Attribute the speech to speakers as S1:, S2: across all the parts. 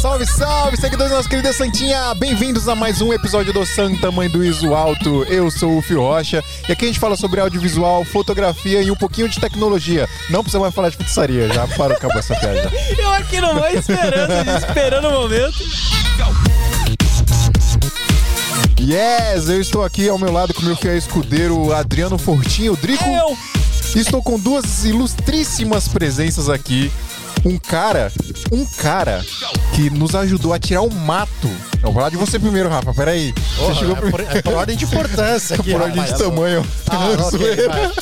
S1: Salve, salve, seguidores da nossa querida Santinha! Bem-vindos a mais um episódio do Santa Mãe do Iso Alto. Eu sou o Fio Rocha e aqui a gente fala sobre audiovisual, fotografia e um pouquinho de tecnologia. Não precisa mais falar de pizzaria, já parou, acabou essa piada.
S2: Eu aqui no mãe esperando, esperando o momento.
S1: Yes, eu estou aqui ao meu lado com o meu fiel escudeiro Adriano Fortinho, Drico.
S2: Eu!
S1: Estou com duas ilustríssimas presenças aqui. Um cara, um cara que nos ajudou a tirar o mato. Eu vou falar de você primeiro, Rafa, peraí. Você chegou
S3: é, por, é por ordem de importância aqui,
S1: por ordem de
S3: rapaz.
S1: tamanho.
S3: Ah, ok, vai.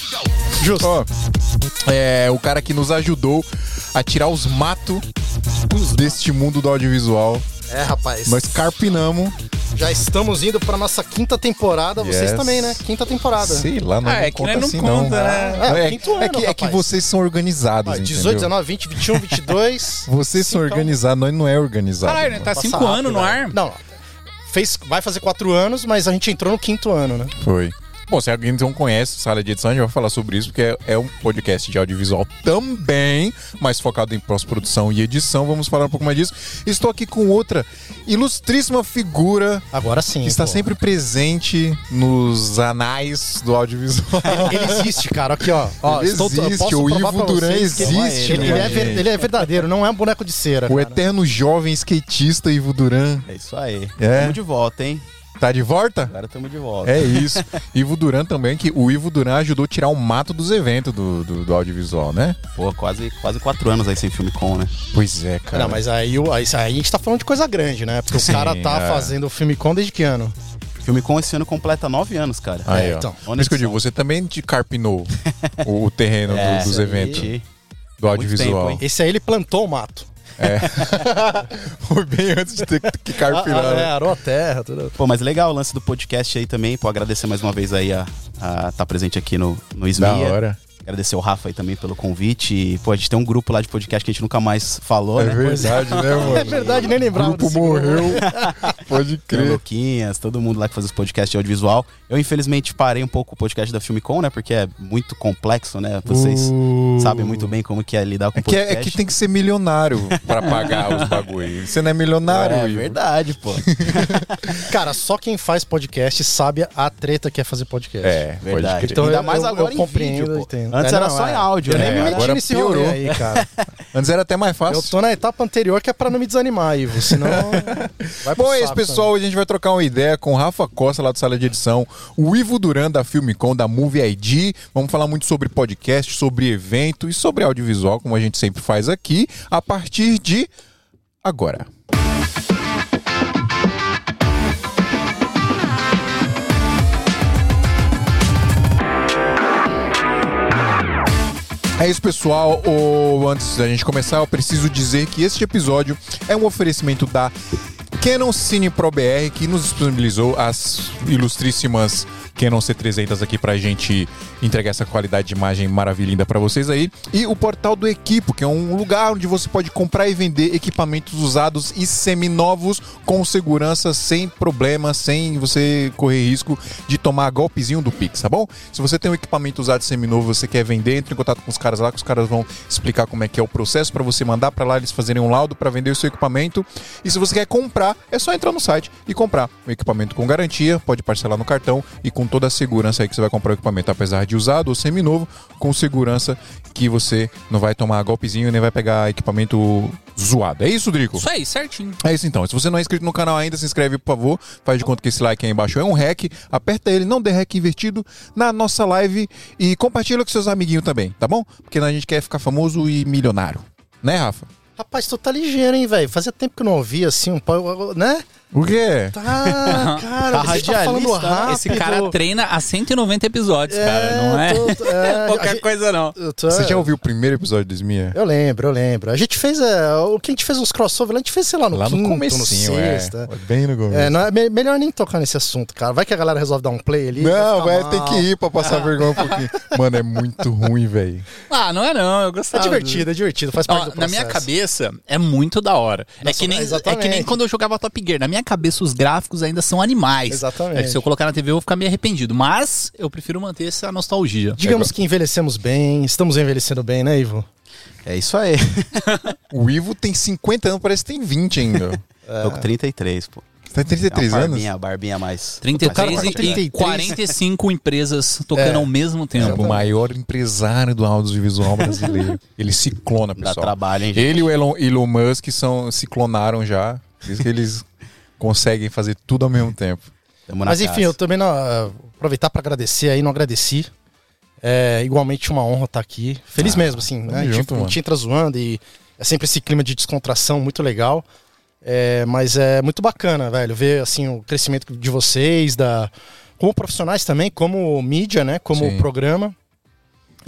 S3: Justo.
S1: Ó, é, o cara que nos ajudou a tirar os matos deste mundo do audiovisual.
S3: É, rapaz.
S1: Nós carpinamos.
S3: Já estamos indo pra nossa quinta temporada. Vocês
S1: Yes.
S3: também, né? Quinta temporada.
S1: Sei lá, não,
S2: Ah, é que
S1: conta
S2: nós não
S1: assim,
S2: conta, né?
S1: não.
S3: É,
S1: É,
S3: quinto
S1: é
S3: ano,
S1: que, é que
S3: rapaz.
S1: vocês são organizados,
S3: Vai, 18,
S1: entendeu?
S3: 19, 20, 21, 22.
S1: Vocês são
S3: Então-
S1: organizados, nós não é organizado.
S2: Caralho, né?
S1: mano.
S2: Tá
S3: Passa
S2: cinco
S3: rápido,
S2: anos no
S3: né?
S2: ar.
S3: Não, fez, vai fazer quatro anos, mas a gente entrou no quinto ano, né?
S1: Foi. Bom, se alguém não conhece Sala de Edição, a gente vai falar sobre isso, porque é, é um podcast de audiovisual também, mas focado em pós-produção e edição. Vamos falar um pouco mais disso. Estou aqui com outra ilustríssima figura
S3: Agora sim.
S1: que está
S3: pô.
S1: sempre presente nos anais do audiovisual.
S3: Ele existe, cara. Aqui, ó. ó
S1: Ele
S3: estou- eu
S1: existe,
S3: posso
S1: o
S3: provar
S1: Ivo
S3: pra
S1: Duran
S3: vocês que
S1: existe,
S3: Ele,
S1: mano.
S3: ele é, ver- ele é verdadeiro, não é um boneco de cera.
S1: O
S3: cara.
S1: eterno jovem skatista Ivo Duran.
S4: É isso aí.
S1: É.
S4: Tamo de volta, hein?
S1: Tá de volta?
S4: Agora tamo de volta.
S1: É isso. Ivo Duran também, que o Ivo Duran ajudou a tirar o mato dos eventos do, do, do audiovisual, né?
S4: Pô, quase, quase quatro anos aí sem filme com, né?
S1: Pois é, cara.
S3: Não, mas aí, o- aí a gente tá falando de coisa grande, né? Porque
S1: Sim,
S3: o cara tá
S1: é.
S3: fazendo o filme com desde que ano?
S4: Filme com esse ano completa nove anos, cara.
S1: Aí,
S3: É,
S1: ó.
S3: então,
S1: Por isso que eu digo, você também te carpinou o, o terreno do-
S4: É,
S1: dos
S4: isso aí.
S1: eventos,
S4: Muito
S1: do audiovisual.
S4: tempo, hein?
S3: Esse aí ele plantou o mato.
S1: Foi bem antes de ter que carpinar.
S3: Ah, ah, é,
S1: né?
S3: arou a terra, tudo.
S4: Pô, mas legal o lance do podcast aí também. Pô, agradecer mais uma vez aí a estar tá presente aqui no, no
S1: Da
S4: SMIA.
S1: hora.
S4: Agradecer o Rafa aí também pelo convite. E, pô, a gente tem um grupo lá de podcast que a gente nunca mais falou,
S1: É
S4: né?
S1: verdade, né, mano?
S3: É verdade, nem
S1: O
S3: lembrava.
S1: grupo
S3: desse
S1: morreu. Pode
S4: Tem o
S1: crer.
S4: Luquinhas, todo mundo lá que faz os podcasts de audiovisual. Eu, infelizmente, parei um pouco o podcast da Filmicom, né? Porque é muito complexo, né? Vocês
S1: Uh.
S4: sabem muito bem como que é lidar
S3: um
S4: com
S1: É que, é
S4: podcast.
S1: que tem que ser milionário pra pagar os bagulho. Você não é milionário,
S4: É
S1: Ivo.
S4: verdade, pô. É
S3: Cara, só quem faz podcast sabe a treta que é fazer podcast.
S1: É, pode
S4: Verdade.
S1: crer.
S4: Então, Ainda
S3: eu-
S4: mais
S3: eu-
S4: agora
S3: eu
S4: em
S3: compreendo,
S4: vídeo, pô.
S3: eu entendo.
S4: Antes
S3: É,
S4: era
S3: não,
S4: só
S3: é.
S4: em áudio,
S3: Eu
S4: né?
S3: nem me
S1: É,
S3: meti
S1: agora
S3: nesse
S1: piorou.
S3: rolê aí, cara.
S1: Antes era até mais fácil.
S3: Eu tô na etapa anterior que é pra não me desanimar, Ivo. Senão. Vai pro
S1: Bom, é isso,
S3: saco
S1: pessoal. Hoje a gente vai trocar uma ideia com o Rafa Costa, lá do Sala de Edição, o Ivo Duran, da Filmicom, da Movie ID. Vamos falar muito sobre podcast, sobre evento e sobre audiovisual, como a gente sempre faz aqui, a partir de agora. É isso, pessoal. Ô, antes da gente começar, eu preciso dizer que este episódio é um oferecimento da Canon Cine Pro BR, que nos disponibilizou as ilustríssimas Canon C300 aqui pra gente entregar essa qualidade de imagem maravilhosa pra vocês aí. E o Portal do Equipo, que é um lugar onde você pode comprar e vender equipamentos usados e seminovos com segurança, sem problema, sem você correr risco de tomar golpezinho do Pix, tá bom? Se você tem um equipamento usado seminovo, você quer vender, entre em contato com os caras lá, que os caras vão explicar como é que é o processo pra você mandar pra lá, eles fazerem um laudo pra vender o seu equipamento. E se você quer comprar, é só entrar no site e comprar o equipamento com garantia, pode parcelar no cartão e com toda a segurança aí que você vai comprar o equipamento, apesar de usado ou seminovo, com segurança que você não vai tomar golpezinho e nem vai pegar equipamento zoado. É isso, Drico?
S2: Isso aí, certinho.
S1: É isso então. Se você não é inscrito no canal ainda, se inscreve, por favor. Faz de conta que esse like aí embaixo é um hack. Aperta ele, não dê hack invertido na nossa live e compartilha com seus amiguinhos também, tá bom? Porque a gente quer ficar famoso e milionário. Né, Rafa?
S3: Rapaz, tu tá ligeiro, hein, velho? Fazia tempo que eu não ouvia assim um pau. Né?
S1: O quê?
S3: Tá, cara, você tá falando
S4: radialista, né?
S3: rápido.
S2: Esse cara treina há 190 episódios, cara, não é?
S3: eu tô- é, a
S2: Qualquer
S3: gente-
S2: coisa não.
S3: eu tô-
S1: Você já ouviu o primeiro episódio do Esmia?
S3: Eu lembro, eu lembro. A gente fez. é, o que a gente fez uns crossover lá, a gente fez, sei lá, no
S1: Lá no
S3: quinto,
S1: comecinho,
S3: no
S1: é.
S3: sexta.
S1: Bem no começo.
S3: É, não é- me- melhor nem tocar nesse assunto, cara. Vai que a galera resolve dar um play ali.
S1: Não,
S3: vai
S1: velho, tem que ir pra passar vergonha um pouquinho. Mano, é muito ruim, velho.
S2: Ah, não é não, eu
S3: É
S2: gostava.
S3: divertido, é divertido, faz parte
S2: Ó,
S3: do processo.
S2: na minha cabeça é muito da hora. É
S3: Nossa,
S2: que, nem, é
S3: exatamente.
S2: que nem quando eu jogava Top Gear. Na minha cabeça, os gráficos ainda são animais.
S3: Exatamente.
S2: É que se eu colocar na TV, eu vou ficar meio arrependido. Mas eu prefiro manter essa nostalgia.
S3: Digamos que envelhecemos bem, estamos envelhecendo bem, né, Ivo?
S4: É isso aí.
S1: O Ivo tem 50 anos, parece que tem 20 ainda.
S4: Tô com 33, pô.
S1: Você tá tem
S4: é
S1: 33
S4: uma
S1: É. anos?
S4: barbinha, a barbinha a mais.
S1: cara com
S2: 33 e,
S1: 33.
S2: e 45 empresas
S3: É.
S2: tocando ao mesmo tempo.
S1: O maior empresário do audiovisual brasileiro. Ele se clona,
S4: Dá
S1: pessoal.
S4: trabalho, hein, gente?
S1: Ele e o Elon, Elon Musk são, se clonaram já. Diz que eles conseguem fazer tudo ao mesmo tempo.
S4: Tamo na
S3: Mas enfim,
S4: casa.
S3: eu também não, ah, aproveitar pra agradecer aí, não agradeci. É igualmente uma honra estar aqui. Feliz mesmo, assim, né? A gente,
S1: Ah, junto,
S3: a gente
S1: mano.
S3: entra zoando e é sempre esse clima de descontração muito legal. É, mas é muito bacana, velho, ver assim o crescimento de vocês, da como profissionais também, como mídia, né? Como
S1: Sim.
S3: programa.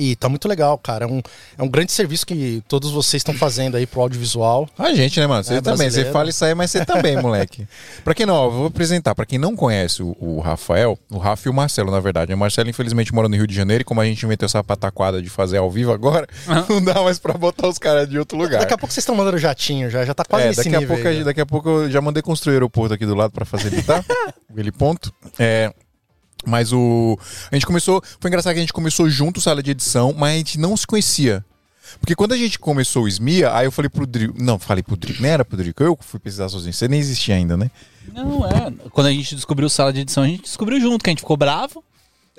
S3: E tá muito legal, cara. É um, é um grande serviço que todos vocês estão fazendo aí pro audiovisual.
S1: A gente, né, mano? Você
S3: É,
S1: também. Você
S3: brasileiro.
S1: fala isso aí, mas você também, moleque. Pra quem não, ó, vou apresentar. Pra quem não conhece o, o Rafael, o Rafa e o Marcelo, na verdade. né? O Marcelo, infelizmente, mora no Rio de Janeiro e como a gente inventou essa pataquada de fazer ao vivo agora, não dá mais pra botar os caras de outro lugar.
S3: Daqui a pouco vocês estão mandando jatinho, já, já tá quase
S1: É,
S3: nesse
S1: daqui a,
S3: nível
S1: pouco,
S3: aí,
S1: a-
S3: né?
S1: daqui a pouco eu já mandei construir o aeroporto aqui do lado pra facilitar. aquele ponto. É, mas o. A gente começou. Foi engraçado que a gente começou junto sala de edição, mas a gente não se conhecia. Porque quando a gente começou o SMIA, aí eu falei pro Drico. Não, falei pro Drico. Não era pro Drico, eu fui pesquisar sozinho. Você nem existia ainda, né?
S2: Não, é. Quando a gente descobriu sala de edição, a gente descobriu junto, que a gente ficou bravo.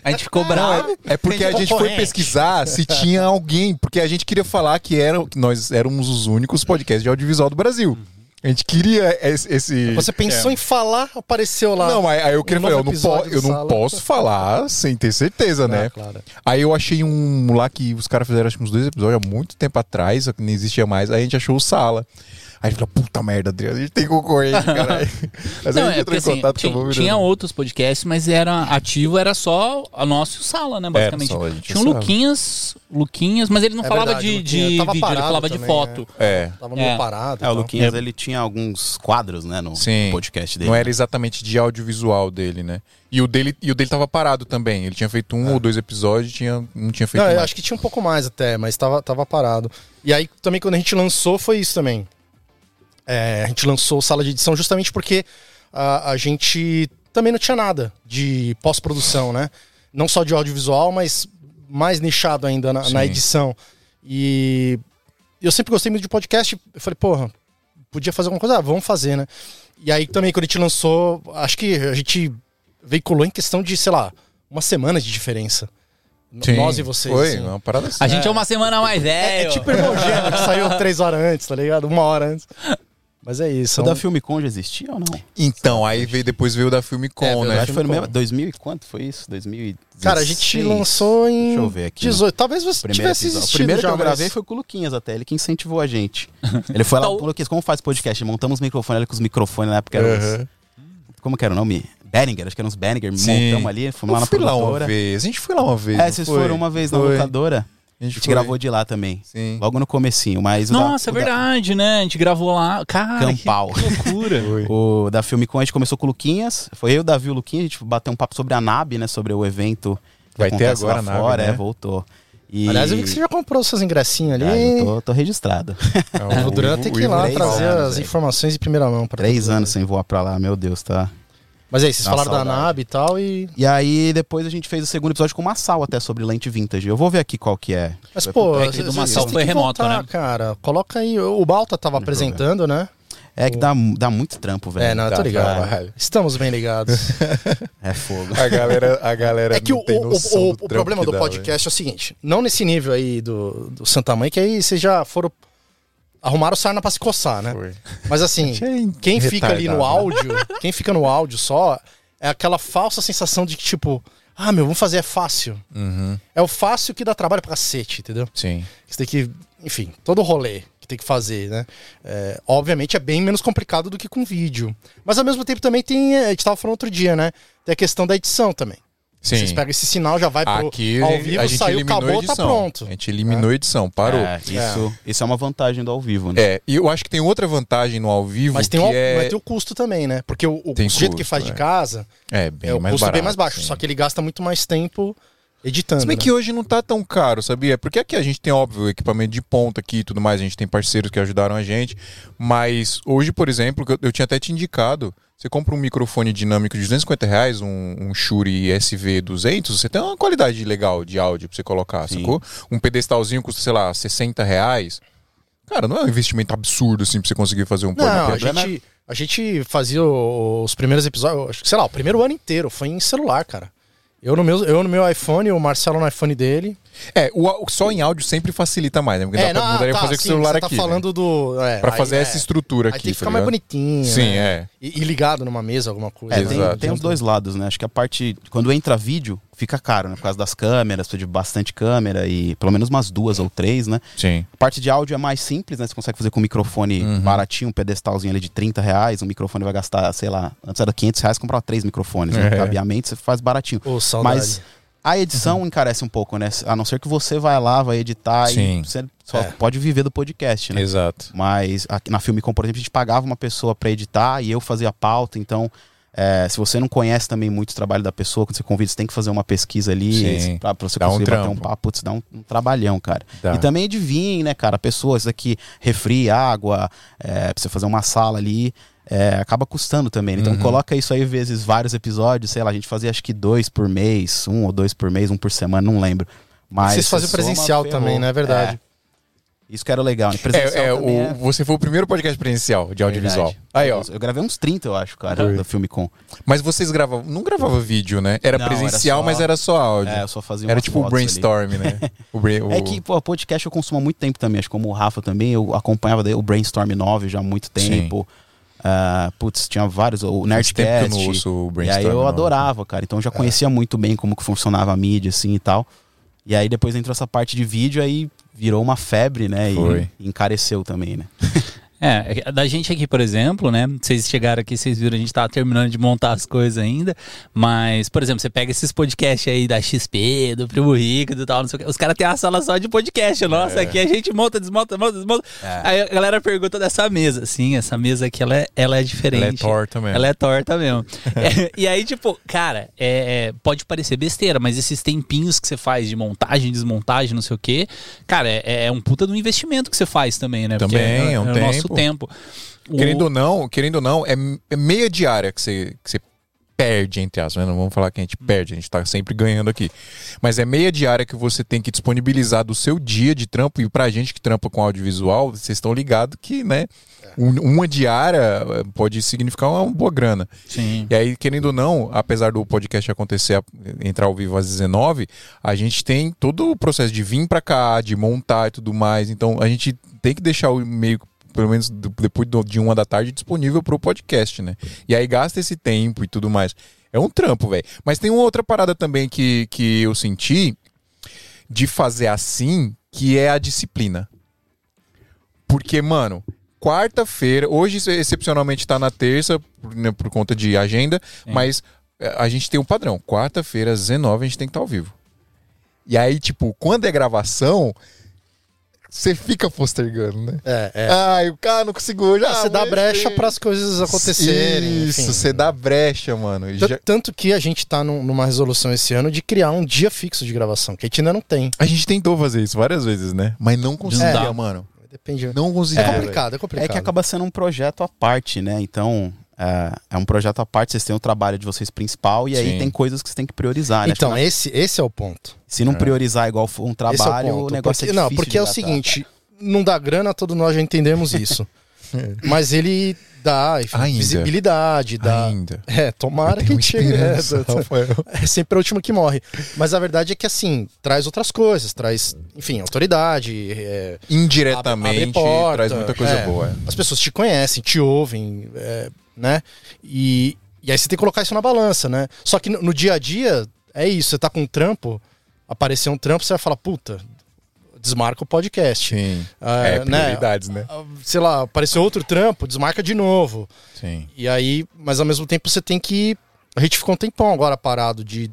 S2: A gente ficou bravo.
S1: É porque a
S3: Entendi,
S1: gente foi
S3: concorrente.
S1: pesquisar se tinha alguém, porque a gente queria falar que, era, que nós éramos os únicos podcasts de audiovisual do Brasil. A gente queria esse. esse-
S3: Uhum. Você pensou em falar, apareceu lá.
S1: Não, mas aí eu queria
S3: Um
S1: falar, eu
S3: novo
S1: não, po-
S3: episódio
S1: eu
S3: do
S1: não
S3: Sala.
S1: posso falar sem ter certeza,
S3: Ah,
S1: né?
S3: claro.
S1: Aí eu achei um lá que os caras fizeram acho que uns dois episódios há muito tempo atrás, só que não existia mais, aí a gente achou o Sala. Aí a gente falou, puta merda, Adriano, a gente tem concorrente, caralho. Mas aí a
S2: Não,
S1: gente
S2: é
S1: entrou
S2: porque,
S1: em
S2: assim,
S1: contato
S2: ti-
S1: com o
S2: tinha outros podcasts, mas era ativo, era só a nossa e o Sala, né? Basicamente.
S1: só a gente e o
S2: tinha o
S1: Sala.
S2: Luquinhas, Luquinhas, mas ele não
S3: É
S2: falava
S3: verdade,
S2: de,
S3: o
S2: de
S3: Luquinhas tava
S2: vídeo, ele
S3: parado
S2: falava de
S3: também,
S2: foto.
S1: É.
S3: Tava meio
S2: É.
S3: parado. e
S4: É, o
S3: tal.
S4: Luquinhas, ele tinha alguns quadros, né, no
S1: então. Sim.
S4: podcast dele.
S1: Não é era exatamente de audiovisual dele, né? E o dele, e o dele tava parado também. Ele tinha feito um ou dois episódios e tinha, não tinha feito
S3: Ah. Não, eu
S1: mais.
S3: acho que tinha um pouco mais até, mas tava, tava parado. E aí também quando a gente lançou foi isso também. É, a gente lançou sala de edição justamente porque a, a gente também não tinha nada de pós-produção, né? Não só de audiovisual, mas mais nichado ainda na,
S1: Sim.
S3: na edição. E eu sempre gostei muito de podcast. Eu falei, porra, podia fazer alguma coisa? Ah, vamos fazer, né? E aí também quando a gente lançou, acho que a gente veiculou em questão de, sei lá, uma semana de diferença. N-
S1: Sim,
S3: Nós e vocês.
S1: Foi,
S3: assim.
S1: uma parada assim.
S2: A gente é, uma semana mais
S3: É,
S2: velho.
S3: tipo Hermogênio, que saiu três horas antes, tá ligado? Uma hora antes. Mas é
S4: O
S3: isso. é um-
S4: da Filme Con já existia ou não?
S1: Então, aí veio, depois veio o da Filme
S3: É,
S1: Com,
S3: veio
S4: Eu
S3: da
S1: né?
S4: acho que foi no
S3: Filme
S4: mesmo.
S3: Con.
S4: 2000 e quanto foi isso? 2016?
S3: Cara, a gente lançou em
S4: Deixa eu ver aqui. né?
S3: 18. Talvez você
S4: Primeiro
S3: tivesse
S4: episódio. O
S3: existido
S4: primeiro que
S3: já,
S4: eu gravei
S3: mas-
S4: foi com o Luquinhas até, ele que incentivou a gente. Ele foi lá
S2: Então-
S4: pro Luquinhas, como faz podcast? Montamos microfone ali com os microfones na época. Era uns-
S1: Aham.
S4: Como que era o nome? Behringer, acho que eram uns Behringer.
S1: Sim.
S4: Montamos ali, fomos lá
S1: Eu
S4: na
S1: fui lá
S4: produtora.
S1: uma vez. A gente foi lá uma vez.
S4: é,
S1: não
S4: vocês
S1: foi?
S4: foram uma vez na
S1: Foi.
S4: locadora.
S1: A
S4: A
S1: gente
S4: gente
S1: foi.
S4: gravou de lá também.
S1: Sim.
S4: Logo no comecinho, mas o da- o
S2: Nossa, é
S4: da-
S2: verdade, né? A gente gravou lá. Cara,
S4: Campal.
S2: que loucura.
S1: Foi.
S4: O da Filme Con, a gente começou com o Luquinhas. Foi eu, Davi e o Luquinhas. A gente bateu um papo sobre a NAB, né? Sobre o evento. que
S1: Vai ter
S4: acontece
S1: agora
S4: lá
S1: a NAB,
S4: fora,
S1: né?
S4: É, voltou. E...
S3: Aliás, eu vi que você já comprou seus ingressinhos ali.
S4: Ah, eu tô, tô registrado.
S1: É,
S3: O Duran tem que ir lá
S1: Ivo-
S3: trazer
S4: anos,
S3: as
S4: velho.
S3: informações em primeira mão. Pra
S4: Três
S3: todo mundo.
S4: anos sem voar pra lá, meu Deus, tá?
S3: Mas é isso, vocês
S4: Dá
S3: falaram da
S4: saudade.
S3: NAB e tal e...
S4: E aí, depois a gente fez o segundo episódio com o Massal até sobre lente vintage. Eu vou ver aqui qual que é.
S3: Mas,
S4: Foi
S3: pô,
S4: pro-
S2: que do
S3: vocês
S2: Massal
S3: têm
S2: foi
S3: que
S2: remoto,
S3: voltar,
S2: né?
S3: cara. Coloca aí. O Balta
S4: Não
S3: tava
S4: tem
S3: apresentando, né?
S4: É que dá, dá muito trampo, velho.
S3: É, não, eu tô
S1: dá,
S3: ligado.
S1: caralho.
S3: Estamos bem ligados.
S4: É fogo.
S1: A galera, a galera
S3: É que o,
S1: não tem
S3: o-
S1: noção
S3: o-
S1: do trampo
S3: o problema
S1: que
S3: do
S1: dá,
S3: podcast é o seguinte: não nesse nível aí do, do Santa Mãe, que aí vocês já foram. Arrumaram sarna pra se coçar, né?
S1: velho. Foi.
S3: Mas assim,
S1: Gente,
S3: quem fica ali no
S1: retardado,
S3: áudio, quem fica no áudio só, é aquela falsa sensação de que, tipo, ah, meu, vamos fazer é fácil.
S1: Uhum,
S3: É o fácil que dá trabalho pra cacete, entendeu?
S1: Sim.
S3: Você tem que, enfim, todo o rolê que tem que fazer, né? É, obviamente é bem menos complicado do que com vídeo. Mas ao mesmo tempo também tem, é, a gente tava falando outro dia, né? Tem a questão da edição também.
S1: Sim.
S3: Vocês pegam esse sinal, já vai pro
S1: Aqui
S3: ao vivo,
S1: a gente
S3: saiu,
S1: eliminou
S3: acabou,
S1: a edição.
S3: tá pronto.
S1: A gente eliminou a edição, parou.
S4: É, isso, isso é uma vantagem do ao vivo, né?
S1: É, e eu acho que tem outra vantagem no ao vivo
S3: Mas tem, o,
S1: que é...
S3: mas tem o custo também, né? Porque o, o
S1: Tem
S3: sujeito que
S1: custo,
S3: faz
S1: é.
S3: de casa,
S1: É, bem
S3: é, o
S1: mais
S3: custo é
S1: barato.
S3: bem mais baixo,
S1: sim.
S3: só que ele gasta muito mais tempo editando.
S1: Se bem
S3: né?
S1: que hoje não tá tão caro, sabia? Porque aqui a gente tem, óbvio, equipamento de ponta aqui e tudo mais, a gente tem parceiros que ajudaram a gente. Mas hoje, por exemplo, que eu, eu tinha até te indicado, você compra um microfone dinâmico de 250 reais, um, um Shure SV200, você tem uma qualidade legal de áudio pra você colocar,
S4: Sim.
S1: sacou? Um pedestalzinho custa, sei lá, 60 reais. Cara, não é um investimento absurdo, assim, pra você conseguir fazer um
S3: Não, a
S1: podcast.
S3: gente, a gente fazia o- os primeiros episódios, acho que, sei lá, o primeiro ano inteiro foi em celular, cara. Eu no meu, eu no meu iPhone, o Marcelo no iPhone dele.
S1: É, o, au- só em áudio sempre facilita mais, né? Porque dá pra, não, daria pra fazer com o
S3: sim,
S1: celular
S3: você
S1: aqui.
S3: É, tá falando do... é,
S1: né? Pra
S3: aí,
S1: fazer
S3: é,
S1: essa estrutura
S3: Aí
S1: aqui.
S3: tem que
S1: tá
S3: ficar mais
S1: ligado?
S3: bonitinho,
S1: Sim,
S3: né?
S1: é.
S3: E, e ligado numa mesa, alguma coisa.
S4: É,
S3: né?
S4: tem,
S1: Exato.
S4: tem os dois lados, né? Acho que a parte. Quando entra vídeo, fica caro, né? Por causa das câmeras, precisa de bastante câmera e pelo menos umas duas ou três, né?
S1: Sim.
S4: A parte de áudio é mais simples, né? Você consegue fazer com um microfone
S1: Uhum.
S4: baratinho, um pedestalzinho ali de 30 reais. Um microfone vai gastar, sei lá, antes era 500 reais, comprar três microfones, né?
S1: É.
S4: Cabeamento, você faz baratinho.
S3: Ô, saudade.
S4: Mas a
S1: Uhum.
S4: edição encarece um pouco, né? A não ser que você vai lá, vai editar
S1: Sim.
S4: e você só
S3: É.
S4: pode viver do podcast, né?
S1: Exato.
S4: Mas aqui na Filmicom, por exemplo, a gente pagava uma pessoa pra editar e eu fazia a pauta. Então, é, se você não conhece também muito o trabalho da pessoa, quando você convida, você tem que fazer uma pesquisa
S1: Sim.
S4: ali pra, pra você
S1: Dá um
S4: conseguir bater um
S1: trampo.
S4: papo. Putz, dá um, um trabalhão, cara.
S1: Dá.
S4: E também adivinha, né, cara? Pessoas aqui, refri, água, é, pra você fazer uma sala ali. é, acaba custando também. né? Então
S1: Uhum.
S4: coloca isso aí vezes vários episódios, sei lá, a gente fazia acho que dois por mês, um ou dois por mês, um por semana, não lembro. Mas
S3: Vocês faziam
S4: soma,
S3: presencial
S4: ferrou.
S3: também, né? É verdade.
S4: Isso que era o legal, né? Presencial
S1: É, é,
S4: também
S1: o-
S4: é-
S1: Você foi o primeiro podcast presencial de audiovisual.
S4: Verdade.
S1: Aí, ó.
S4: Eu gravei uns 30, eu acho, cara, da Filmicom.
S1: Mas vocês gravavam. Não gravava vídeo, né? Era
S4: Não, era
S1: presencial,
S4: só-
S1: mas era só áudio.
S4: É, eu só fazia
S1: era
S4: umas
S1: tipo o
S4: fotos ali.
S1: brainstorm, né? O bra- o-
S4: É que, pô, podcast eu consumo há muito tempo também. Acho que como o Rafa também, eu acompanhava daí o Brainstorm 9 já há muito
S1: Sim.
S4: tempo. Ah, putz, tinha vários, o
S1: Faz tempo que eu
S4: Nerdcast.
S1: não ouço o
S4: e
S1: Brainstorm É.
S4: aí eu
S1: não.
S4: adorava, cara. Então eu já conhecia muito bem como que funcionava a mídia, assim e tal. E aí depois entrou essa parte de vídeo, aí virou uma febre, né? E-
S1: Foi.
S4: E encareceu também, né?
S2: É, da gente aqui, por exemplo, né? Vocês chegaram aqui, vocês viram, a gente tava terminando de montar as coisas ainda. Mas, por exemplo, você pega esses podcasts aí da XP, do Primo Rico, do tal, não sei o quê. Os caras têm a sala só de podcast.
S1: É.
S2: Nossa, aqui a gente monta, desmonta, monta, desmonta. Aí a galera pergunta dessa mesa. Sim, essa mesa aqui, ela é, ela é diferente.
S1: Ela é torta mesmo.
S2: Ela é torta mesmo. É, e aí, tipo, cara, é, é, pode parecer besteira, mas esses tempinhos que você faz de montagem, desmontagem, não sei o quê, cara, é, é um puta de um investimento que você faz também, né? Porque
S1: Também, é um
S2: o nosso tempo. O-
S1: Querendo ou não, querendo ou não, é, é meia diária que você, que você perde, entre aspas. né? Não vamos falar que a gente perde, a gente tá sempre ganhando aqui. Mas é meia diária que você tem que disponibilizar do seu dia de trampo. E pra gente que trampa com audiovisual, vocês estão ligados que, né? um- uma diária eh, pode significar uma boa grana.
S2: Sim.
S1: E aí, querendo ou não, apesar do podcast acontecer, a- entrar ao vivo às 19, a gente tem todo o processo de vir pra cá, de montar e tudo mais. Então, a gente tem que deixar o meio pelo menos do- depois do- de uma da tarde disponível pro podcast, né? E aí gasta esse tempo e tudo mais. É um trampo, velho. Mas tem uma outra parada também que, que eu senti de fazer assim, que é a disciplina. Porque, mano, quarta-feira, hoje isso excepcionalmente tá na terça, por, né, por conta de agenda, mas é, a gente tem um padrão. Quarta-feira, às 19, a gente tem que estar ao vivo. E aí, tipo, quando é gravação, você fica postergando, né?
S3: É, é.
S1: Ai, o cara não consigo hoje.
S3: Ah, você dá brecha para as coisas acontecerem.
S1: é Isso,
S3: enfim.
S1: você dá brecha, mano. Já-
S3: Tan- Tanto que a gente tá num- numa resolução esse ano de criar um dia fixo de gravação, que a gente ainda não tem.
S1: A gente tentou fazer isso várias vezes, né? Mas não conseguia,
S2: dá.
S1: mano.
S3: Depende.
S1: Não conseguia.
S3: é
S1: velho.
S3: complicado, é
S4: É
S3: complicado.
S4: que acaba sendo um projeto à parte, né? Então, é, é um projeto à parte, vocês têm o trabalho de vocês principal e aí
S1: Sim.
S4: tem coisas que você tem que priorizar, né?
S3: Então,
S4: Acho que
S3: esse, esse é o ponto.
S4: na- se não priorizar igual for um
S3: Esse é
S4: trabalho,
S3: o,
S4: o,
S3: ponto.
S4: negócio
S3: porque,
S4: é
S3: Não,
S4: difícil
S3: porque é o
S4: de tratar.
S3: seguinte, não dá grana, todos nós já entendemos isso.
S4: É.
S3: Mas ele dá enfim,
S1: Ainda.
S3: visibilidade, dá...
S1: Ainda.
S3: É, tomara que
S1: Tem
S3: a gente chegue. É,
S1: esperança,
S3: tá- tá-
S1: Rafael.
S3: é sempre a última que morre. Mas a verdade é que, assim, traz outras coisas, traz, enfim, autoridade, é,
S1: Indiretamente,
S3: Abre- abre porta,
S1: traz muita coisa
S3: é.
S1: boa.
S3: as pessoas te conhecem, te ouvem, é, né? E, e aí você tem que colocar isso na balança, né? Só que no, no dia a dia, é isso, você tá com um trampo, aparecer um trampo, você vai falar, puta, desmarca o podcast.
S1: Sim.
S3: Ah,
S1: é,
S3: né?
S1: prioridades, né?
S3: Ah, Sei lá, apareceu outro trampo, desmarca de novo.
S1: Sim.
S3: E aí, mas ao mesmo tempo você tem que. A gente ficou um tempão agora parado de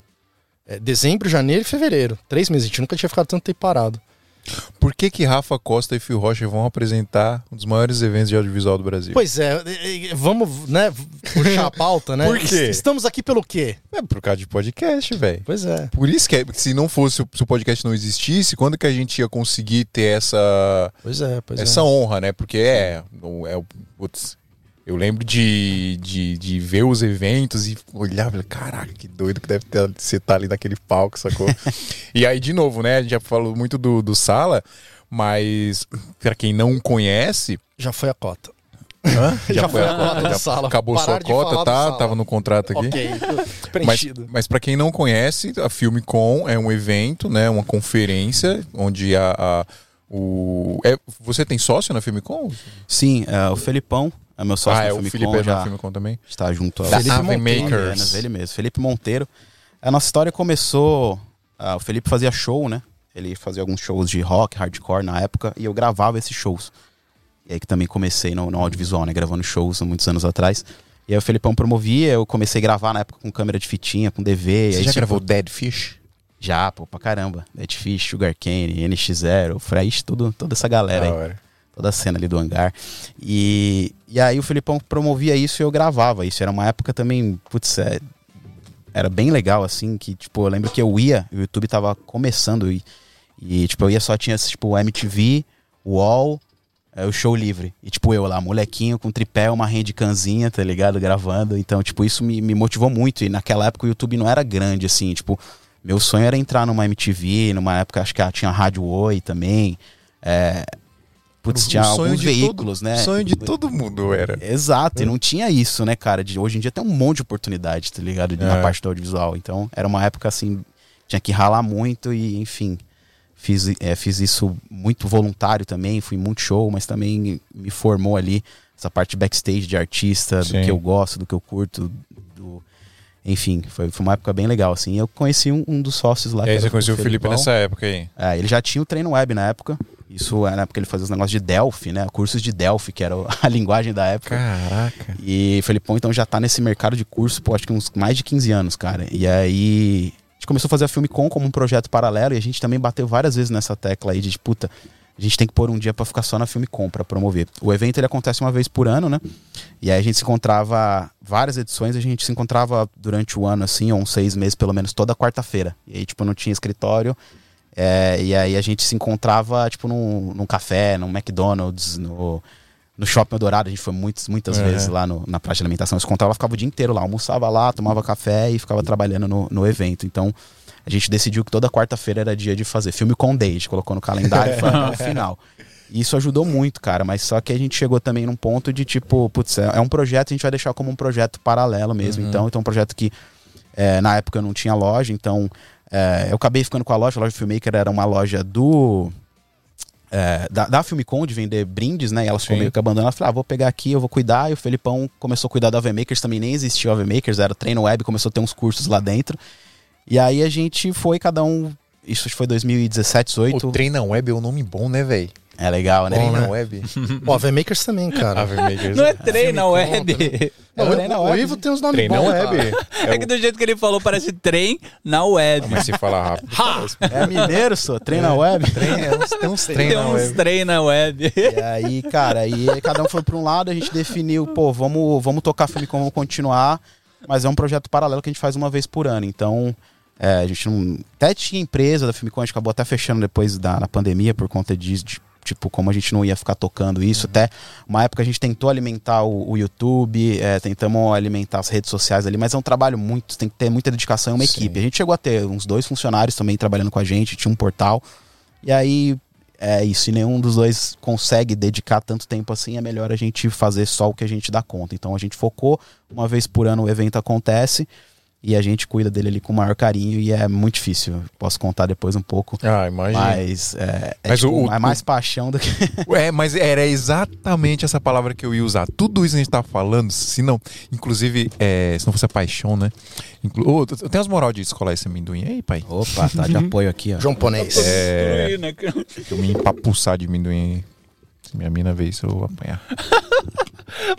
S3: é, dezembro, janeiro e fevereiro. Três meses, a gente nunca tinha ficado tanto tempo parado.
S1: Por que que Rafa Costa e Fio Rocha vão apresentar um dos maiores eventos de audiovisual do Brasil?
S3: Pois é, e- e- vamos, né, puxar a pauta, né?
S1: Por quê?
S3: Es- Estamos aqui pelo quê?
S1: É por causa de podcast, velho.
S3: Pois é.
S1: Por isso que é- se não fosse, se o podcast não existisse, quando que a gente ia conseguir ter essa,
S3: Pois é, pois
S1: essa
S3: é.
S1: honra, né? Porque é, não é o- putz, eu lembro de, de, de ver os eventos e olhar, e falar, caraca, que doido que deve ter, você tá ali naquele palco, sacou? e aí, de novo, né? A gente já falou muito do, do Sala, mas pra quem não conhece, né?
S3: Já foi a cota.
S1: já, foi a
S3: cota da sala.
S1: acabou
S3: Parar
S1: sua
S3: de falar
S1: cota,
S3: do
S1: tá?
S3: Sala.
S1: Tava no contrato aqui.
S3: Ok,
S1: Mas,
S3: preenchido.
S1: mas para quem não conhece, a Filme Con é um evento, né? Uma conferência onde a. a- o, é- você tem sócio na Filme Con?
S4: Sim, é, o Felipão é meu sócio
S1: ah,
S4: na
S1: é, o
S4: Filmicon,
S1: Felipe é na
S4: já
S1: Filme Con também.
S4: está junto ao
S1: Da
S4: Felipe
S1: Ave
S4: Monteiro,
S1: Makers.
S4: apenas, ele mesmo, Felipe Monteiro. A nossa história começou, ah, o Felipe fazia show, né? Ele fazia alguns shows de rock, hardcore na época, e eu gravava esses shows. E aí que também comecei no, no audiovisual, né? Gravando shows há muitos anos atrás. E aí o Felipão promovia, eu comecei a gravar na época com câmera de fitinha, com DV. e aí, tipo,
S1: Dead Fish?
S4: Já, pô, pra caramba. Deadfish, Sugarcane, NX0, Fresh, tudo, toda essa
S1: Da
S4: galera aí
S1: hora.
S4: toda a cena ali do hangar. E, e aí o Felipão promovia isso e eu gravava isso. Era uma época também, putz, é- era bem legal, assim, que, tipo, eu lembro que eu ia, o YouTube tava começando e, e tipo, eu ia só tinha, tipo, MTV, UOL, é, o show livre. E, tipo, eu lá, molequinho, com tripé, uma handcanzinha, tá ligado? Gravando. Então, tipo, isso me, me motivou muito. E naquela época o YouTube não era grande, assim, tipo... Meu sonho era entrar numa MTV, numa época acho que ah, tinha Rádio Oi também. É, putz,
S1: O
S4: tinha
S1: sonho
S4: alguns
S1: de todo-
S4: veículos, né? É.
S1: Sonho de todo mundo era.
S4: Exato,
S1: Hum.
S4: e não tinha isso, né, cara? De, hoje em dia tem um monte de oportunidade, tá ligado? Na
S1: É.
S4: parte do audiovisual. Então, era uma época assim, tinha que ralar muito e, enfim, fiz, é, fiz isso muito voluntário também, fui muito show, mas também me formou ali essa parte backstage de artista,
S1: Sim.
S4: do que eu gosto, do que eu curto, do. Enfim, foi, foi uma época bem legal, assim. E Eu conheci um, um dos sócios lá.
S1: E
S4: que
S1: aí
S4: era
S1: você conheceu o Felipe
S4: Felipão.
S1: nessa época aí.
S4: É, ele já tinha o treino web na época. Isso era na época que ele fazia os negócios de Delphi, né? Cursos de Delphi, que era o- a linguagem da época.
S1: Caraca.
S4: E o Felipão, então, já tá nesse mercado de curso, pô, acho que uns mais de 15 anos, cara. E aí. A gente começou a fazer a Filme Com como um projeto paralelo e a gente também bateu várias vezes nessa tecla aí de, de, puta, a gente tem que pôr um dia pra ficar só na Filme Com pra promover. O evento ele acontece uma vez por ano, né? E aí a gente se encontrava várias edições, a gente se encontrava durante o ano, assim, ou uns seis meses pelo menos, toda quarta-feira. E aí, tipo, não tinha escritório. é, e aí a gente se encontrava, tipo, num, num café, num McDonald's, no, no Shopping Dourado. A gente foi muitas, muitas
S1: É.
S4: vezes lá no- na praça de alimentação. Se encontrava, ficava o dia inteiro lá, almoçava lá, tomava café e ficava trabalhando no, no evento. Então, a gente decidiu que toda quarta-feira era dia de fazer filme com day, a gente colocou no calendário e foi até o final. E Isso ajudou muito, cara, mas só que a gente chegou também num ponto de tipo, putz, é é um projeto, a gente vai deixar como um projeto paralelo mesmo. Então, então é um projeto que é, na época eu não tinha loja, então é, eu acabei ficando com a loja, a loja Filmmaker era uma loja do. é, da, da Filmicon de vender brindes, né? E ela ficou
S1: Sim.
S4: meio que abandonada. Eu Falei, ah, vou pegar aqui, eu vou cuidar. E o Felipão começou a cuidar da Makers também nem existia a Makers era treino web, começou a ter uns cursos lá dentro. E aí a gente foi, cada um. Isso acho que foi 2017, 2018.
S1: O Treina Web é um nome bom, né, velho?
S4: É legal, né?
S1: Treina Web.
S3: Ó, a V-Makers também, cara.
S1: Makers.
S2: Não é treina web.
S3: Não,
S4: É,
S3: o-
S4: treina
S3: o,
S4: web.
S3: Ivo tem uns nomes
S1: Treina
S3: bons.
S1: Web.
S3: cara.
S1: É
S2: É que do jeito que ele falou, parece trem na web.
S1: o- Mas se fala rápido.
S4: É mineiro, só, treina web.
S1: Treina- Tem uns
S2: Tem
S1: Treina
S2: uns
S1: Web.
S2: trem na web.
S4: E aí, cara, aí cada um foi pra um lado, a gente definiu, pô, vamos, vamos tocar filme como vamos continuar, mas é um projeto paralelo que a gente faz uma vez por ano. Então, é, a gente não. Até tinha empresa da Filmicon, a gente acabou até fechando depois da na pandemia por conta disso, de, tipo, como a gente não ia ficar tocando isso. Até uma época a gente tentou alimentar o, o YouTube, é, tentamos alimentar as redes sociais ali, mas é um trabalho muito, tem que ter muita dedicação e uma
S1: Sim.
S4: equipe. A gente chegou a ter uns dois funcionários também trabalhando com a gente, tinha um portal. E aí, é isso, e nenhum dos dois consegue dedicar tanto tempo assim, é melhor a gente fazer só o que a gente dá conta. Então a gente focou, uma vez por ano o evento acontece e a gente cuida dele ali com o maior carinho e é muito difícil. Posso contar depois um pouco.
S1: Ah, imagina.
S4: Mas, é, é
S1: Mas
S4: tipo,
S1: o- o-
S4: é mais paixão do que.
S1: É, mas era exatamente essa palavra que eu ia usar. Tudo isso que a gente tá falando, se não. Inclusive, é, se não fosse a paixão, né? Inclu Ô, eu tenho as moral de escolar esse amendoim aí, pai.
S4: Opa, tá de apoio aqui, ó.
S3: João Ponês.
S1: É, Que eu me empapuçar de amendoim aí. Se minha mina ver isso, eu vou apanhar.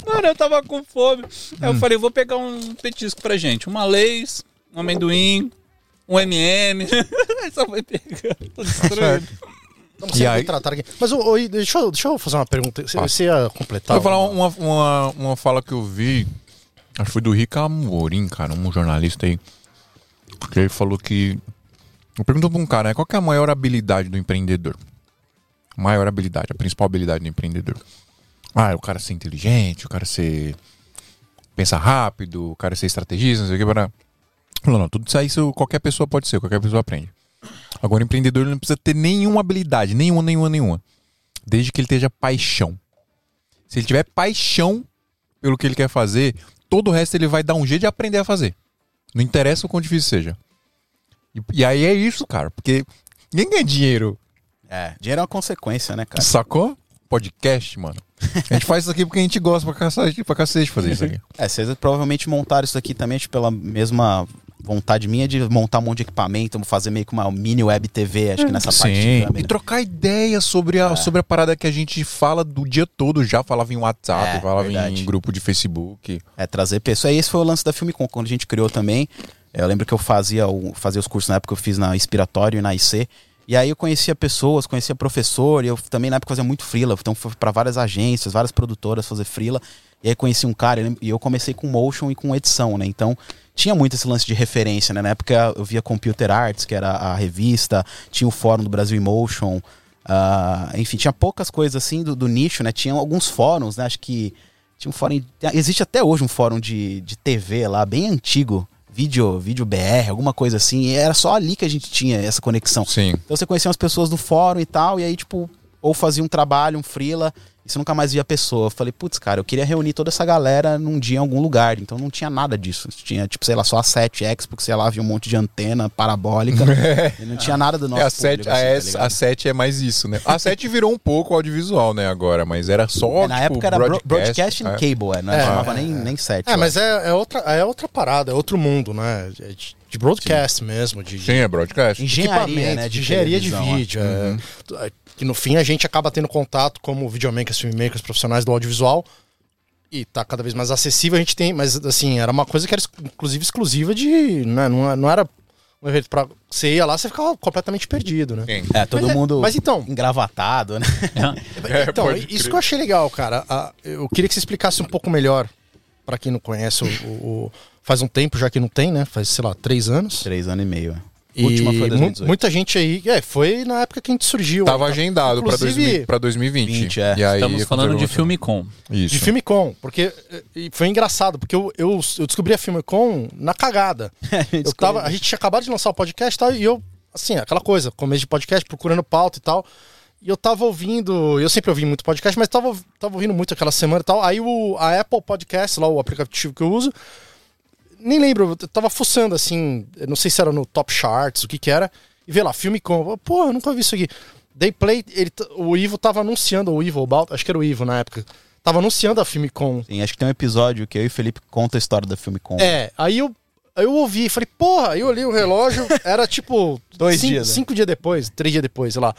S2: Mano, eu tava com fome. Aí eu falei, vou pegar um petisco pra gente. Uma Lays, um amendoim, um M&M. Aí Só foi pegando, tô destruindo.
S3: Não
S1: E
S3: sei
S1: aí-
S3: aí... tratar aqui. Mas ô, ô, deixa, eu, deixa eu fazer uma pergunta. Você,
S1: Ah.
S3: você ia completar?
S1: eu vou falar uma, uma, uma fala que eu vi, acho que foi do Rica Amorim, cara, um jornalista aí, que ele falou que... Perguntou pra um cara, né, qual que é a maior habilidade do empreendedor? Maior habilidade, a principal habilidade do empreendedor. Ah, é o cara ser inteligente, o cara ser... Pensar rápido, o cara ser estrategista, não sei o que, para Não, não, tudo isso aí isso qualquer pessoa pode ser, qualquer pessoa aprende. Agora, o empreendedor ele não precisa ter nenhuma habilidade, nenhuma, nenhuma, nenhuma. Desde que ele esteja paixão. Se ele tiver paixão pelo que ele quer fazer, todo o resto ele vai dar um jeito de aprender a fazer. Não interessa o quão difícil seja. E, e aí é isso, cara, porque ninguém ganha dinheiro,
S4: É, dinheiro é uma consequência, né, cara?
S1: sacou? Podcast, mano. A gente faz isso aqui porque a gente gosta pra cacete, pra cacete fazer isso aqui.
S4: É, vocês provavelmente montaram isso aqui também tipo, pela mesma vontade minha de montar um monte de equipamento, fazer meio que uma mini web TV, acho que nessa parte de
S1: Sim.
S4: câmera.
S1: E trocar ideia sobre
S4: É.
S1: a, sobre a parada que a gente fala do dia todo já. Falava em WhatsApp,
S4: É,
S1: falava
S4: verdade.
S1: em grupo de Facebook.
S4: É, trazer pessoas. Esse foi o lance da Filmicon, quando a gente criou também. É, Eu lembro que eu fazia, o, fazia os cursos na época que eu fiz na Inspiratório e na IC. E aí eu conhecia pessoas, conhecia professor, e eu também na época fazia muito freela. Então fui pra várias agências, várias produtoras fazer freela. E aí conheci um cara, ele- e eu comecei com motion e com edição, né? Então tinha muito esse lance de referência, né? Na época eu via Computer Arts, que era a revista, tinha o Fórum do Brasil em Motion. ah, enfim, tinha poucas coisas assim do, do nicho, né? Tinha alguns fóruns, né? Acho que tinha um fórum. Existe até hoje um fórum de, de TV lá, bem antigo. Vídeo, vídeo BR, alguma coisa assim. E era só ali que a gente tinha essa conexão.
S1: Sim.
S4: Então você conhecia umas pessoas do fórum e tal, e aí, tipo, ou fazia um trabalho, um freela, e você nunca mais via a pessoa. Eu falei, putz, cara, eu queria reunir toda essa galera num dia em algum lugar. Então não tinha nada disso. Tinha, tipo, sei lá, só a 7X, porque sei lá, havia um monte de antena parabólica. e não tinha nada do nosso
S1: É, a,
S4: público,
S1: 7,
S4: assim, tá ligado?
S1: a 7 é mais isso, né? A 7 virou um pouco audiovisual, né, agora, mas era só.
S4: É, na
S1: tipo,
S4: época era bro- broadcast,
S1: broadcast
S4: and
S1: é.
S4: cable, é, não
S3: É,
S4: chamava
S3: é,
S4: nem, nem 7.
S1: um-
S3: É, mas é, é outra, é outra parada, é outro mundo, né? É De, de broadcast mesmo, de,
S1: Sim,
S3: de
S1: é broadcast.
S4: engenharia,
S3: equipamento,
S4: né?
S3: de engenharia de
S4: televisão, é.
S3: vídeo. é. É, que no fim a gente acaba tendo contato como videomakers, filmmakers, profissionais do audiovisual. E tá cada vez mais acessível, a gente tem, mas assim, era uma coisa que era ex- inclusive exclusiva de. Né, não, não era um evento pra. Você ia lá, você ficava completamente perdido, né?
S1: Sim.
S4: É, todo
S3: Mas é-
S4: mundo
S3: mas então-
S4: engravatado, né?
S3: Então,
S1: pode
S3: isso
S1: crer.
S3: que eu achei legal, cara. Ah, eu queria que você explicasse um pouco melhor, pra quem não conhece, o, o- o- faz um tempo já que não tem, né? Faz, sei lá, três anos.
S4: Três anos e meio. é.
S3: E
S4: Última foi em
S3: mu-
S4: 2018.
S3: Muita gente aí. É, foi na época que a gente surgiu.
S1: Tava agendado pra,
S3: então. Inclusive-
S1: 2000, pra 2020.
S4: 20, é.
S1: E aí,
S2: Estamos falando de
S1: aconteceu-
S2: filme com.
S1: Isso.
S3: De filme com, porque eh, e foi engraçado, porque eu, eu, eu descobri a filme com na cagada. eu tava, a gente tinha acabado de lançar o podcast e tal, e eu, assim, aquela coisa, começo de podcast, procurando pauta e tal. E eu tava ouvindo, eu sempre ouvi muito podcast, mas tava, tava ouvindo muito aquela semana e tal. Aí o, a Apple Podcast, lá o aplicativo que eu uso, nem lembro, eu tava fuçando assim, eu não sei se era no Top Charts, o que que era, e vê lá, filme com, pô, eu nunca vi isso aqui. Day Play, ele, t- o Ivo tava anunciando, o Ivo, o Balta, acho que era o Ivo na época, tava anunciando a filme com.
S4: Sim, acho que tem um episódio que eu e o Felipe conta a história da Filmicon.
S3: É, aí eu, aí eu ouvi e falei, porra, aí eu olhei o relógio, era tipo.
S4: Dois
S3: cinco,
S4: dias, né?
S3: Cinco dias depois, três dias depois, sei lá.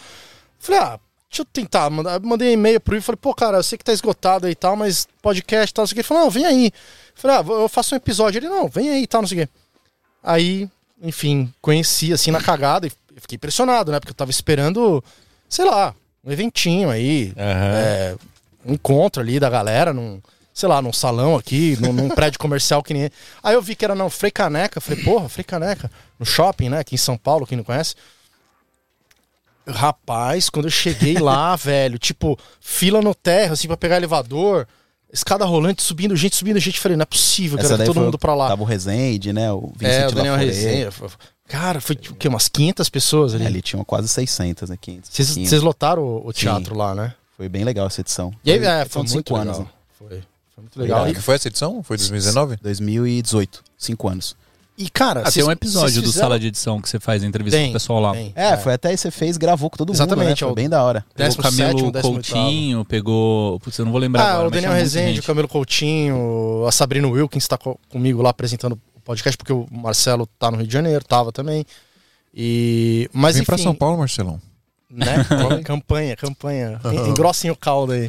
S3: Falei, ah, deixa eu tentar. manda- Mandei um e-mail pro Ivo, falei, pô, cara, eu sei que tá esgotado aí e tal, mas podcast e tal, não sei o que. Ele falou, não, vem aí. Falei, ah, vou- eu faço um episódio. Ele, não, vem aí e tal, não sei o que. Aí, enfim, conheci assim na cagada e fiquei impressionado, né? Porque eu tava esperando, sei lá, um eventinho aí,
S1: Aham.
S3: é, um encontro ali da galera num, sei lá, num salão aqui, num, num prédio comercial que nem. Aí eu vi que era na Frei Caneca, falei, porra, Frei Caneca, no shopping, né, aqui em São Paulo, quem não conhece. Rapaz, quando eu cheguei lá, velho, tipo, fila no terra, assim, pra pegar elevador, escada rolante, subindo gente, subindo gente, falei, não é possível, cara, todo
S4: foi o-
S3: mundo pra lá.
S4: Tava o Rezende, né? O Vicente
S3: É, o Daniel
S4: Laforet.
S3: Rezende. Cara, foi tipo, o quê? Umas 500 pessoas
S4: É,
S3: ali.
S4: Ali tinham quase 600, né? 500.
S3: Vocês
S4: 500.
S3: vocês lotaram o, o teatro lá, né?
S4: Foi bem legal essa edição.
S3: E aí, é, foi
S4: São de
S3: muito
S4: cinco
S3: legal.
S4: anos, né?
S3: Foi, foi muito
S1: Legal.
S3: legal.
S1: Que foi essa edição? Foi 2019?
S4: 2018, 5 anos.
S3: E, e, cara,
S2: Ah, tem
S3: vocês-
S2: um episódio
S3: vocês
S2: do
S3: fizeram-
S2: Sala de Edição que você faz entrevista
S3: Tem,
S2: com o pessoal lá.
S3: tem.
S4: É, foi até aí você fez, gravou com todo mundo, né?
S3: Exatamente,
S4: Foi
S3: é o-
S4: bem da hora.
S2: Pegou
S3: 17º,
S2: o Camilo
S3: 18º.
S2: Coutinho, pegou. Putz, eu não vou lembrar
S3: Ah,
S2: agora.
S3: o
S2: mas
S3: Daniel
S2: tinha muita
S3: Rezende, o
S2: gente.
S3: Camilo Coutinho, a Sabrina Wilkins tá co- comigo lá apresentando o podcast, porque o Marcelo tá no Rio de Janeiro, tava também. E... Mas,
S1: Vem
S3: enfim,
S1: pra São Paulo, Marcelão.
S3: né? campanha, campanha. En- Engrossem o caldo aí.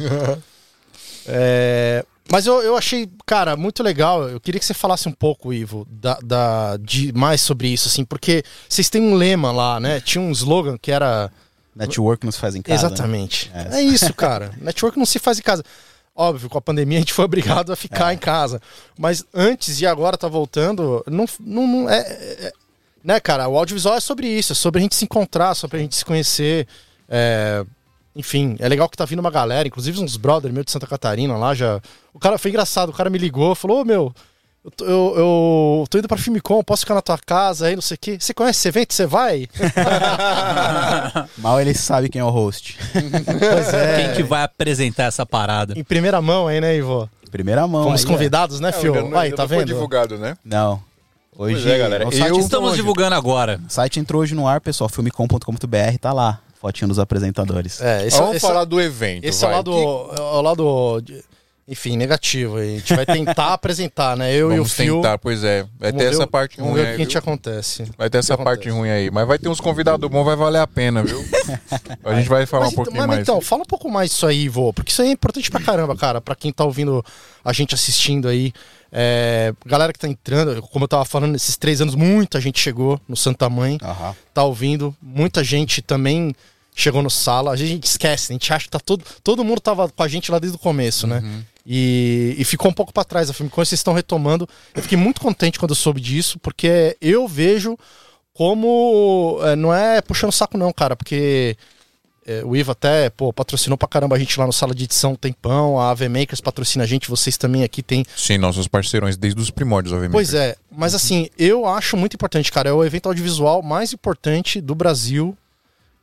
S3: É, Mas eu, eu achei, cara, muito legal. Eu queria que você falasse um pouco, Ivo, da, da- de mais sobre isso, assim, porque vocês têm um lema lá, né? Tinha um slogan que era
S4: Network não se faz em casa. né?
S3: Exatamente. É. isso, cara. Network não se faz em casa. Óbvio, com a pandemia a gente foi obrigado a ficar em casa. Mas antes e agora tá voltando, não, não, não é, é- Né, cara? O audiovisual é sobre isso, é sobre a gente se encontrar, sobre a gente se conhecer. É, Enfim, é legal que tá vindo uma galera, inclusive uns brother meu de Santa Catarina lá já. O cara foi engraçado, o cara me ligou, falou: Ô meu, eu, tô- eu, eu tô indo pra Filmicom, posso ficar na tua casa aí, não sei o quê. Você conhece esse evento? Você vai?
S4: Mal ele sabe quem é o host.
S3: pois
S2: Quem que vai apresentar essa parada?
S3: Em primeira mão aí, né, Ivo?
S4: Primeira mão.
S3: Fomos
S4: aí, ó.
S3: convidados, né,
S1: É,
S3: Fio?
S1: ainda não-
S3: aí,
S1: ainda
S3: tá
S1: não Foi
S3: vendo?
S1: divulgado, né?
S4: Não. Hoje,
S1: Pois é, galera.
S4: O site,
S1: Eu-
S2: Estamos
S1: hoje.
S2: divulgando agora.
S4: o site entrou hoje no ar, pessoal. Filmecom.com.br tá lá. Fotinho dos apresentadores.
S3: É, esse,
S1: Vamos
S3: esse,
S1: falar do evento.
S3: esse é
S1: vai.
S3: o lado, é o lado, de- enfim, negativo. aí. A gente vai tentar apresentar, né? Eu
S1: Vamos
S3: e o Fio.
S1: tentar, pois é. Vai
S3: Vamos
S1: ter essa
S3: ver o-
S1: parte
S3: Vamos
S1: ruim
S3: ver o que
S1: aí.
S3: a gente
S1: viu?
S3: acontece.
S1: Vai ter essa
S3: que
S1: parte
S3: acontece.
S1: ruim aí. Mas vai ter uns convidados bons, vai valer a pena, viu? a gente vai falar
S3: Mas,
S1: um
S3: então-
S1: pouquinho
S3: mas,
S1: mais.
S3: então, fala um pouco mais disso aí, Ivo, porque isso aí é importante pra caramba, cara, pra quem tá ouvindo a gente assistindo aí. É, galera que tá entrando, como eu tava falando, esses três anos, muita gente chegou no Santa Mãe.
S4: Aham.
S3: tá ouvindo, muita gente também chegou no sala. A gente esquece, a gente acha que tá todo. Todo mundo tava com a gente lá desde o começo, né? E, e ficou um pouco pra trás a Filmicon, vocês estão retomando. Eu fiquei muito contente quando eu soube disso, porque eu vejo como. é, não é puxando saco, não, cara, porque. é, o Ivo até, pô, patrocinou pra caramba a gente lá no Sala de Edição um tempão, a AV Makers patrocina a gente, vocês também aqui tem
S1: Sim, nossos parceirões desde os primórdios, obviamente.
S3: Pois é, mas assim, eu acho muito importante, cara. É o evento audiovisual mais importante do Brasil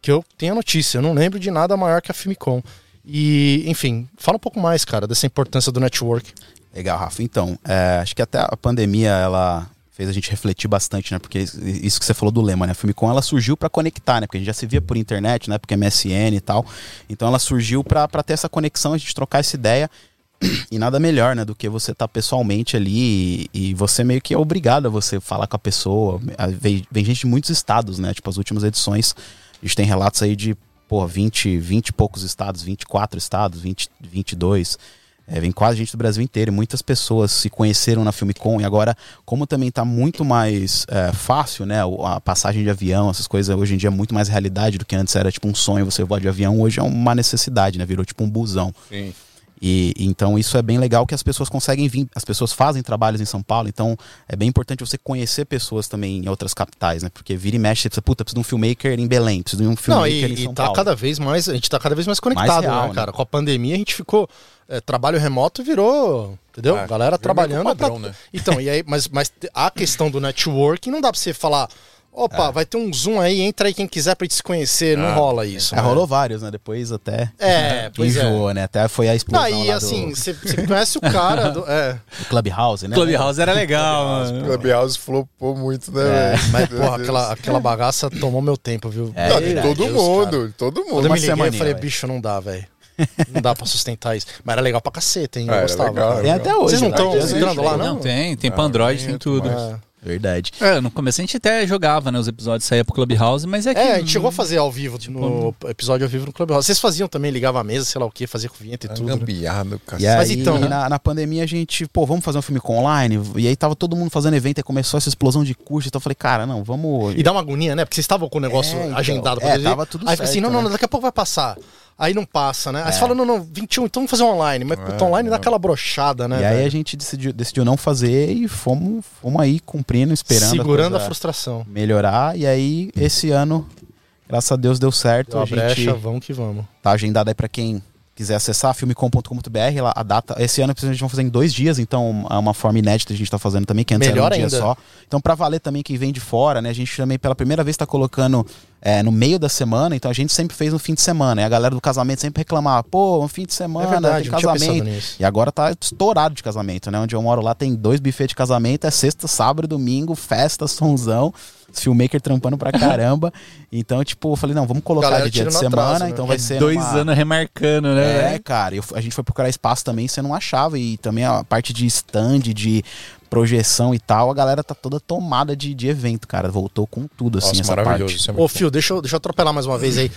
S3: que eu tenho a notícia. Eu não lembro de nada maior que a Filmicom. E, enfim, fala um pouco mais, cara, dessa importância do network.
S4: Legal, Rafa. Então, é, acho que até a pandemia ela fez a gente refletir bastante, né? Porque isso- isso que você falou do lema, né? A Filmicom ela surgiu para conectar, né? Porque a gente já se via por internet, né? Porque MSN e tal. Então ela surgiu para ter essa conexão, a gente trocar essa ideia. E nada melhor, né, do que você estar pessoalmente ali e, e você meio que é obrigado a você falar com a pessoa. A- Vem, vem gente de muitos estados, né? Tipo, as últimas edições, a gente tem relatos aí de, pô, 20, 20 e poucos estados, 24 estados, 20, 22. É, vem quase gente do Brasil inteiro. e Muitas pessoas se conheceram na Filmicom e agora, como também tá muito mais é, fácil, né? o- A passagem de avião, essas coisas, hoje em dia é muito mais realidade do que antes era tipo um sonho você voar de avião. Hoje é uma necessidade, né? Virou tipo um busão.
S1: Sim.
S4: E então isso é bem legal que as pessoas conseguem vir, as pessoas fazem trabalhos em São Paulo, então é bem importante você conhecer pessoas também em outras capitais, né? Porque vira e mexe, você precisa, puta, precisa de um filmmaker em Belém, precisa de um
S3: Não,
S4: filmmaker em
S3: e,
S4: São
S3: e tá
S4: Paulo.
S3: cada vez mais, a gente tá cada vez mais conectado,
S4: real,
S3: né,
S4: né?
S3: cara? Com a pandemia a gente ficou. é, trabalho remoto virou, entendeu?
S1: É,
S4: Ah,
S3: Galera
S1: virou meio que
S4: um
S3: trabalhando.
S1: padrão,
S3: tá-
S1: né?
S3: Então, e aí, mas, mas a questão do networking não dá pra você falar.
S4: É.
S3: Opa, vai ter um zoom aí, entra aí quem quiser pra gente se conhecer. não rola isso.
S4: É,
S3: né?
S4: rolou vários, né? Depois até
S3: É, pois é.
S4: enjoou, né? Até foi a explosão
S3: Não, e
S4: lá
S3: assim,
S4: do,
S3: você conhece o cara do. É.
S4: do Clubhouse, né?
S2: Clubhouse era legal, mano.
S1: Clubhouse flopou muito, né? velho?
S3: é, Mas,
S1: Meu
S3: porra,
S1: Deus.
S3: aquela, aquela bagaça tomou meu tempo, viu?
S4: É,
S1: Não,
S3: Meu
S1: de
S4: verdade,
S1: todo
S3: Deus, cara.
S1: mundo, de todo
S3: Quando
S1: mundo.
S3: eu
S4: Uma
S3: me liguei, eu
S4: semaninha,
S3: falei,
S4: velho.
S3: bicho, não dá, velho. Não dá pra sustentar isso. Mas era legal pra caceta, hein? Eu
S1: Ah, era
S3: gostava.
S1: legal,
S3: cara.
S4: Tem até hoje.
S3: Vocês não
S4: né?
S3: tão
S4: Tem
S3: migrando
S4: gente,
S3: lá,
S4: né?
S3: não?
S2: tem, tem pra Android, tem tudo.
S3: É.
S4: Verdade.
S2: É, no começo a gente até jogava, né? Os episódios saía pro Clubhouse, mas é que.
S3: É, a gente chegou a fazer ao vivo,
S4: tipo,
S3: no
S4: um-
S3: episódio ao vivo no Clubhouse. Vocês faziam também, ligava a mesa, sei lá o que, fazia com vinheta e
S4: um
S3: tudo. né?
S1: Gambiado, cara.
S4: E aí,
S3: Mas então, né?
S4: na, na pandemia, a gente, pô, vamos fazer um filme com online? E aí tava todo mundo fazendo evento, aí começou essa explosão de curso. Então eu falei, cara, não, vamos.
S3: E dá uma agonia, né? Porque vocês estavam com o negócio
S4: É, então.
S3: agendado pra
S4: É,
S3: fazer.
S4: tava tudo
S3: Aí fica assim,
S4: certo,
S3: não, não,
S4: né? É.
S3: daqui a pouco vai passar. Aí não passa, né? Aí você fala, não, não, 21, então vamos fazer online. Mas puta, online dá aquela brochada, né?
S4: E aí
S3: velho?
S4: a gente decidiu, decidiu não fazer e fomos, fomos aí cumprindo, esperando.
S3: Segurando a,
S4: coisa
S3: frustração.
S4: Melhorar. E aí, esse ano, graças a Deus, deu certo.
S3: Deu
S4: a
S3: uma
S4: gente
S3: brecha, vamos que vamos.
S4: tá agendado aí pra quem quiser acessar, filmecom.com.br. Lá a data. Esse ano a gente vai fazer em dois dias, então é uma forma inédita que a gente tá fazendo também, que antes
S3: Melhor
S4: era um
S3: ainda.
S4: dia só. Então, pra valer também quem vem de fora, né? A gente também pela primeira vez tá colocando é, no meio da semana, então a gente sempre fez no fim de semana. E a galera do casamento sempre reclamava, pô, um fim de semana,
S3: é verdade,
S4: tem
S3: não tinha pensado
S4: casamento.
S3: nisso.
S4: E agora tá estourado de casamento, né? Onde eu moro lá tem dois buffets de casamento, é sexta, sábado, domingo, festa, sonzão, os filmmaker trampando pra caramba. então, tipo, eu falei, não, vamos colocar
S3: Galera
S4: de dia de
S3: tirando
S4: semana,
S3: atraso, né?
S4: então vai ser
S2: É Dois
S4: numa-
S2: anos remarcando, né?
S4: É, cara, eu- a gente foi procurar espaço também, você não achava e também a parte de stand, de projeção e tal, a galera tá toda tomada de, de evento, cara, voltou com tudo assim
S1: Nossa,
S4: essa
S1: maravilhoso.
S4: parte.
S1: isso é muito
S3: Ô, Fio, deixa eu, deixa eu atropelar mais uma vez aí.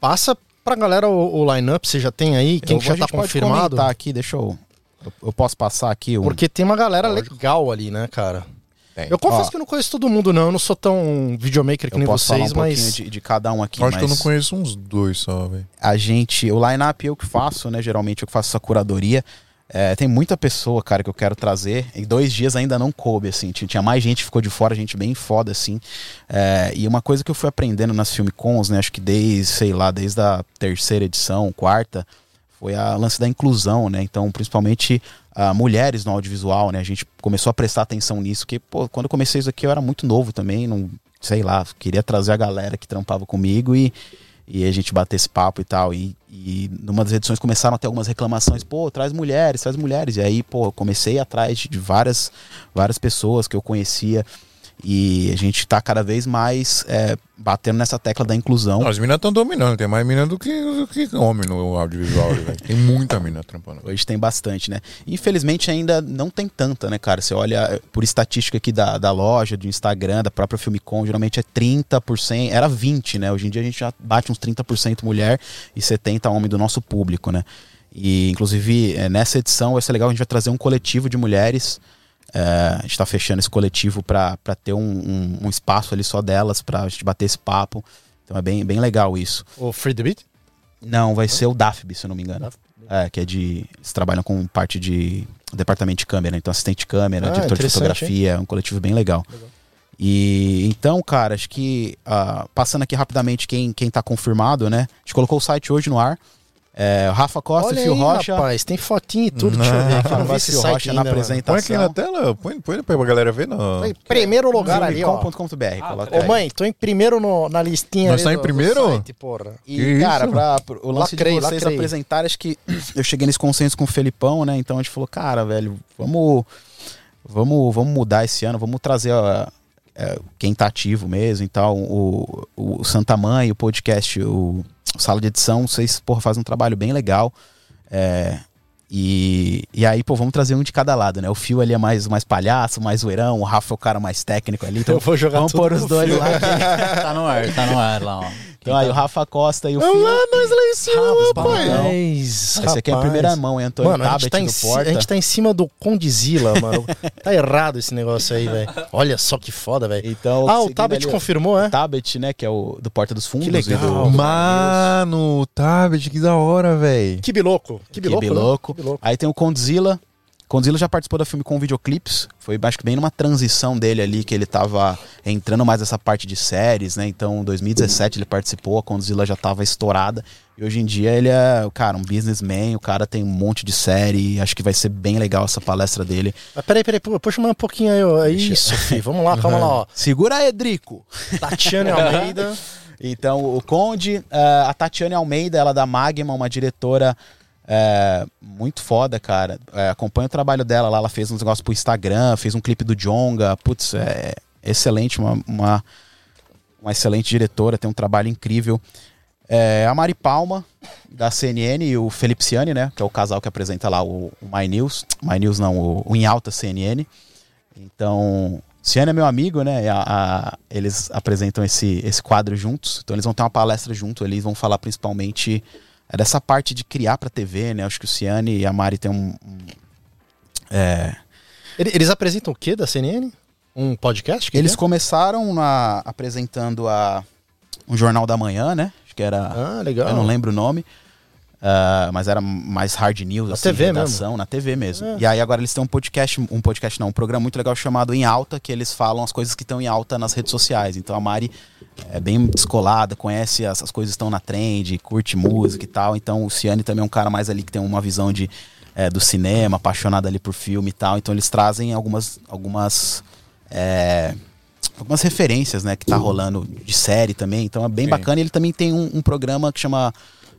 S3: Passa pra galera o, o line-up, você já tem aí? Quem
S4: Eu-
S3: que
S4: a
S3: já tá
S4: gente pode
S3: confirmado?
S4: comentar aqui, deixa eu eu, eu posso passar aqui um
S3: Porque tem uma galera legal ali, né, cara?
S1: Tem.
S3: Eu confesso
S4: Ó.
S3: que eu não conheço todo mundo, não. Eu não sou tão videomaker que
S4: Eu
S3: nem
S4: posso falar um
S3: vocês,
S4: pouquinho
S3: mas.
S4: de, de cada um aqui,
S1: Eu acho
S4: mas
S1: que eu não conheço uns dois só, velho.
S4: a gente... O line-up eu que faço, né? Geralmente eu que faço essa curadoria. É, tem muita pessoa, cara, que eu quero trazer. Em dois dias ainda não coube, assim. Tinha tinha mais gente que ficou de fora, gente bem foda, assim. É, e uma coisa que eu fui aprendendo nas Filmicons, né? Acho que desde, sei lá, desde a terceira edição, quarta, foi a lance da inclusão, né? Então, principalmente ah, mulheres no audiovisual, né? A gente começou a prestar atenção nisso, que, pô, quando eu comecei isso aqui eu era muito novo também, não sei lá, queria trazer a galera que trampava comigo e, e a gente bater esse papo e tal. E, e numa das edições começaram a ter algumas reclamações, pô, traz mulheres, traz mulheres. E aí, pô, eu comecei atrás de de várias, várias pessoas que eu conhecia. E a gente tá cada vez mais é, batendo nessa tecla da inclusão.
S1: Não, as minas estão dominando, tem mais mina do que, do que homem no audiovisual, velho. Tem muita mina trampando.
S4: Hoje tem bastante, né? Infelizmente ainda não tem tanta, né, cara? Você olha eh, por estatística aqui da, da loja, do Instagram, da própria Filmicon, geralmente é 30%, era 20%, né? Hoje em dia a gente já bate uns 30% mulher e 70% homem do nosso público, né? E, inclusive, eh, nessa edição vai ser legal, a gente vai trazer um coletivo de mulheres. eh, a gente está fechando esse coletivo para ter um, um, um espaço ali só delas, para a gente bater esse papo. Então é bem, bem legal isso.
S3: O Free the Beat?
S4: Não, vai ser o DAFB, se eu não me engano. É, que é de. Eles trabalham com parte de departamento de câmera, então assistente de câmera,
S3: Ah,
S4: diretor de
S3: interessante,
S4: fotografia, é um coletivo bem legal. E então, cara, acho que ah, passando aqui rapidamente quem, quem tá confirmado, né? A gente colocou o site hoje no ar. É, Rafa Costa
S3: Olha
S4: e Fio
S3: aí,
S4: Rocha.
S3: rapaz, tem fotinho e tudo. Deixa eu ver. aqui, Eu não vi
S4: Rafa
S3: esse
S4: Fio
S3: site
S4: Rocha
S3: ainda,
S4: na
S3: mano.
S1: Põe aqui
S4: apresentação.
S1: na tela, põe, põe pra galera ver. Não.
S3: Em primeiro lugar ali, ó. Ah, tá.
S4: Filmicom.com.br, coloca
S3: Ô,
S4: aí.
S3: mãe, tô em primeiro no- na listinha.
S1: Nós
S3: ali
S1: tá em
S3: do- do
S1: primeiro?
S3: site, porra.
S4: E,
S1: Que
S4: cara,
S1: isso?
S4: pra, pro- o lance
S3: Lacrei,
S4: de vocês
S3: lacrei.
S4: apresentarem, acho que eu cheguei nesse consenso com o Felipão, né? Então a gente falou, cara, velho, vamos, vamos, vamos mudar esse ano, vamos trazer ó, é, quem tá ativo mesmo e tal. O, o Santa Mãe, o podcast, o Sala de Edição, vocês, porra, fazem um trabalho bem legal. É, e, e aí, pô, vamos trazer um de cada lado, né? O Fio ali é mais, mais palhaço, mais zoeirão, o Rafa é o cara mais técnico ali. Então
S3: Eu vou jogar
S4: vamos
S3: tudo
S4: pôr
S3: no
S4: os dois
S3: Fio.
S4: lá. que-
S2: Tá no ar, tá no ar lá, ó.
S4: Então aí o Rafa Costa e o Fio.
S1: nós lá em
S4: Rabos,
S1: rapaz.
S4: Não.
S3: Mas,
S4: Esse aqui é a
S3: rapaz.
S4: primeira mão, hein? Antônio
S3: Mano, a gente,
S4: Tabet
S3: tá em,
S4: do
S3: ci-
S4: Porta.
S3: a gente tá em cima do Condizila, mano. tá errado esse negócio aí, velho. Olha só que foda, velho.
S4: Então,
S3: Ah, o
S4: seguindo
S3: Tablet
S4: ali, ó,
S3: confirmou, é?
S4: o Tabet, né? Que é o do Porta dos Fundos.
S3: Que legal.
S4: e do-
S3: Mano,
S1: Mano, o Tá tablet, que da hora, velho.
S3: Que biloco. Que biloco.
S4: Que
S3: né?
S4: biloco.
S3: Que biloco.
S4: Aí tem o Condzilla. Condzilla já participou da filme com videoclipes. Foi, acho que bem numa transição dele ali, que ele tava entrando mais nessa parte de séries, né? Então, em 2017 ele participou, a Condzilla já tava estourada. E hoje em dia ele é, cara, um businessman, o cara tem um monte de série. Acho que vai ser bem legal essa palestra dele.
S3: Mas Ah, peraí, peraí, pu- puxa mais um pouquinho aí, ó. Isso, filho. Vamos lá, calma lá, ó.
S4: Segura aí, Drico!
S3: Tatiana Almeida.
S4: Então, o Conde, eh, a Tatiane Almeida, ela é da Magma, uma diretora eh, muito foda, cara. Eh, acompanha o trabalho dela lá, ela fez uns negócios pro Instagram, fez um clipe do Jonga. Putz, é excelente, uma, uma, uma excelente diretora, tem um trabalho incrível. Eh, a Mari Palma, da CNN, e o Felipe Ciani, né? Que é o casal que apresenta lá o, o My News. My News não, o, o Em Alta CNN. Então, Ciano é meu amigo, né? E a- a- eles apresentam esse, esse quadro juntos. Então, eles vão ter uma palestra junto. Eles vão falar principalmente é, dessa parte de criar pra TV, né? Acho que o Ciane e a Mari têm um. um- é,
S3: Ele- Eles apresentam o quê da CNN? Um podcast? que
S4: eles
S3: é?
S4: começaram na- apresentando a, um Jornal da Manhã, né? Acho que era.
S3: Ah, legal.
S4: Eu não lembro o nome. ah, mas era mais hard news,
S3: Na
S4: assim,
S3: TV mesmo?
S4: redação, na TV mesmo.
S3: É.
S4: E aí agora eles têm um podcast, um podcast não, um programa muito legal chamado Em Alta, que eles falam as coisas que estão em alta nas redes sociais. Então a Mari é bem descolada, conhece as, as coisas que estão na trend, curte música e tal. Então o Ciane também é um cara mais ali que tem uma visão de, é, do cinema, apaixonado ali por filme e tal. Então eles trazem algumas, algumas é, algumas referências, né, que tá rolando de série também. Então é bem
S1: Sim.
S4: bacana. E ele também tem um, um programa que chama.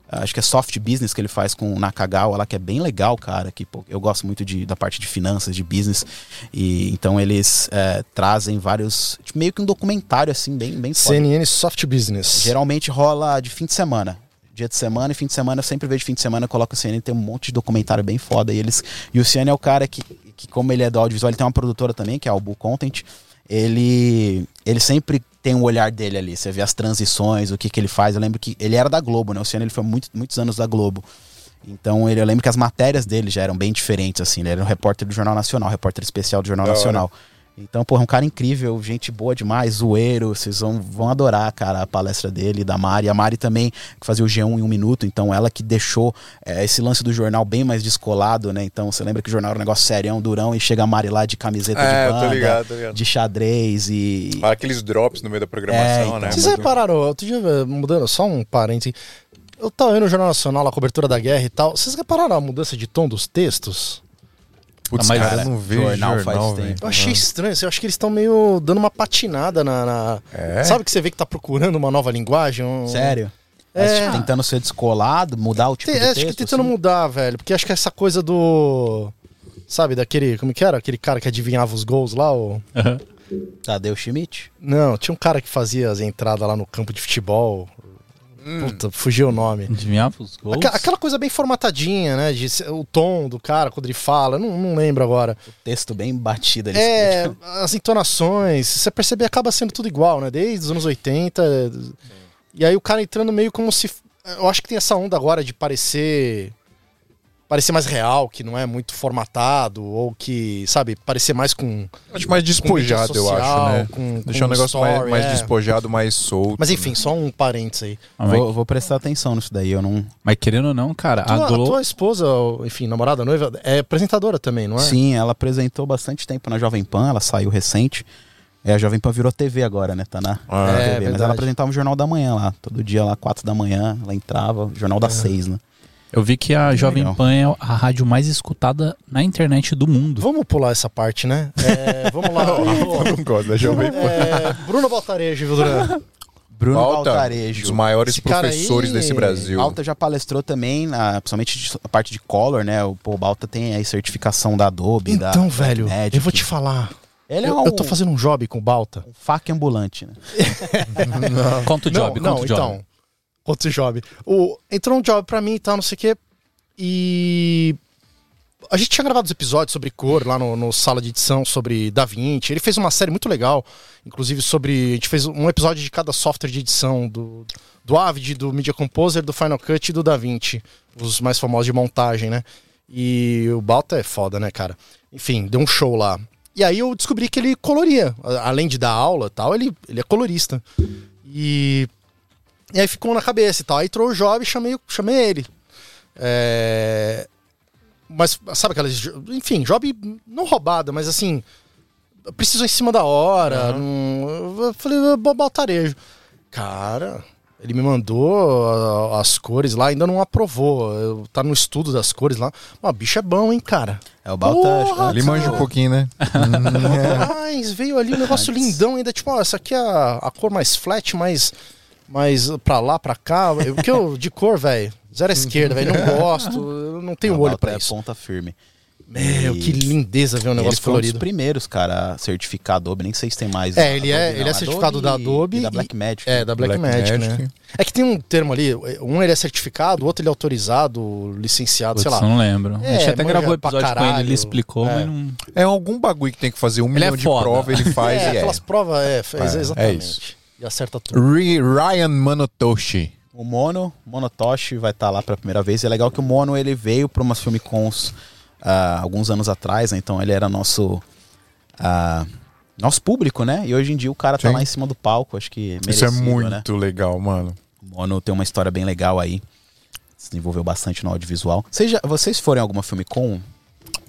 S4: ah, Acho que é Soft Business que ele faz com o Nakagawa lá, que é bem legal, cara. Que, pô, eu gosto muito de, da parte de finanças, de business. E então eles é, trazem vários. tipo, meio que um documentário, assim, bem, bem foda.
S3: CNN Soft Business.
S4: Geralmente rola de fim de semana. Dia de semana e fim de semana, eu sempre vejo de fim de semana, eu coloco o CNN, tem um monte de documentário bem foda. E, eles, e o CNN é o cara que, que, como ele é do audiovisual, ele tem uma produtora também, que é a Albu Content. Ele, ele sempre tem um olhar dele ali, você vê as transições, o que, que ele faz. Eu lembro que ele era da Globo, né? O CNN ele foi muito, muitos anos da Globo. Então ele, eu né? lembro que as matérias dele já eram bem diferentes, assim. Ele era um repórter do Jornal Nacional, repórter especial do Jornal
S1: Da hora.
S4: Nacional. Então, porra, é um cara incrível, gente boa demais, zoeiro, vocês vão, vão adorar, cara, a palestra dele, da Mari. A Mari também, que fazia o G1 em um minuto, então ela que deixou é, esse lance do jornal bem mais descolado, né? Então, você lembra que o jornal era um negócio serião, durão, e chega a Mari lá de camiseta
S1: É,
S4: de
S1: eu tô
S4: banda,
S1: ligado, tô ligado.
S4: de xadrez e...
S1: Ah, Aqueles drops no meio da
S4: É,
S1: programação,
S4: então.
S1: né?
S4: Vocês
S1: Mas-
S3: Vocês repararam, outro dia, eh, mudando, só um parênteses. Eu tava vendo o Jornal Nacional, a cobertura da guerra e tal. Vocês repararam a mudança de tom dos textos?
S1: Putz,
S2: Ah, mas,
S1: cara,
S2: cara,
S1: eu não vejo jornal,
S4: jornal faz
S1: velho.
S4: tempo.
S3: Eu achei estranho, assim, eu acho que eles estão meio dando uma patinada na. na-
S1: É?
S3: Sabe que você vê que tá procurando uma nova linguagem? Um...
S4: Sério?
S3: É.
S4: Mas, tipo, tentando ser descolado, mudar o tipo
S3: Tem-
S4: de
S3: é, acho
S4: texto,
S3: que tentando
S4: assim?
S3: mudar, velho. Porque acho que essa coisa do. Sabe, daquele. Como que era? Aquele cara que adivinhava os gols lá? O...
S4: Tadeu Schmidt?
S3: Não, tinha um cara que fazia as entradas lá no campo de futebol.
S4: Hum.
S3: Puta, fugiu o nome.
S2: Adivinhar os gols?
S3: Aquela, aquela coisa bem formatadinha, né? De, ser- o tom do cara quando ele fala, eu não, não lembro agora.
S4: Texto bem batido ali. assim, tipo.
S3: É, as entonações, se você perceber, acaba sendo tudo igual, né? Desde os anos 80. E aí o cara entrando meio como se. Eu acho que tem essa onda agora de parecer. Parecer mais real, que não é muito formatado, ou que, sabe, parecer mais com.
S1: Acho mais despojado,
S3: mídia social,
S1: eu acho, né?
S3: com-
S1: Deixar um
S3: com
S1: negócio mais,
S3: story,
S1: mais
S3: é.
S1: despojado, mais solto. né?
S3: Mas enfim, só um parênteses aí.
S2: Ah, mas,
S4: Vou, vou prestar atenção nisso daí, eu não...
S2: mas querendo ou não, cara,
S3: Tua,
S2: a Globo.
S3: tua esposa, ou, enfim, namorada, noiva, é apresentadora também, não é?
S4: Sim, ela apresentou bastante tempo na Jovem Pan, ela saiu recente. É, a Jovem Pan virou TV agora, né? Tá na
S1: Ah.
S4: na
S3: É,
S4: TV. Mas
S3: verdade.
S4: ela apresentava o Jornal da Manhã lá. Todo dia lá, 4 da manhã, ela entrava, o Jornal
S3: É.
S4: das 6, né?
S2: Eu vi que a Jovem
S4: legal.
S2: Pan é a rádio mais escutada na internet do mundo.
S3: Vamos pular essa parte, né? É, vamos lá.
S1: Eu não gosto da Jovem Pan.
S3: É, Bruno Baltarejo, viu, Duran?
S4: Bruno
S1: Balta, Um dos
S4: Altarejo.
S1: maiores
S3: Esse cara
S1: professores
S3: aí-
S1: desse Brasil.
S4: Balta já palestrou também, na, principalmente de- a parte de color, né? O Paul Balta tem aí certificação da Adobe. da-
S3: Então, velho,
S4: Magic.
S3: eu vou te falar.
S4: é Ele é
S3: eu,
S4: um
S3: eu tô fazendo um job com o Balta.
S4: faca ambulante, né?
S2: Conta o job, conta o job.
S3: então. Outro job. O, entrou um job pra mim e tal, não sei o quê. E. A gente tinha gravado os episódios sobre cor lá no, no sala de edição, sobre Da Vinci. Ele fez uma série muito legal, inclusive sobre. A gente fez um episódio de cada software de edição, do, do Avid, do Media Composer, do Final Cut e do Da Vinci. Os mais famosos de montagem, né? E o Balta é foda, né, cara? Enfim, deu um show lá. E aí eu descobri que ele coloria. A- Além de dar aula e tal, ele, ele é colorista. E e aí ficou na cabeça e tal. Aí entrou o Job e chamei, chamei ele. É... Mas sabe aquelas. jo- Enfim, Job não roubada, mas assim. Precisou em cima da hora. não- Eu falei, "Ah, bo- baltarejo. Cara, ele me mandou a- as cores lá, ainda não aprovou. Eu- tá no estudo das cores lá. Mas o bicho é bom, hein, cara.
S4: É o Balta. acho que-
S3: Porra!
S1: Ele manja um pouquinho, né?
S3: Mas veio ali um negócio lindão ainda, tipo, ó, essa aqui é a, a cor mais flat, mais, mais pra lá, pra cá. Eu- Porque eu, de cor, velho, zero à esquerda, velho, não
S1: Uhum.
S3: gosto, eu não tenho
S4: o
S3: olho
S4: Balta
S3: pra
S4: é
S3: isso.
S4: ponta firme.
S1: é
S3: Meu, que
S4: lindo.
S3: lindeza ver um
S4: Ele
S3: negócio
S4: foi um dos
S3: colorido.
S4: primeiros, cara, a certificar Adobe. Nem sei se tem mais.
S3: É, ele é-
S4: Adobe,
S3: ele é certificado da Adobe
S4: E da né?
S3: e-
S4: Blackmagic.
S3: É, da Blackmagic,
S1: Blackmagic.
S3: né? É que tem um termo ali, um ele é certificado, o outro ele é autorizado, licenciado,
S2: Putz,
S3: sei lá.
S2: não lembro.
S3: É,
S2: a gente até
S3: manja
S2: gravou
S3: pra
S2: episódio com ele,
S3: caralho.
S2: ele explicou,
S3: É.
S2: mas não.
S1: É algum bagulho que tem que fazer um
S2: é
S1: milhão de
S2: foda.
S1: prova, ele faz
S3: é,
S1: e é.
S3: aquelas provas, é, fez
S1: É, é
S3: exatamente.
S1: isso.
S3: E acerta tudo.
S1: Ri- Ryan Manotoshi.
S4: O Mono, Monotoshi, vai estar lá pela primeira vez. E é legal que o Mono ele veio para umas Filme Cons ah, alguns anos atrás, né? Então ele era nosso. ah, nosso público, né? E hoje em dia o cara tá
S1: Sim.
S4: lá em cima do palco, acho que merecido,
S1: Isso é
S4: né?
S1: muito legal, mano.
S4: O Mono tem uma história bem legal aí. Se desenvolveu bastante no audiovisual. Vocês, já, vocês foram em alguma filme com?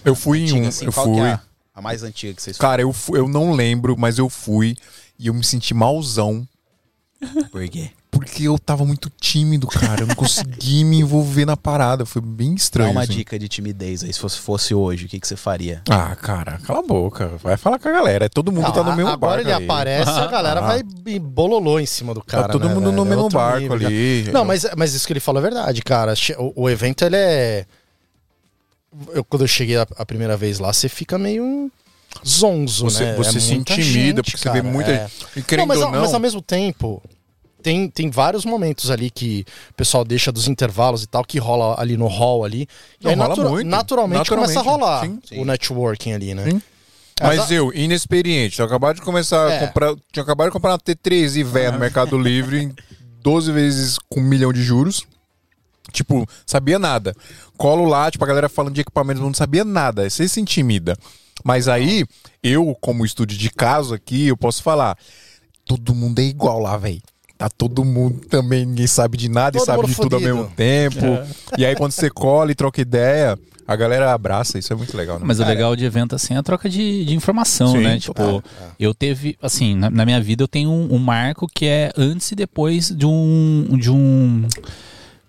S1: Eu fui em um,
S3: assim,
S1: eu
S4: qual que
S1: fui.
S4: é a, a mais antiga que vocês foram?
S1: Cara, eu, fu- eu não lembro, mas eu fui e eu me senti malzão.
S4: Por quê?
S1: Porque eu tava muito tímido, cara. Eu não consegui me envolver na parada. Foi bem
S4: Dá
S1: estranho.
S4: uma
S1: assim.
S4: dica de timidez aí, se fosse, fosse hoje, o que, que você faria?
S1: Ah, cara, cala a boca. Vai falar com a galera. Todo mundo
S3: Não,
S1: tá no
S3: a-
S1: mesmo
S3: Ah, agora
S1: barco.
S3: ele
S1: ali.
S3: aparece e a galera
S1: Ah.
S3: vai e bololô em cima do cara.
S1: Tá todo
S3: né,
S1: mundo
S3: velho?
S1: no
S3: É
S1: mesmo
S3: outro
S1: barco
S3: nível,
S1: ali.
S3: Não, mas, mas isso que ele falou é verdade, cara. Che- O, o evento, ele é. Eu, quando eu cheguei a, a primeira vez lá, você fica meio zonzo,
S1: Você,
S3: né?
S1: você
S3: É
S1: se
S3: muita
S1: intimida,
S3: gente,
S1: porque você
S3: cara,
S1: vê muita.
S3: é.
S1: E querendo
S3: Não, mas,
S1: ou
S3: ao-
S1: não.
S3: mas ao mesmo tempo, tem, tem vários momentos ali que o pessoal deixa dos intervalos e tal, que rola ali no hall ali. E
S1: Não,
S3: aí
S1: rola
S3: natura-
S1: muito.
S3: naturalmente, começa a
S1: Naturalmente,
S3: rolar
S1: sim,
S4: sim.
S3: o networking ali, né?
S1: Sim.
S3: Mas
S1: Mas eu, inexperiente, tinha acabado de começar
S3: É.
S1: a comprar. Tinha acabado de comprar uma T3 e véia no Mercado Livre em 12 vezes com um milhão de juros. Tipo, sabia nada. Colo lá, tipo, a galera falando de equipamentos, não sabia nada. Você se intimida. Mas aí, eu, como estúdio de caso aqui, eu posso falar. Todo mundo é igual lá, velho. Tá todo mundo também, ninguém sabe de nada
S3: Todo
S1: e sabe
S3: mundo
S1: de tudo ao
S3: fudido. É.
S1: mesmo tempo. E aí, quando você cola e troca ideia, a galera abraça. Isso é muito legal, né?
S2: Mas o
S1: Cara,
S2: legal de evento assim é a troca de, de informação,
S1: Sim,
S2: né? Tipo,
S3: É.
S2: eu teve, assim, na, na minha vida eu tenho um, um marco que é antes e depois de um. De um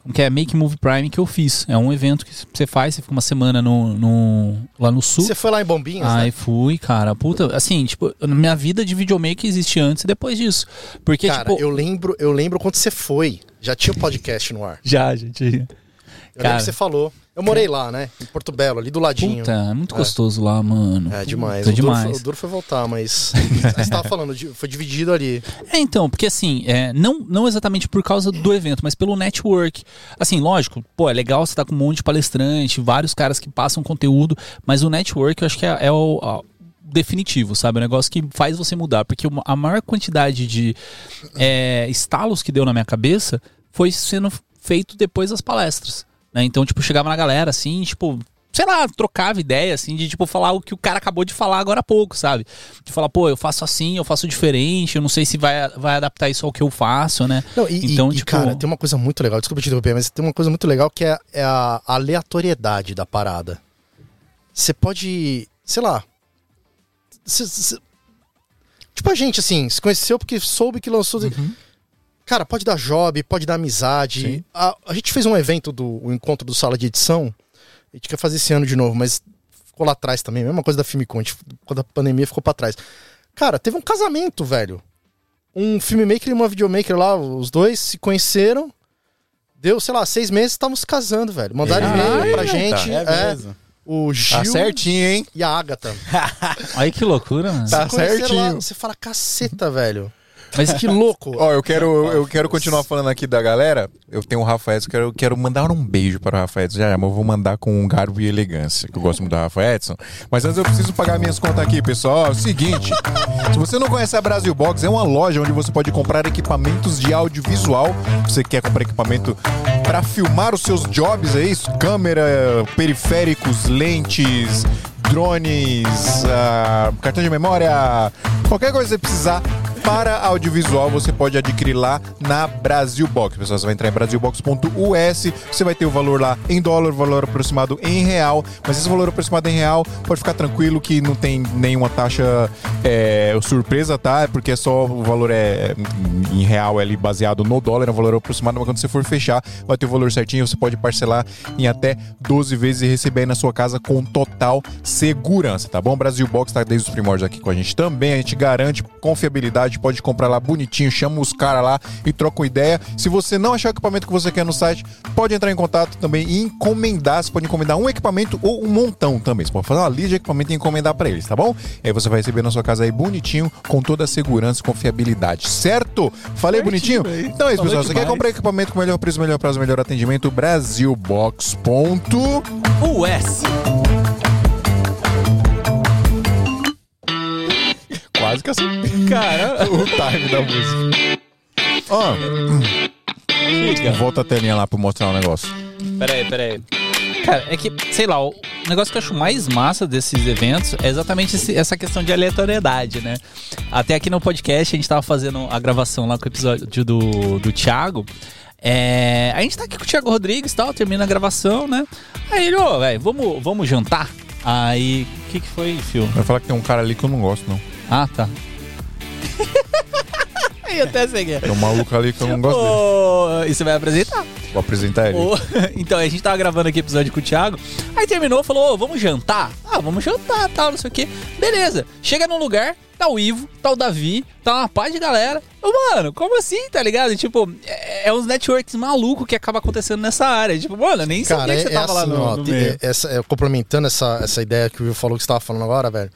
S2: como que é Make Move Prime que eu fiz. É um evento que você faz, você fica uma semana no, no- lá no sul.
S3: Você foi lá em Bombinhas,
S2: Ai,
S3: né?
S2: fui, cara. Puta, assim, tipo, na minha vida de videomaker existe antes e depois disso. Porque,
S3: Cara,
S2: tipo.
S3: eu lembro, eu lembro quando você foi. Já tinha o podcast no ar.
S2: Já, gente.
S3: Eu
S2: Cara.
S3: lembro que você falou. Eu morei lá, né? Em Porto Belo, ali do ladinho.
S2: Puta, é muito gostoso lá, mano.
S3: É demais.
S2: Puta,
S3: o, duro foi,
S2: demais.
S3: o duro foi voltar, mas. Você tava falando, de- foi dividido ali.
S2: É, então, porque assim, é, não, não exatamente por causa do evento, mas pelo network. Assim, lógico, pô, é legal você tá com um monte de palestrante, vários caras que passam conteúdo, mas o network eu acho que é, é o. a- definitivo, sabe? O negócio que faz você mudar, porque uma- a maior quantidade de é, estalos que deu na minha cabeça foi sendo feito depois das palestras, né? Então, tipo, chegava na galera assim, tipo, sei lá, trocava ideia, assim, de tipo, falar o que o cara acabou de falar agora há pouco, sabe? De falar, pô, eu faço assim, eu faço diferente, eu não sei se vai, vai adaptar isso ao que eu faço, né?
S3: Não, e,
S2: Então,
S3: e- e,
S2: tipo-
S3: cara, tem uma coisa muito legal, desculpa te interromper, mas tem uma coisa muito legal que é, é a aleatoriedade da parada. Você pode, sei lá. cê- cê- tipo a gente, assim, se conheceu porque soube que lançou.
S2: Uhum.
S3: Cara, pode dar job, pode dar amizade.
S1: Sim.
S3: A, a gente fez um evento do o encontro do Sala de Edição. A gente quer fazer esse ano de novo, mas ficou lá atrás também. Mesma coisa da Filmicon, a gente- quando a pandemia ficou pra trás. Cara, teve um casamento, velho. Um filmmaker e uma videomaker lá, os dois se conheceram. Deu, sei lá, seis meses, estavam se casando, velho. Mandaram e-mail pra
S1: Eita,
S3: gente. é,
S4: Ah, mesmo.
S3: o Gil
S1: Tá certinho, hein?
S3: e a Agatha.
S2: Olha que loucura, mano.
S1: Tá
S3: Se conheceram
S1: certinho.
S3: lá, você fala, caceta, velho.
S2: Mas
S3: Que louco.
S1: Ó, eu quero, eu- eu quero continuar falando aqui da galera. Eu tenho o Rafa Edson, quero, quero mandar um beijo para o Rafa Edson. Já, já, mas eu vou mandar com um garbo e elegância, que eu gosto muito do Rafa Edson. Mas antes eu preciso pagar minhas contas aqui, pessoal. É o seguinte, se você não conhece a Brasil Box, é uma loja onde você pode comprar equipamentos de audiovisual. Você quer comprar equipamento para filmar os seus jobs, é isso? Câmera, periféricos, lentes, drones, ah, cartão de memória, qualquer coisa que você precisar para audiovisual, você pode adquirir lá na Brasilbox. Pessoal, você vai entrar em brasilbox.us, você vai ter o valor lá em dólar, o valor aproximado em real, mas esse valor aproximado em real pode ficar tranquilo que não tem nenhuma taxa é, surpresa, tá? É Porque é só o valor é em real é ali baseado no dólar, é um valor aproximado, mas quando você for fechar, vai ter o valor certinho, você pode parcelar em até 12 vezes e receber aí na sua casa com total segurança, tá bom? Brasil Box tá desde os primórdios aqui com a gente também, a gente garante confiabilidade, pode comprar lá bonitinho, chama os caras lá e troca uma ideia. Se você não achar o equipamento que você quer no site, pode entrar em contato também e encomendar, você pode encomendar um equipamento ou um montão também, você pode fazer uma lista de equipamento e encomendar pra eles, tá bom? E aí você vai receber na sua casa aí bonitinho, com toda a segurança e confiabilidade, certo? Falei bonitinho? Então é isso,
S2: Falou
S1: pessoal, você quer
S2: demais.
S1: comprar equipamento com melhor preço, melhor prazo, melhor atendimento, Brasilbox. Ponto.
S2: US.
S1: Quase que assim. Cara, o time da música. Ó, volta a telinha lá pra eu mostrar um negócio.
S2: Peraí, peraí. Cara, é que, sei lá, o negócio que eu acho mais massa desses eventos é exatamente esse- essa questão de aleatoriedade, né? Até aqui no podcast, a gente tava fazendo a gravação lá com o episódio do, do Thiago. É, a gente tá aqui com o Thiago Rodrigues e tal, termina a gravação, né? Aí ele, ô, velho, vamos, vamos jantar? Aí, o que que foi, Fio?
S1: Vai falar que tem um cara ali que eu não gosto, não.
S2: Ah, tá. Aí até sei que é.
S1: Tem um maluco ali que eu não gosto dele.
S2: Ô, e você vai apresentar?
S1: Vou apresentar ele.
S2: Ô, então, a gente tava gravando aqui episódio com o Thiago. Aí terminou, falou: Ô, vamos jantar? Ah, vamos jantar, tal, não sei o quê. Beleza. Chega num lugar, tá o Ivo, tá o Davi, tá uma pá de galera. Ô, mano, como assim, tá ligado? Tipo, é, é uns networks maluco que acaba acontecendo nessa área. Tipo, mano, eu nem
S3: Cara,
S2: sabia
S3: é,
S2: que você
S3: é
S2: tava lá
S3: assim,
S2: no,
S3: ó,
S2: no
S3: tem-
S2: meio.
S3: é- essa- é, complementando essa, essa ideia que o Will falou que você tava falando agora, velho.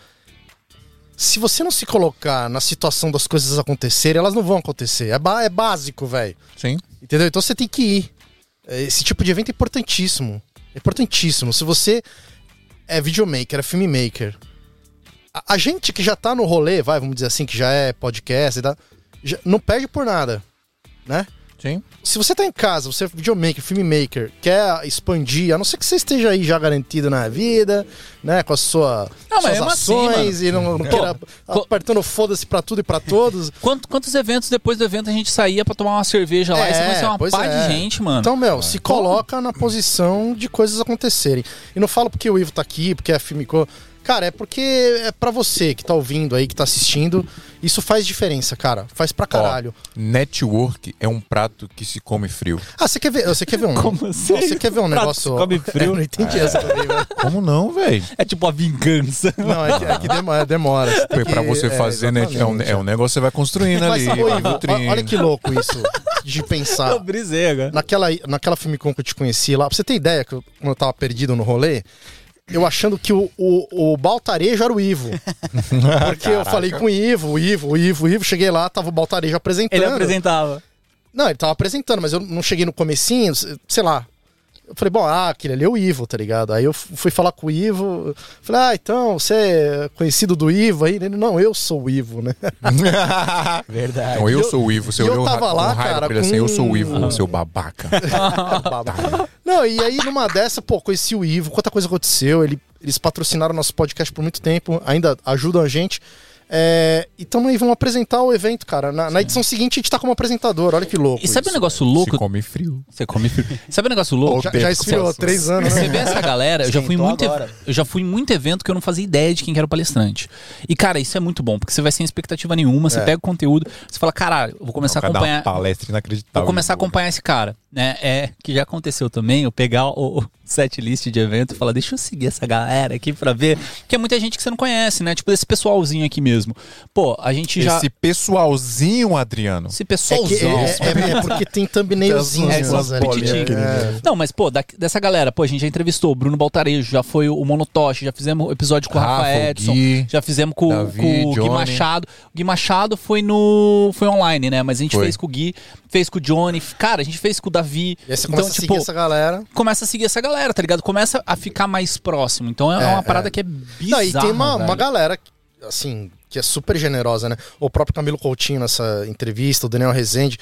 S3: Se você não se colocar na situação das coisas acontecerem, elas não vão acontecer. É, ba- é básico, velho.
S1: Sim.
S3: Entendeu? Então você tem que ir. É, Esse tipo de evento é importantíssimo. É importantíssimo. Se você é videomaker, é filmmaker, a, a gente que já tá no rolê, vai, vamos dizer assim, que já é podcast e tal, já- não perde por nada, né?
S1: Sim.
S3: Se você tá em casa, você é videomaker, filmmaker, quer expandir, a não ser que você esteja aí já garantido na vida, né? Com a sua,
S2: Não,
S3: suas
S2: mas mesmo assim,
S3: ações e não, não queira
S2: pô.
S3: apertando foda-se pra tudo e pra todos.
S2: Quanto- quantos eventos depois do evento a gente saía pra tomar uma cerveja lá e você
S3: É,
S2: conhecia uma
S3: pois
S2: pá
S3: é.
S2: de gente, mano.
S3: Então, meu, se coloca na posição de coisas acontecerem. E não falo porque o Ivo tá aqui, porque a Filmico. Cara, é porque é pra você que tá ouvindo aí, que tá assistindo. Isso faz diferença, cara. Faz pra caralho.
S1: Network é um prato que se come frio.
S3: Ah, você quer ver, você quer ver um.
S2: Como assim?
S3: Você quer ver
S1: Tá
S3: um negócio.
S2: come frio?
S3: Eu não entendi
S1: É.
S3: essa também, velho.
S1: Como não, velho?
S2: É tipo a vingança.
S3: Não, é que, é que demora. demora. Você tem
S1: Foi pra
S3: que-
S1: você
S3: é,
S1: fazer, né? É um,
S3: exatamente.
S1: é um negócio que você vai construindo ali.
S3: Mas, ô,
S1: vai
S3: Ivo,
S1: nutrindo.
S3: ó- olha que louco isso de pensar.
S2: Eu brisei agora.
S3: Naquela, naquela Filmicon que eu te conheci lá, pra você ter ideia, que eu, quando eu tava perdido no rolê, eu achando que o, o, o Baltarejo era o Ivo. Porque eu falei com o Ivo, o Ivo, o Ivo, o Ivo. Cheguei lá, tava o Baltarejo apresentando.
S2: Ele apresentava.
S3: Não, ele tava apresentando, mas eu não cheguei no comecinho, sei lá. Eu falei, bom, ah, aquele ali é o Ivo, tá ligado? Aí eu f- fui falar com o Ivo, falei, ah, então, você é conhecido do Ivo aí? Ele, não, eu sou o Ivo, né?
S4: Verdade.
S1: Não, Então, eu, sou o Ivo, seu
S3: e eu
S1: olhou
S3: tava
S1: ra-
S3: lá,
S1: com raiva
S3: cara,
S1: pra ele assim, eu sou o Ivo,
S3: com- um
S1: seu babaca.
S3: Baba. Não, e aí numa dessa, pô, conheci o Ivo, quanta coisa aconteceu, ele- eles patrocinaram nosso podcast por muito tempo, ainda ajudam a gente. É, então aí vão apresentar o evento, cara. Na, na edição seguinte a gente tá como apresentador, olha que louco.
S2: E sabe um
S3: isso.
S2: negócio
S1: é, Se
S2: louco?
S1: come frio.
S2: Você come frio. Sabe um negócio louco?
S3: Já, já esfriou, três anos,
S2: Você
S3: né?
S2: vê essa galera, eu já, fui em
S1: então
S4: Esquentou
S2: muito,
S4: agora.
S2: eu já fui em muito evento que eu não fazia ideia de quem que era o palestrante. E, cara, isso é muito bom, porque você vai sem expectativa nenhuma,
S3: É.
S2: você pega o conteúdo, você fala, caralho, eu vou começar a
S1: Cada
S2: acompanhar.
S1: palestra é inacreditável.
S2: Vou começar a acompanhar esse cara, né? É que já aconteceu também, eu pegar o, o set list de evento e falar, deixa eu seguir essa galera aqui pra ver. Porque é muita gente que você não conhece, né? Tipo, esse pessoalzinho aqui mesmo. Pô, a gente já.
S1: Esse pessoalzinho, Adriano.
S2: Esse
S3: É, que- é-
S2: pessoalzão.
S3: é- é porque tem thumbnailzinho. né,
S1: É,
S3: essas
S1: essas
S3: ali.
S1: bolinhas,
S3: É.
S2: Não, mas, pô, da- dessa galera, pô, a gente já entrevistou o Bruno Baltarejo, já foi o Monotoche, já fizemos episódio com o Rafa,
S1: Rafa, o
S2: Edson,
S1: Gui,
S2: já fizemos com,
S1: Davi,
S2: com o Gui
S1: Johnny.
S2: Machado. O Gui Machado foi no. foi online, né? Mas a gente
S1: Foi.
S2: fez com o Gui, fez com o Johnny, cara, a gente fez com o Davi.
S3: E aí você começa
S2: então,
S3: a seguir
S2: tipo,
S3: essa galera.
S2: começa a seguir essa galera, tá ligado? Começa a ficar mais próximo. Então é,
S3: É,
S2: uma parada
S3: é.
S2: que é bizarra.
S3: Não, e tem uma,
S2: velho.
S3: uma galera, assim, que é super generosa, né? O próprio Camilo Coutinho nessa entrevista, o Daniel Rezende.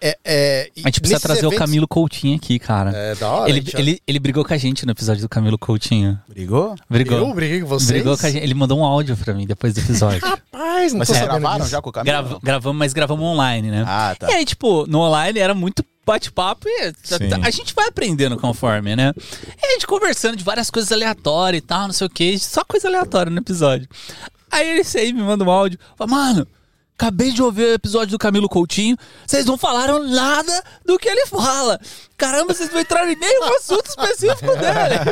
S3: É, é, e
S2: A gente precisa
S3: nesses
S2: trazer o
S3: eventos-
S2: Camilo Coutinho aqui, cara.
S3: É, da hora. a
S2: ele,
S3: gente já-
S2: ele, ele brigou com a gente no episódio do Camilo Coutinho.
S4: Brigou?
S2: Brigou.
S3: Eu briguei com vocês?
S2: Brigou com a gente. Ele mandou um áudio pra mim depois do episódio.
S3: Rapaz, não
S4: Mas
S3: tô
S4: vocês
S3: sabendo
S4: gravaram
S3: disso.
S4: já com o Camilo?
S2: Grava- gravamos, mas gravamos online, né?
S4: Ah, tá.
S2: E aí, tipo, no online era muito bate-papo e tá,
S1: Sim.
S2: a, a gente vai aprendendo conforme, né? E a gente conversando de várias coisas aleatórias e tal, não sei o que, só coisa aleatória no episódio. Aí esse aí me manda um áudio, fala, mano, acabei de ouvir o episódio do Camilo Coutinho, vocês não falaram nada do que ele fala. Caramba, vocês não entraram em nenhum assunto específico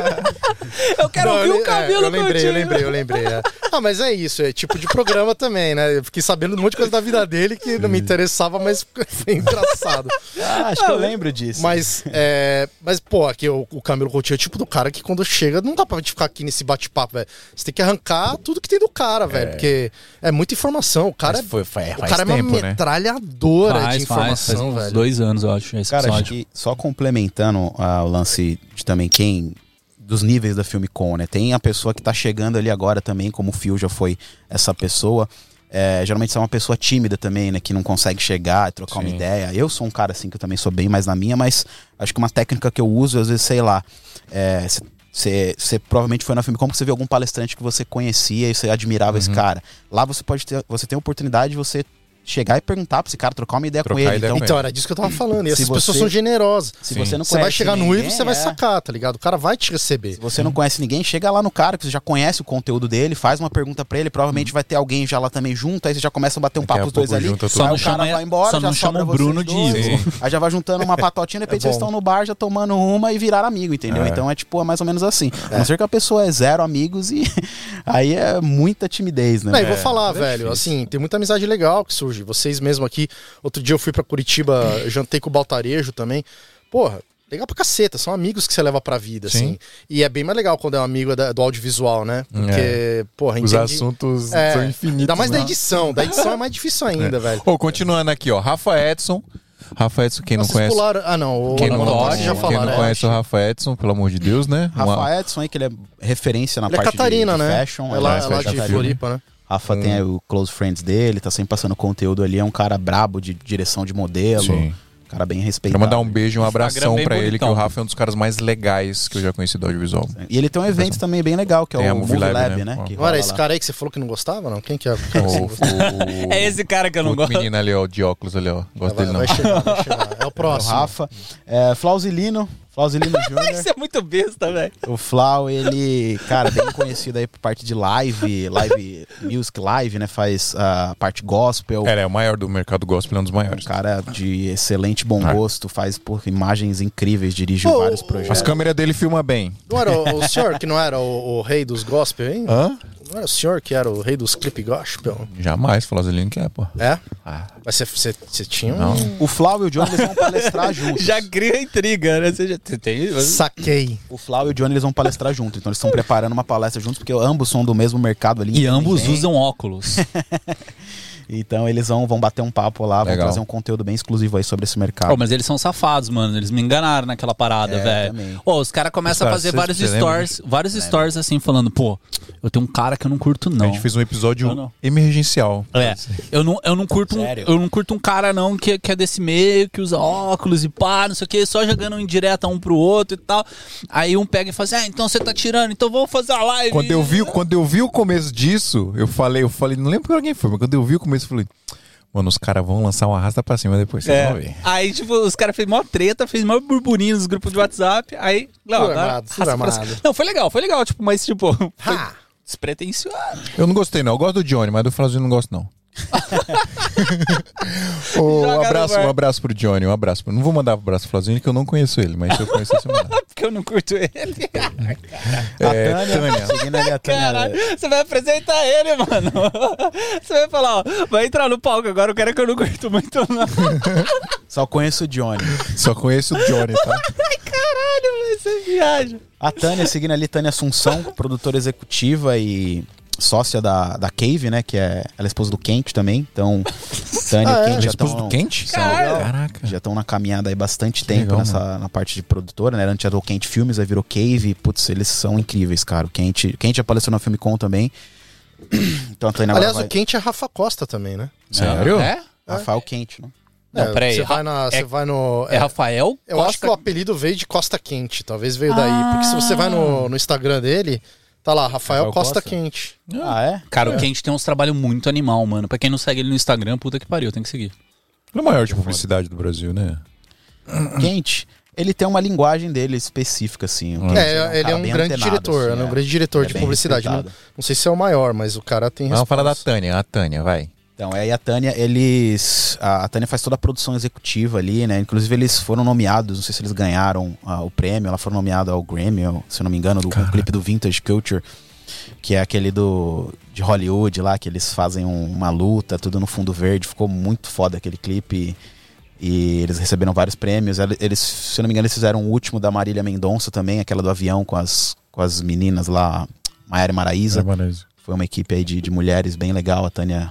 S2: dele. eu quero
S3: Não,
S2: ouvir
S3: eu
S2: o
S3: le- é,
S2: Camilo
S3: eu lembrei,
S2: Coutinho.
S3: eu lembrei, eu lembrei. é. Ah, mas é isso, é tipo de programa também, né? Eu fiquei sabendo um monte de coisa da vida dele que não me interessava, mas foi engraçado.
S4: Ah, acho que eu lembro disso.
S3: Mas, é, mas pô, aqui o, o Camilo Coutinho é o tipo do cara que quando chega, não dá pra gente ficar aqui nesse bate-papo, velho. Você tem que arrancar tudo que tem do cara, velho. Porque é muita informação. O cara,
S4: Mas foi- foi-
S3: o
S4: faz
S3: cara é uma
S1: tempo, né?
S3: metralhadora de informação,
S2: uns
S3: velho.
S2: dois anos, eu acho, esse
S4: Cara, acho
S2: episódio.
S4: que só complementando ah, o lance de também quem. Dos níveis da Filmicon, né? Tem a pessoa que tá chegando ali agora também, como o Phil já foi essa pessoa. É, geralmente você é uma pessoa tímida também, né? Que não consegue chegar e trocar uma
S1: Sim.
S4: ideia. Eu sou um cara assim que eu também sou bem mais na minha, mas acho que uma técnica que eu uso, às vezes, sei lá. é, cê- cê- Você provavelmente foi na Filmicon porque você viu algum palestrante que você conhecia e você admirava
S1: Uhum.
S4: esse cara. Lá você pode ter, você tem a oportunidade de você chegar e perguntar pra esse cara, trocar uma ideia
S1: Trocar
S4: com ele.
S1: ideia
S4: então,
S1: com
S3: Então, era disso que eu tava falando. E
S4: Se
S3: essas pessoas
S4: você-
S3: são generosas.
S4: se
S1: Sim.
S4: você não
S3: Você vai
S4: conhece
S3: chegar no
S4: ninguém,
S3: Ivo, você vai
S4: é.
S3: sacar, tá ligado? O cara vai te receber.
S4: Se
S1: É.
S4: você não conhece ninguém, chega lá no cara que você já conhece o conteúdo dele, faz uma pergunta pra ele, provavelmente vai ter alguém já lá também junto, aí você já começa a bater um
S1: Daqui a
S4: papo os dois
S1: pouco
S4: ali.
S1: junta
S4: aí
S1: todo
S4: o
S2: mundo.
S4: cara vai embora,
S2: Só
S4: já
S2: não chama
S4: sobra
S2: o Bruno
S4: vocês
S2: de
S4: dois,
S1: Ivo.
S4: Aí já vai juntando uma patotinha, de repente
S3: É
S4: vocês
S3: bom.
S4: estão no bar já tomando uma e viraram amigo, entendeu?
S1: É.
S4: Então é tipo, é mais ou menos assim. A não ser que a pessoa é zero amigos e aí é muita timidez, né?
S3: Não, e
S4: É.
S3: vou falar, velho, assim, tem muita amizade legal que surge. Vocês mesmo aqui. Outro dia eu fui pra Curitiba, jantei com o Baltarejo também. Porra, legal pra caceta. São amigos que você leva pra vida,
S1: Sim. É.
S3: assim. E é bem mais legal quando é um amigo da- do audiovisual, né? Porque, porra,
S1: Os
S3: entende...
S1: assuntos
S3: É,
S1: são infinitos.
S3: Ainda mais da
S1: né?
S3: edição. Da edição é mais difícil ainda, velho.
S1: Ô, continuando aqui, ó. Rafa Edson. Rafa Edson, quem não
S3: Vocês
S1: conhece.
S3: pularam... Ah, não. O
S1: Quem não,
S3: Monotoque
S1: conhece,
S3: já
S1: quem
S3: falaram.
S1: não
S3: né?
S1: conhece o Rafa Edson, pelo amor de Deus, né? Uma-
S4: Rafa Edson aí, que ele é referência na
S3: Ele é
S4: parte de-
S3: Catarina,
S4: de,
S3: né?
S4: fashion.
S3: é lá, é lá
S1: faz
S3: de
S1: Catarina.
S3: Floripa, né?
S4: Rafa tem aí o Close Friends dele, tá sempre passando conteúdo ali, é um cara brabo de direção de modelo.
S1: Sim.
S4: O cara bem respeitado.
S1: Quero mandar um beijo e um
S2: Instagram
S1: abração
S2: bem
S1: pra ele, que
S2: bonitão.
S1: o Rafa é um dos caras mais legais que eu já conheci do audiovisual.
S4: E ele tem um evento também bem legal, que é
S1: Tem a
S4: o Movie Lab, né?
S1: Ó.
S4: que rola
S3: Agora, esse
S4: lá.
S3: cara aí que você falou que não gostava, não? Quem que é?
S1: O,
S3: Cara, que você gosta?
S1: o-
S2: É esse cara que eu não
S1: outro
S2: gosto.
S1: menino ali, ó, de óculos ali, ó. Gosto
S3: vai,
S1: dele não.
S3: vai chegar, vai chegar. É o
S4: É o
S3: próximo.
S4: Rafa. É, Flauzilino, Flauzilino Júnior.
S2: Isso é muito besta, velho.
S4: O Flau, ele, cara, bem conhecido aí por parte de live, live, music live, né? Faz a parte gospel.
S1: Cara, é o maior do mercado gospel, é um dos
S4: Um
S1: maiores.
S4: cara de excelente bom
S1: É.
S4: gosto, faz por imagens incríveis, dirige
S3: Pô,
S4: vários
S3: o-
S1: As
S4: projetos.
S1: câmeras dele filma bem.
S3: Não era o, o senhor que não era o, o rei dos gospel, hein?
S1: Hã?
S3: Não era o senhor que era o rei dos clipe gospel?
S1: Jamais, Flauzilino que é, pô.
S3: É?
S1: Ah,
S3: Mas você- você você tinha um...
S1: não.
S4: O Flau e o Johnny eles vão palestrar juntos.
S2: Já cria intriga, né? Você já você tem.
S3: Saquei.
S4: O Flau e o Johnny eles vão palestrar juntos. Então eles estão preparando uma palestra juntos, porque ambos são do mesmo mercado ali.
S2: E ambos
S4: entendem?
S2: usam óculos.
S4: Então eles vão, vão bater um papo lá, vão
S1: Legal.
S4: trazer um conteúdo bem exclusivo aí sobre esse mercado.
S2: Pô, mas eles são safados, mano. Eles me enganaram naquela parada,
S4: É, também.
S2: velho. Ô, os caras começam a
S1: Cara,
S2: fazer
S1: cês-
S2: vários
S1: cê lembra?
S2: stories, vários stories assim, falando, pô, eu tenho um cara que eu não curto,
S1: A
S2: não.
S1: gente fez um episódio
S2: Não, não.
S1: emergencial.
S2: É, eu não, eu não curto um,
S4: Sério?
S2: eu não curto um cara não que, que é desse meio, que usa óculos e pá, não sei o que, só jogando um indireta um pro outro e tal. Aí um pega e fala assim, ah, então você tá tirando, então vamos fazer a live.
S1: Quando eu vi, quando eu vi o começo disso, eu falei, eu falei, não lembro pra quem foi, mas quando eu vi o começo, eu falei, mano, os caras vão lançar um arrasta pra cima depois, vocês vão
S2: É.
S1: ver.
S2: Aí, tipo, os caras fez mó treta, fez mó burburinho nos grupos de WhatsApp. Aí, não,
S3: Fura
S2: agora-
S3: amado, fura
S2: raça pra-
S3: amado.
S2: não, foi legal, foi legal, tipo, mas tipo, foi
S3: Ha!
S2: despretensioso.
S1: Eu não gostei, não. Eu gosto do Johnny, mas do Flauzino eu não gosto, não. Ô,
S2: Joga
S1: um
S2: no
S1: abraço,
S2: bar.
S1: um abraço pro Johnny, um abraço. pro- Não vou mandar um abraço pro Flauzino, que eu não conheço ele, mas se eu conhecesse, eu mandava.
S2: Porque eu não curto ele.
S1: É, Tânia.
S4: Seguindo ali a
S2: Caralho,
S4: Tânia.
S2: você vai apresentar ele, mano. Você vai falar, ó, vai entrar no palco agora, o cara que eu não curto muito, não.
S4: Só conheço o Johnny.
S1: Só conheço o Johnny, tá?
S2: Ai, caralho, velho, você viaja.
S4: A Tânia, seguindo ali, Tânia Assunção, produtora executiva e sócia da, da Cave, né? Que é, ela é esposa do Kent também. Então, Tânia
S3: Ah, é?
S4: e Kent
S1: Ela é
S4: já
S1: esposa do
S4: tão-
S1: Kent?
S4: são-
S2: Caralho.
S1: Caraca.
S4: Já estão na caminhada aí bastante tempo
S1: Legal,
S4: nessa, na parte de produtora, né? Antes era o Kent Filmes, aí virou Cave. Putz, eles são incríveis, cara. O Kent, o Kent já apareceu na Filmicon também. Então a Tânia agora
S3: Aliás,
S4: vai...
S3: o quente é Rafa Costa também, né?
S1: Sério?
S2: É?
S4: Rafael Kent, né?
S2: Não,
S3: É,
S2: peraí.
S3: Você vai, na, você
S2: é-
S3: vai no...
S2: É Rafael?
S3: Eu acho que o apelido veio de Costa Quente, talvez veio
S2: Ah.
S3: daí. Porque se você vai no, no Instagram dele, tá lá, Rafael,
S1: Rafael
S3: Costa,
S1: Costa?
S3: Quente.
S4: Ah, é?
S2: Cara, o Kent tem uns trabalhos muito animal, mano. Pra quem não segue ele no Instagram, puta que pariu, tem que seguir.
S1: Ele é o maior de publicidade do Brasil, né?
S4: Kent, ele tem uma linguagem dele específica, assim. O Kent
S3: É, ele
S4: cara
S3: é um
S4: bem
S3: grande
S4: antenado,
S3: diretor,
S4: assim,
S3: é um grande diretor
S4: É
S3: de
S4: bem
S3: publicidade. Não,
S4: respeitado.
S3: não sei se é o maior, mas o cara tem
S1: Vamos falar da
S3: resposta.
S1: Tânia, a Tânia, vai.
S4: Então, é, e a Tânia, eles. A, a Tânia faz toda a produção executiva ali, né? Inclusive, eles foram nomeados, não sei se eles ganharam ah, o prêmio, ela foi nomeada ao Grammy, ao- se eu não me engano, do
S1: Cara.
S4: clipe do Vintage Culture, que é aquele do de Hollywood lá, que eles fazem um- uma luta, tudo no fundo verde. Ficou muito foda aquele clipe. E eles receberam vários prêmios. Ela- Eles, se eu não me engano, eles fizeram o último da Marília Mendonça também, aquela do avião com as, com as meninas lá, Maiara e Maraísa. Foi uma equipe aí de, de mulheres bem legal, a Tânia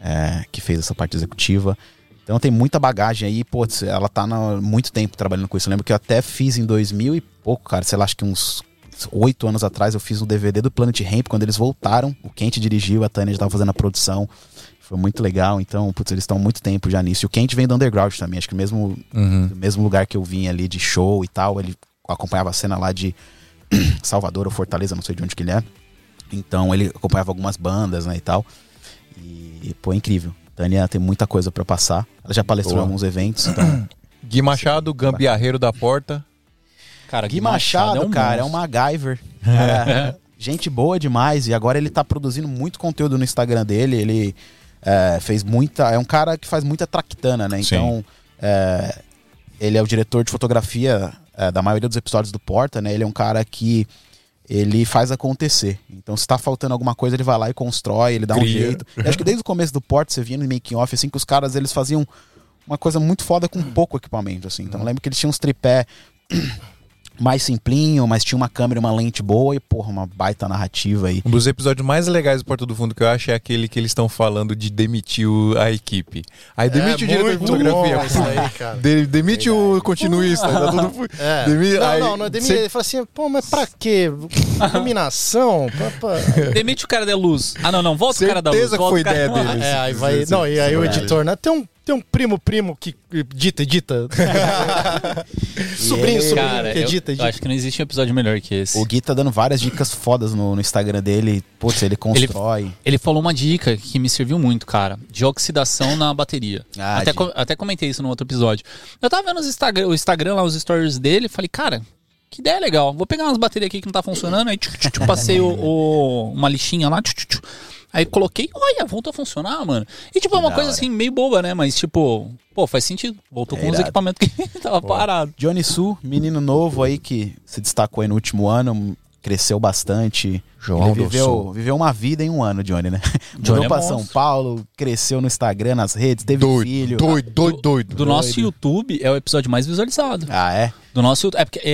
S4: é, que fez essa parte executiva. Então tem muita bagagem aí, putz, ela tá há muito tempo trabalhando com isso. Eu lembro que eu até fiz em 2000 e pouco, cara, sei lá, acho que uns oito anos atrás eu fiz um DVD do Planet Hemp, quando eles voltaram, o Kent dirigiu, a Tânia já tava fazendo a produção. Foi muito legal, então, putz, eles estão há muito tempo já nisso. E o Kent vem do underground também, acho que mesmo
S1: Uhum.
S4: do mesmo lugar que eu vim ali de show e tal, ele acompanhava a cena lá de Salvador ou Fortaleza, não sei de onde que ele é. Então ele acompanhava algumas bandas, né, e tal. E, pô, é incrível. Tânia tem muita coisa pra passar. Ela já palestrou em
S1: Boa.
S4: alguns eventos, então.
S1: Gui Machado, gambiarreiro da porta.
S2: Cara,
S4: Gui Machado, cara, é um MacGyver. Cara, gente boa demais. E agora ele tá produzindo muito conteúdo no Instagram dele. Ele é, fez muita. É um cara que faz muita tractana, né?
S1: Sim.
S4: Então, é, ele é o diretor de fotografia é, da maioria dos episódios do Porta, né? Ele é um cara que. Ele faz acontecer. Então, se tá faltando alguma coisa, ele vai lá e constrói, ele dá um
S1: Cria.
S4: jeito. Eu acho que desde o começo do Porta, você via no making off, assim, que os caras eles faziam uma coisa muito foda com pouco equipamento, assim. Então, eu lembro que eles tinham uns tripé mais simplinho, mas tinha uma câmera, e uma lente boa e, porra, uma baita narrativa aí.
S1: Um dos episódios mais legais do Porta do Fundo que eu acho é aquele que eles estão falando de demitir o- a equipe. Aí demite o diretor de
S3: É muito bom isso
S1: fotografia.
S3: aí, cara.
S1: De- demite o continuista. Tá tudo... fu-
S3: É.
S1: Demi-
S3: não,
S1: aí-
S3: não, não é Demi.
S1: cê-
S3: Ele fala assim, pô, mas pra quê? Iluminação? Pra- pra-
S2: Demite o cara da luz. Ah, não, não, volta o cara da luz.
S1: Certeza que
S2: volta
S1: foi
S2: o cara-
S1: ideia deles.
S3: É, aí vai. Não, e aí o editor, né? Tem um, Tem um primo, primo que dita, edita. sobrinho, sobrinho
S2: É, Cara,
S3: que é
S2: eu,
S3: edita,
S2: eu
S3: edita.
S2: acho que não existe um episódio melhor que esse.
S4: O Gui tá dando várias dicas fodas no, no Instagram dele. Putz, ele constrói.
S2: Ele falou uma dica que me serviu muito, cara. De oxidação na bateria.
S4: Ah,
S2: até,
S4: de-
S2: co- até comentei isso no outro episódio. Eu tava vendo os Instagram, o Instagram lá, os stories dele, e falei, cara, que ideia legal. Vou pegar umas baterias aqui que não tá funcionando. Aí tchu, tchu, tchu, passei o- o- uma lixinha lá, tchu, tchu, tchu. Aí coloquei, olha, voltou a funcionar, mano. E tipo, é uma
S4: da
S2: coisa
S4: hora.
S2: assim, meio boba, né? Mas tipo, pô, faz sentido. Voltou
S4: É
S2: com os
S4: irado.
S2: equipamentos que tava parado.
S4: Johnny Su, menino novo aí que se destacou aí no último ano, cresceu bastante.
S1: João
S4: Ele
S1: do
S4: viveu,
S1: Sul.
S4: viveu uma vida em um ano, Johnny, né?
S2: Johnny
S4: Mudou
S2: é
S4: pra
S2: monstro.
S4: São Paulo, cresceu no Instagram, nas redes, teve filho.
S1: Doido, doido, doido, doido.
S2: Do nosso YouTube é o episódio mais visualizado.
S4: Ah, é?
S2: Do nosso YouTube. É, porque, é,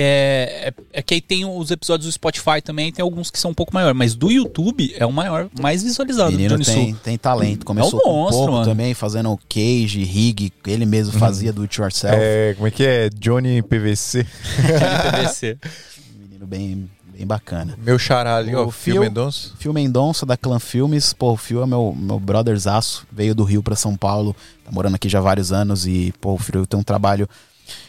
S2: é, é que aí tem os episódios do Spotify também, tem alguns que são um pouco maiores. Mas do YouTube é o maior, mais visualizado do
S4: Menino
S2: Ah, Johnny
S4: tem,
S2: Sul.
S4: tem talento. Começou com
S2: monstro,
S4: pouco
S2: mano.
S4: também, fazendo cage, rig, que ele mesmo fazia do it yourself.
S1: É, como é que é? Johnny PVC.
S2: TVC.
S4: Menino bem, bem bacana.
S1: Meu xará ali,
S4: O
S1: ó, Phil
S4: Phil-
S1: Mendonça.
S4: Fio Mendonça, da Clã Filmes. Pô, o Fio é meu, meu brotherzaço. Veio do Rio pra São Paulo. Tá morando aqui já há vários anos. E, pô, o Fio tem um trabalho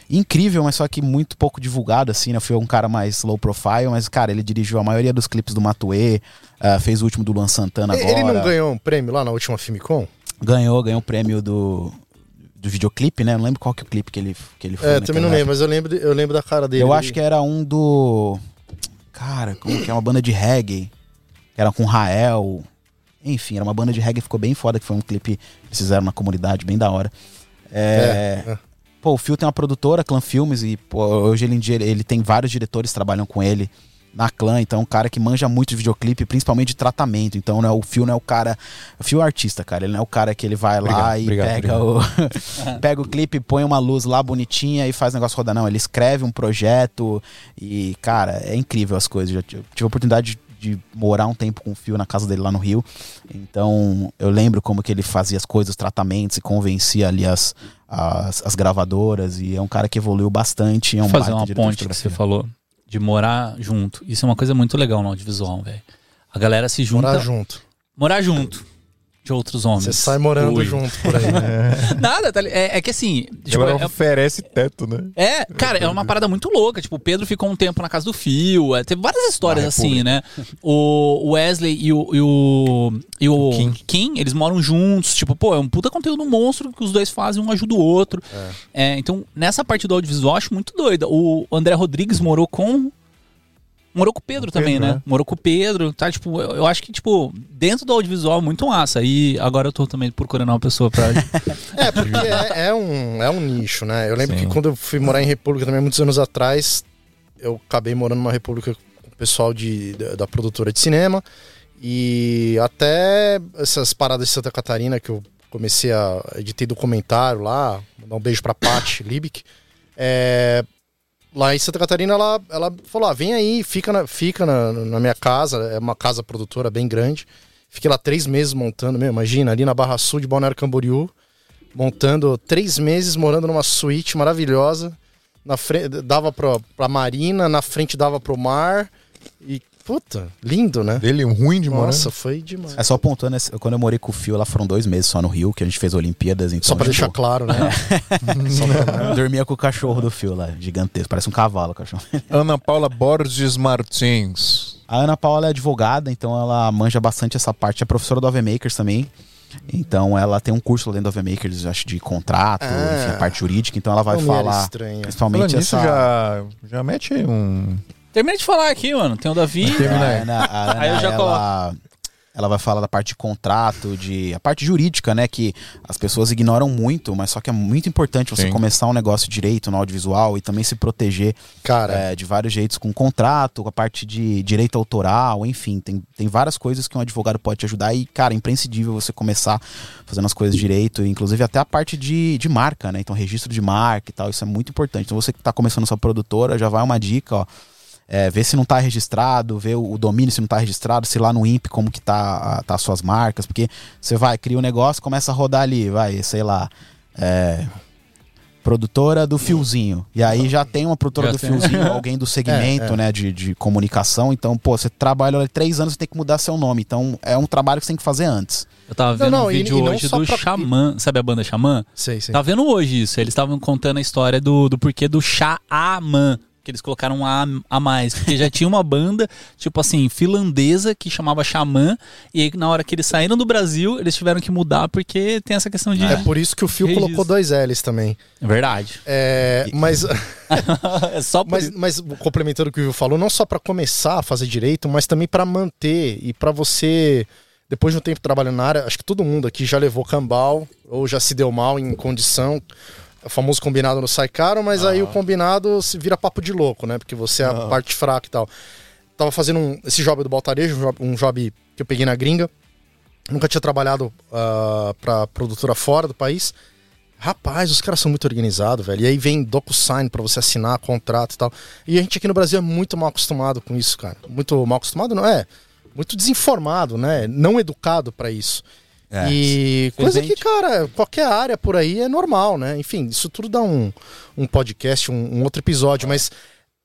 S4: incrível, mas só que muito pouco divulgado, assim, né? O Fio é um cara mais low profile, mas, cara, ele dirigiu a maioria dos clipes do Matuê. ah, fez o último do Luan Santana agora.
S3: Ele não ganhou um prêmio lá na última Filmicom?
S4: Ganhou, ganhou o prêmio do, do videoclipe, né? Não lembro qual que é o clipe que ele, que ele foi.
S3: É,
S4: naquela
S3: também não
S4: época.
S3: lembro, mas eu lembro, eu lembro da cara dele.
S4: Eu acho que era um do. Cara, como que é? Uma banda de reggae. Que era com Rael. Enfim, era uma banda de reggae, ficou bem foda, que foi um clipe que eles fizeram na comunidade, bem da hora. É,
S3: É, é.
S4: Pô, o Phil tem uma produtora, Clã Filmes, e pô, hoje ele, em dia- ele tem vários diretores que trabalham com ele na Clã, então é um cara que manja muito de videoclipe, principalmente de tratamento. Então, né, o Phil não é o cara. O Phil é o artista, cara. Ele não é o cara que ele vai lá
S1: Obrigado,
S4: e
S1: obrigado,
S4: pega
S1: obrigado.
S4: o pega o clipe, põe uma luz lá bonitinha e faz o negócio rodar. Não, ele escreve um projeto e, cara, é incrível as coisas. Já t- eu tive a oportunidade de, de morar um tempo com o Fio na casa dele lá no Rio. Então, eu lembro como que ele fazia as coisas, os tratamentos e convencia ali as, as, as gravadoras. E é um cara que evoluiu bastante. É um
S2: Vou fazer
S4: baita
S2: uma
S4: diretor de
S2: ponte que você
S4: fotografia.
S2: falou. De morar junto. Isso é uma coisa muito legal no audiovisual, velho. A galera se junta.
S3: Morar
S2: Morar,
S3: junto.
S2: junto. De outros homens.
S3: Você sai morando
S2: Ui.
S3: junto por aí. né?
S2: Nada, tá li- é, é que assim. tipo,
S1: Agora
S2: é-
S1: oferece teto, né?
S2: É, cara, é uma parada muito louca. Tipo, o Pedro ficou um tempo na casa do Fio. É, teve várias histórias
S1: Na
S2: assim, né? O Wesley e o, e o, e o Kim. eles moram juntos. Tipo, pô, é um puta conteúdo monstro que os dois fazem, um ajuda o outro. É, então, nessa parte do audiovisual, eu acho muito doida. O André Rodrigues morou com. Morou com o Pedro também,
S1: Pedro,
S2: né?
S1: né?
S2: Morou com o Pedro, tá? Tipo, eu, eu acho que, tipo, dentro do audiovisual, é muito massa. E agora eu tô também procurando uma pessoa pra.
S3: É, porque é, é um, é um nicho, né? Eu lembro
S2: Sim.
S3: que quando eu fui morar em República também, muitos anos atrás, eu acabei morando numa República com o pessoal de, da, da produtora de cinema. E até essas paradas de Santa Catarina que eu comecei a editei documentário lá, mandar um beijo pra Paty Libic. É, lá em Santa Catarina ela, ela falou: ah, vem aí, fica, na, fica na, na minha casa, é uma casa produtora bem grande. Fiquei lá três meses montando, meu, imagina, ali na Barra Sul de Balneário Camboriú, montando três meses, morando numa suíte maravilhosa. Na frente, dava pra, pra marina, na frente dava pro mar. E, puta, lindo, né?
S1: Dele um ruim de morar.
S3: Nossa, foi demais.
S4: É só apontando, esse- quando eu morei com o Fio, lá foram dois meses só no Rio, que a gente fez Olimpíadas. Então,
S3: Só pra
S4: tipo,
S3: deixar claro, né?
S4: eu Dormia com o cachorro do Fio lá, gigantesco, parece um cavalo o cachorro.
S1: Ana Paula Borges Martins.
S4: A Ana Paula é advogada, então ela manja bastante essa parte. É professora do AV Makers também. Então ela tem um curso lá dentro do AV Makers, eu acho, de contrato,
S3: Ah.
S4: enfim, a parte jurídica. Então ela vai
S3: Como era
S4: falar
S3: estranho.
S4: principalmente
S1: Falando nisso,
S4: essa...
S1: já, já mete um...
S2: Terminei de falar aqui, mano. Tem o Davi.
S4: A Ana, a Ana,
S2: Aí eu já
S4: ela, ela vai falar da parte de contrato, de a parte jurídica, né? Que as pessoas ignoram muito, mas só que é muito importante você
S1: Sim.
S4: começar um negócio direito no audiovisual e também se proteger
S3: Cara,
S4: É, de vários jeitos, com contrato, com a parte de direito autoral, enfim, tem, tem várias coisas que um advogado pode te ajudar e, cara, é imprescindível você começar fazendo as coisas direito, inclusive até a parte de, de marca, né? Então, registro de marca e tal, isso é muito importante. Então, você que tá começando sua produtora, já vai uma dica, ó. É, vê se não tá registrado, vê o, o domínio se não tá registrado, se lá no INPE como que tá, a- tá as suas marcas, porque você vai, cria um negócio, começa a rodar ali, vai, sei lá, é, Produtora do Fiozinho. E aí já tem uma produtora
S2: Já
S4: do
S2: tem. É,
S4: Fiozinho, alguém do segmento, né, de, de comunicação. Então, pô, você trabalha ali três anos, você tem que mudar seu nome. Então, é um trabalho que você tem que fazer antes.
S2: Eu tava
S3: Não,
S2: vendo
S3: não,
S2: um
S3: e- e
S2: vídeo
S3: não
S2: hoje
S3: só
S2: do
S3: pra-
S2: Xamã. Sabe a banda Xamã?
S3: Sei, sei.
S2: Tá vendo hoje isso? Eles estavam contando a história do, do porquê do Xamã. Que eles colocaram um a, a mais. Porque já tinha uma banda, tipo assim, finlandesa, que chamava Xamã. E aí, na hora que eles saíram do Brasil, eles tiveram que mudar porque tem essa questão de.
S3: É por isso que o Fio
S2: Que
S3: colocou
S2: isso.
S3: dois L's também.
S2: É verdade.
S3: É, mas,
S2: É só por
S3: mas,
S2: isso.
S3: mas complementando o que o Fio falou, não só pra começar a fazer direito, mas também pra manter e pra você, depois de um tempo trabalhando na área, acho que todo mundo aqui já levou cambal ou já se deu mal em condição. O famoso combinado não sai caro, mas aí o combinado se vira papo de louco, né? Porque você é a parte fraca e tal. Tava fazendo um- esse job do Baltarejo, um job, um job que eu peguei na gringa. Nunca tinha trabalhado ah, pra produtora fora do país. Rapaz, os caras são muito organizados, velho. E aí vem DocuSign pra você assinar contrato e tal. E a gente aqui no Brasil é muito mal acostumado com isso, cara. Muito mal acostumado, não é? Muito desinformado, né? Não educado pra isso.
S2: É.
S3: e coisa
S4: É,
S3: que,
S4: Infelizmente.
S3: cara, qualquer área por aí é normal, né? Enfim, isso tudo dá um, um podcast, um, um outro episódio, mas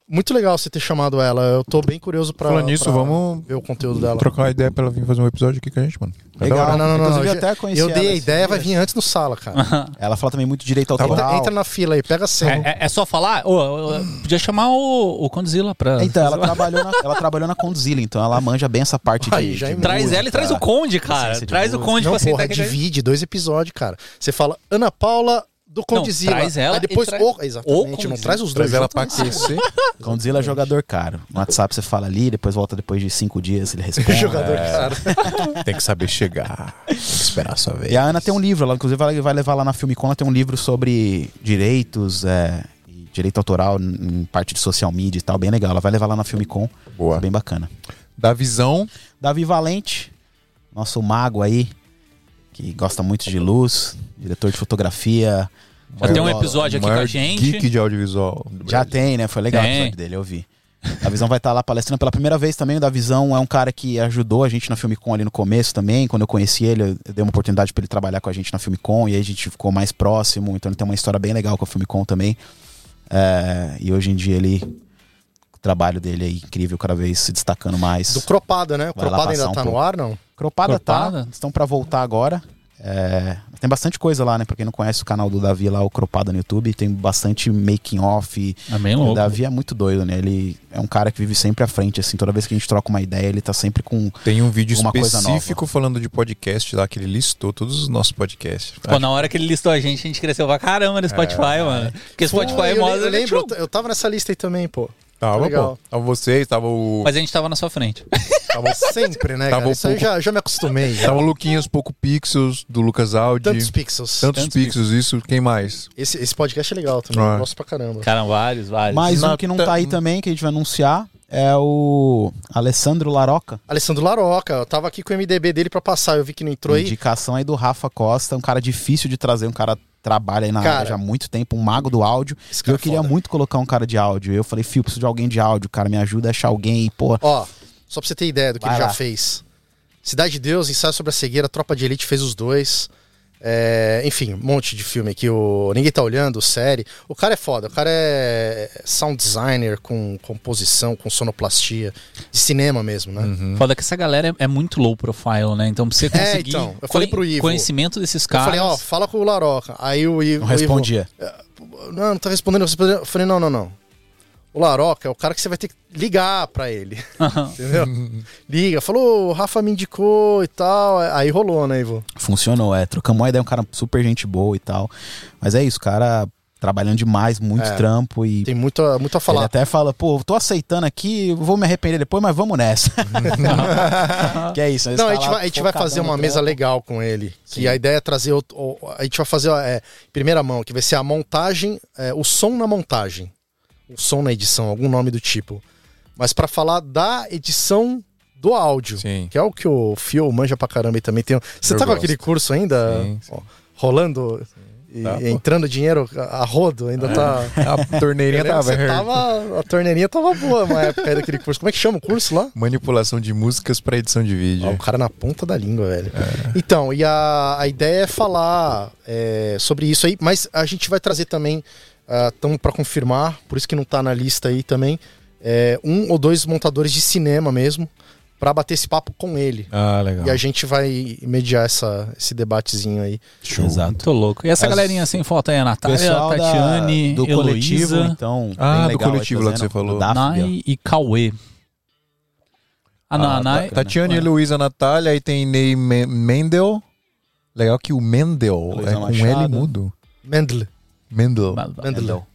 S3: muito legal você ter chamado ela. Eu tô bem curioso pra,
S1: Falando nisso,
S3: pra
S1: vamos
S3: ver o conteúdo dela.
S1: trocar uma ideia pra ela vir fazer um episódio aqui com a gente, mano. É da hora.
S4: Legal.
S3: Não, não, não,
S4: Inclusive,
S3: não,
S4: eu até conheci
S3: Eu dei
S4: ela
S3: a
S4: esses
S3: ideia, vai
S4: dias.
S3: vir antes no sala, cara.
S4: Ela fala também muito direito
S3: Entra-
S4: autoral.
S3: Então, Entra na fila aí, pega a cena.
S2: É, é- é só falar? Ô, ô, ô, podia chamar o, o Condzilla pra.
S4: Então, ela trabalhou, na, ela trabalhou na Condzilla, então ela manja bem essa parte de-
S3: Aí,
S4: de.
S3: já é emenda.
S2: Traz ela e traz o
S3: tá.
S4: música.
S2: Conde, cara.
S4: Essência de
S2: Traz o
S4: música.
S2: Conde
S3: Não,
S2: pra sentar
S3: porra,
S2: aqui.
S3: divide dois episódios, cara. Você fala Ana Paula do Condizila.
S2: traz ela
S3: aí depois
S2: e traz-
S3: o, exatamente, não
S2: Condizila.
S3: traz os dois.
S1: Traz ela
S3: juntos,
S1: pra
S3: não.
S1: aquecer.
S4: Condzilla é jogador caro. No WhatsApp você fala ali, depois volta depois de cinco dias, ele responde.
S3: Jogador, cara.
S1: É. Tem que saber chegar. Tem que esperar a sua vez.
S4: E a Ana tem um livro, ela inclusive ela vai levar lá na Filmicon, ela tem um livro sobre direitos, é, e direito autoral em parte de social media e tal, bem legal. Ela vai levar lá na Filmicon,
S1: Boa.
S4: tá bem bacana.
S1: Da visão.
S4: Davi Valente, nosso mago aí, que gosta muito de luz, diretor de fotografia.
S2: Já tem um
S4: maior-
S2: episódio aqui com
S1: maior
S2: a gente.
S1: geek de audiovisual. do
S4: Já
S1: Brasil.
S4: tem, né? Foi legal
S2: Tem.
S4: o episódio dele, eu vi. A Visão vai estar lá palestrando pela primeira vez também. O Da Visão é um cara que ajudou a gente na Filmicon ali no começo também. Quando eu conheci ele, eu eu dei uma oportunidade para ele trabalhar com a gente na Filmicon e aí a gente ficou mais próximo. Então ele tem uma história bem legal com a Filmicon também. É, e hoje em dia ele. O trabalho dele é incrível, cada vez se destacando mais.
S3: Do Cropada, né? O
S4: Vai lá
S3: Cropada ainda
S4: passar um
S3: tá no
S4: pouco.
S3: ar, não?
S4: Cropada,
S2: Cropada?
S4: tá. Estão pra voltar agora. É, tem bastante coisa lá, né? Pra quem não conhece o canal do Davi lá, o Cropada no YouTube, tem bastante making off.
S2: É bem
S4: O
S2: louco.
S4: Davi é muito doido, né? Ele é um cara que vive sempre à frente, assim. Toda vez que a gente troca uma ideia, ele tá sempre com.
S1: Tem um vídeo
S4: Alguma coisa
S1: específico falando de podcast lá que ele listou todos os nossos podcasts. Ah,
S2: Pô, na hora que ele listou a gente, a gente cresceu pra caramba no Spotify, mano. Porque
S3: É.
S2: Spotify
S3: Pô,
S2: é
S3: Ah, eu,
S2: mó.
S3: le- eu lembro, eu t- eu tava nessa lista aí também, pô.
S1: Tava,
S3: Legal.
S1: pô. Tava vocês, tava o.
S2: Mas a gente tava na sua frente.
S3: Tava sempre, né,
S1: Tava
S3: cara?
S1: um
S3: Isso aí
S1: pouco-
S3: já, já me acostumei.
S1: Tava o Luquinhas, Pouco Pixels, do Lucas Audi.
S3: Tantos
S1: Tantos,
S3: pixels.
S2: tantos
S1: pixels, isso. Quem mais?
S3: Esse, esse podcast é legal também.
S1: Ah.
S3: Eu gosto pra caramba.
S2: Cara, vários, vários.
S4: Mas
S1: Na-
S4: um que não tá aí também, que a gente vai anunciar, é o Alessandro Laroca.
S3: Alessandro Laroca, eu tava aqui com o MDB dele pra passar, eu vi que não entrou aí.
S4: Indicação aí do Rafa Costa, um cara difícil de trazer, um cara que trabalha aí na
S3: Cara.
S4: área já há muito tempo, um mago do áudio.
S3: Esse
S4: E
S3: cara
S4: eu queria
S3: é foda.
S4: muito colocar um cara de áudio. Eu falei, Fio, preciso de alguém de áudio, cara, me ajuda a achar alguém. E, pô,
S3: Ó, só pra você ter ideia do que
S4: Vai
S3: ele já
S4: lá.
S3: fez. Cidade de Deus, Ensaio sobre a Cegueira, Tropa de Elite fez os dois. É, enfim, um monte de filme que o ninguém tá olhando, série. O cara é foda, o cara é sound designer com composição, com sonoplastia, de cinema mesmo, né?
S2: Foda que essa galera é, é muito low profile, né? Então pra você conseguir
S3: então, eu falei
S2: conhe-
S3: pro Ivo.
S2: conhecimento desses
S3: Eu
S2: caras.
S3: falei, ó, fala com o Laroca. Aí o Ivo.
S4: não respondia.
S3: Não, não tá respondendo, não tá respondendo. Eu falei, não, não, não. O Laroca é o cara que você vai ter que ligar pra ele. Entendeu? Liga, falou, o Rafa me indicou e tal. Aí rolou, né, Ivo?
S4: Funcionou, é. Trocamos uma ideia, um cara super gente boa e tal. Mas é isso, cara trabalhando demais, muito trampo e.
S3: É. Tem muito a, muito a
S4: Ele
S3: falar.
S4: até fala, pô, tô aceitando aqui, vou me arrepender depois, mas vamos nessa. que é isso.
S3: Não, a gente, vai, a gente vai fazer uma mesa legal com ele. Que a ideia é trazer. outro- o- a gente vai fazer é, primeira mão, que vai ser a montagem, é, o som na montagem. O som na edição, algum nome do tipo. Mas pra falar da edição do áudio.
S1: Sim.
S3: Que é o que o Fio manja pra caramba e também tem. Você
S1: Eu
S3: tá com
S1: gosto.
S3: aquele curso ainda
S1: Sim, sim.
S3: ó, rolando? E
S1: Tá, pô. É.
S3: entrando dinheiro a a rodo, ainda tá.
S1: A
S3: Eu
S1: torneirinha
S3: lembro
S1: tava,
S3: que você
S1: aberta.
S3: tava. A torneirinha tava boa na época aí daquele curso. Como é que chama o curso lá?
S1: Manipulação de músicas pra edição de É. vídeo.
S3: Ó, o É um cara na ponta da língua, velho. Então, e a, a ideia é falar é, sobre isso aí, mas a gente vai trazer também, estamos para confirmar, por isso que não tá na lista aí também, é, um ou dois montadores de cinema mesmo, para bater esse papo com ele.
S1: Ah, legal.
S3: E a gente vai mediar essa, esse debatezinho aí.
S1: Show.
S2: Exato. Tô louco. E essa
S4: As-
S2: galerinha sem foto aí, a Natália,
S4: Pessoal da-
S2: Tatiane,
S4: do coletivo,
S2: Heloísa,
S4: então.
S1: Ah,
S4: bem
S1: do
S4: legal, aí
S1: coletivo lá que
S4: trazendo,
S1: você falou.
S4: do Dafbia.
S2: Nai e Cauê. Ah, não,
S1: Ah,
S2: a Nai...
S1: Ta- Tatiane, Luísa, Natália, aí tem Ney Me- Mendel. Legal que o Mendel
S4: Luísa
S1: é com
S4: Machado.
S1: L mudo.
S3: Mendel.
S1: Tá, Mendel.
S3: Mendel.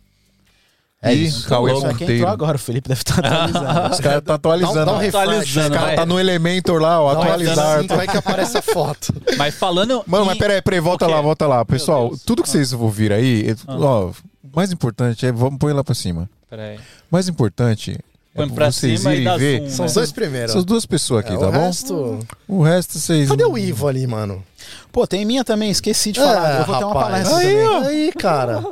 S4: É
S1: E
S4: isso.
S1: Cauê
S4: Isso aqui entrou
S1: Monteiro.
S4: agora, o Felipe deve estar atualizado.
S1: Os caras tá
S3: Dá um-
S1: atualizando.
S3: dá um refresh,
S2: Atualizando,
S3: cara.
S1: Tá- tá no Elementor lá, ó,
S2: um
S3: Dá uma olhada
S1: atualizar. tá.
S3: assim, Como é que aparece a foto?
S2: Mas falando...
S1: Mano, mas
S2: em-
S1: peraí, peraí, volta
S2: Ok.
S1: lá, volta lá. Pessoal,
S2: Deus.
S1: tudo que
S2: Ah.
S1: vocês ouvir aí, é-
S2: Ah.
S1: ó, o mais importante é, vamos põe lá pra cima.
S2: Peraí.
S1: O mais importante é
S2: Põe pra
S1: vocês
S2: cima e
S1: irem
S2: dá
S1: ver
S2: zoom,
S3: São
S2: né?
S3: os dois primeiros.
S1: essas duas pessoas aqui,
S3: É,
S1: tá
S3: o
S1: bom?
S3: resto-
S1: O resto vocês...
S3: Cadê o Ivo ali, mano?
S4: Pô, tem minha também, esqueci de falar.
S3: Ah,
S4: eu vou ter uma
S3: rapaz.
S4: palestra
S3: aí,
S4: também.
S3: ó. aí, cara.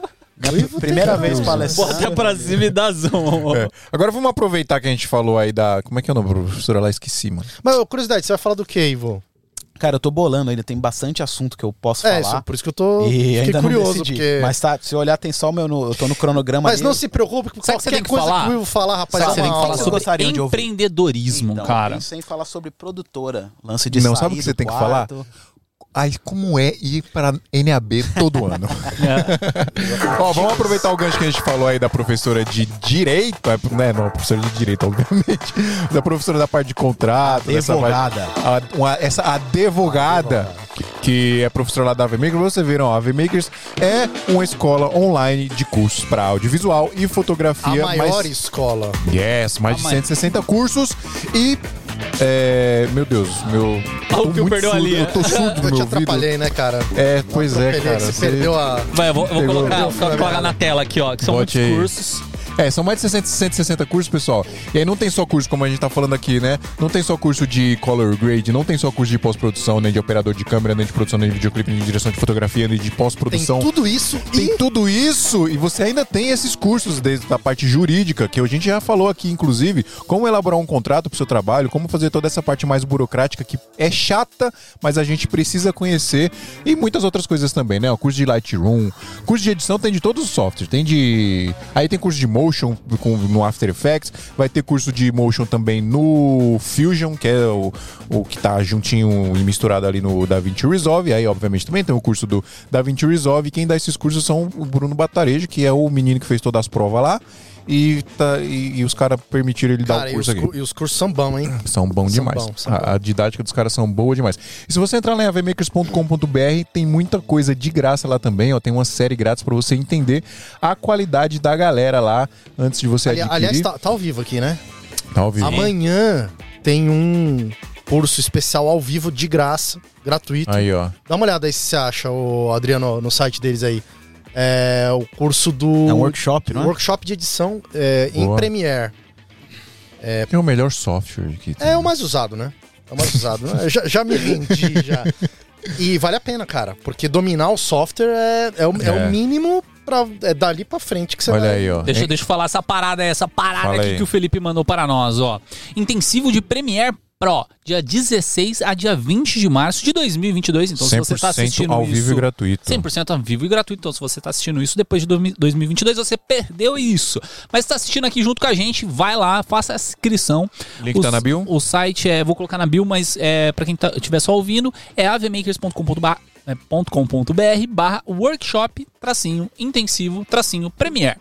S4: Primeira vez
S2: Bota
S4: palestrando.
S2: pra cima e dá zoom.
S1: É. Agora vamos aproveitar que a gente falou aí da... Como é que é o nome da professora lá? Esqueci, mano.
S3: Mas, ô, curiosidade, você vai falar do que, Ivo?
S4: Cara, eu tô bolando ainda, tem bastante assunto que eu posso
S3: É, isso,
S4: falar.
S3: por isso que eu tô
S4: E
S3: fiquei
S4: ainda não
S3: curioso,
S4: decidi.
S3: porque... Mas,
S4: Mas tá, se olhar, tem só o meu. no- eu tô no cronograma ali.
S3: não se preocupe, porque
S2: Sabe o que
S3: qualquer
S2: você tem que
S3: coisa
S2: falar?
S3: que o Ivo falar, rapaz,
S4: Sabe
S3: é
S4: o que
S3: uma
S4: tem que
S3: aula.
S4: falar? gostariam de ouvir.
S2: empreendedorismo,
S3: Então,
S2: cara.
S4: Então, Sem falar sobre produtora, lance de
S1: Não,
S4: sair
S1: sabe o que
S4: do
S1: você tem que
S4: quarto.
S1: Aí, como é ir pra NAB todo ano? Ó, vamos aproveitar o gancho que a gente falou aí da professora de direito, é, né? Não, professora de direito, obviamente. Da professora da parte de contrato, dessa parte-
S4: Advogada.
S1: a- uma- essa advogada, que é professora lá da AVMakers, vocês viram, a AVMakers é uma escola online de cursos para audiovisual e
S3: A
S1: fotografia. mas-
S3: maior escola.
S1: Yes, mais
S2: A
S1: de
S2: maior.
S1: 160 cursos e. é, meu Deus, meu.
S2: Ah, o
S1: tô
S2: Pio
S1: muito
S2: perdeu a
S1: surdo,
S2: linha.
S1: Eu tô surdo no
S3: Eu te
S1: meu ouvido.
S3: atrapalhei, né, cara?
S1: É, pois é,
S3: Atrapalhei,
S1: cara.
S3: Você
S1: você-
S3: perdeu a...
S2: Vai, eu vou, eu vou
S1: Pegou.
S2: colocar,
S3: Pegou.
S2: vou colocar na tela aqui, ó, que são
S1: Bote aí.
S2: muitos cursos.
S1: É, são mais de 60, 160 cursos, pessoal. E aí não tem só curso, como a gente tá falando aqui, né? Não tem só curso de color grade, não tem só curso de pós-produção, nem de operador de câmera, nem de produção, nem de videoclipe, nem de direção de fotografia, nem de
S3: Tem
S1: pós-produção.
S3: tudo isso
S1: Tem
S3: e...
S1: tudo isso e você ainda tem esses cursos desde a parte jurídica, que a gente já falou aqui, inclusive, como elaborar um contrato pro seu trabalho, como fazer toda essa parte mais burocrática que é chata, mas a gente precisa conhecer e muitas outras coisas também, né? O curso de Lightroom, curso de edição tem de todos os softwares, tem de... Aí tem curso de motion com, no After Effects, vai ter curso de motion também no Fusion, que é o, o que tá juntinho e misturado ali no DaVinci Resolve, aí obviamente também tem o curso do DaVinci Resolve, quem dá esses cursos são o Bruno Batarejo, que é o menino que fez todas as provas lá, e, tá- e- e os caras permitiram ele dar
S3: Cara,
S1: o
S3: e os,
S1: curso aqui.
S3: cu- e os cursos são bons, hein?
S1: São bons
S3: São
S1: demais.
S3: bom, são
S1: a, a didática dos caras são boa demais. E se você entrar lá em avmakers.com.br, tem muita coisa de graça lá também, ó. Tem uma série grátis pra você entender a qualidade da galera lá antes de você
S3: Ali-
S1: adquirir.
S3: aliás, tá, tá ao vivo aqui, né?
S1: Tá ao vivo.
S3: Amanhã tem um curso especial ao vivo de graça, gratuito.
S1: Aí, ó.
S3: Dá uma olhada aí se você acha, o Adriano, no site deles aí. É o curso do
S4: É um workshop, não é?
S3: workshop de edição é, em
S1: Boa.
S3: Premiere.
S1: Tem o melhor software aqui.
S3: É o mais usado, né? É o mais usado. né? Eu Já, já me rendi, já. E vale a pena, cara, porque dominar o software é, é, o, é o
S1: É.
S3: mínimo pra, é dali pra frente que você
S1: Olha
S3: vai.
S1: aí, ó. É
S2: Deixa, eu- deixa eu falar essa parada, aí, essa parada
S1: Fala
S2: aqui
S1: aí.
S2: que o Felipe mandou para nós, ó. Intensivo de Premiere Pro, dia 16 a dia 20 de março de 2022. Então, se você tá
S1: 100%
S2: assistindo
S1: ao vivo
S2: isso,
S1: e gratuito.
S2: 100% ao vivo e gratuito. Então, se você tá assistindo isso depois de 2000 2022, você perdeu isso. Mas tá assistindo aqui junto com a gente, vai lá, faça a inscrição.
S1: Link tá
S2: Os-
S1: na bio?
S2: O site é, vou colocar na bio, mas é, para quem tá, tiver só ouvindo, é avmakers.com.br é, .com.br é, barra workshop tracinho intensivo tracinho premier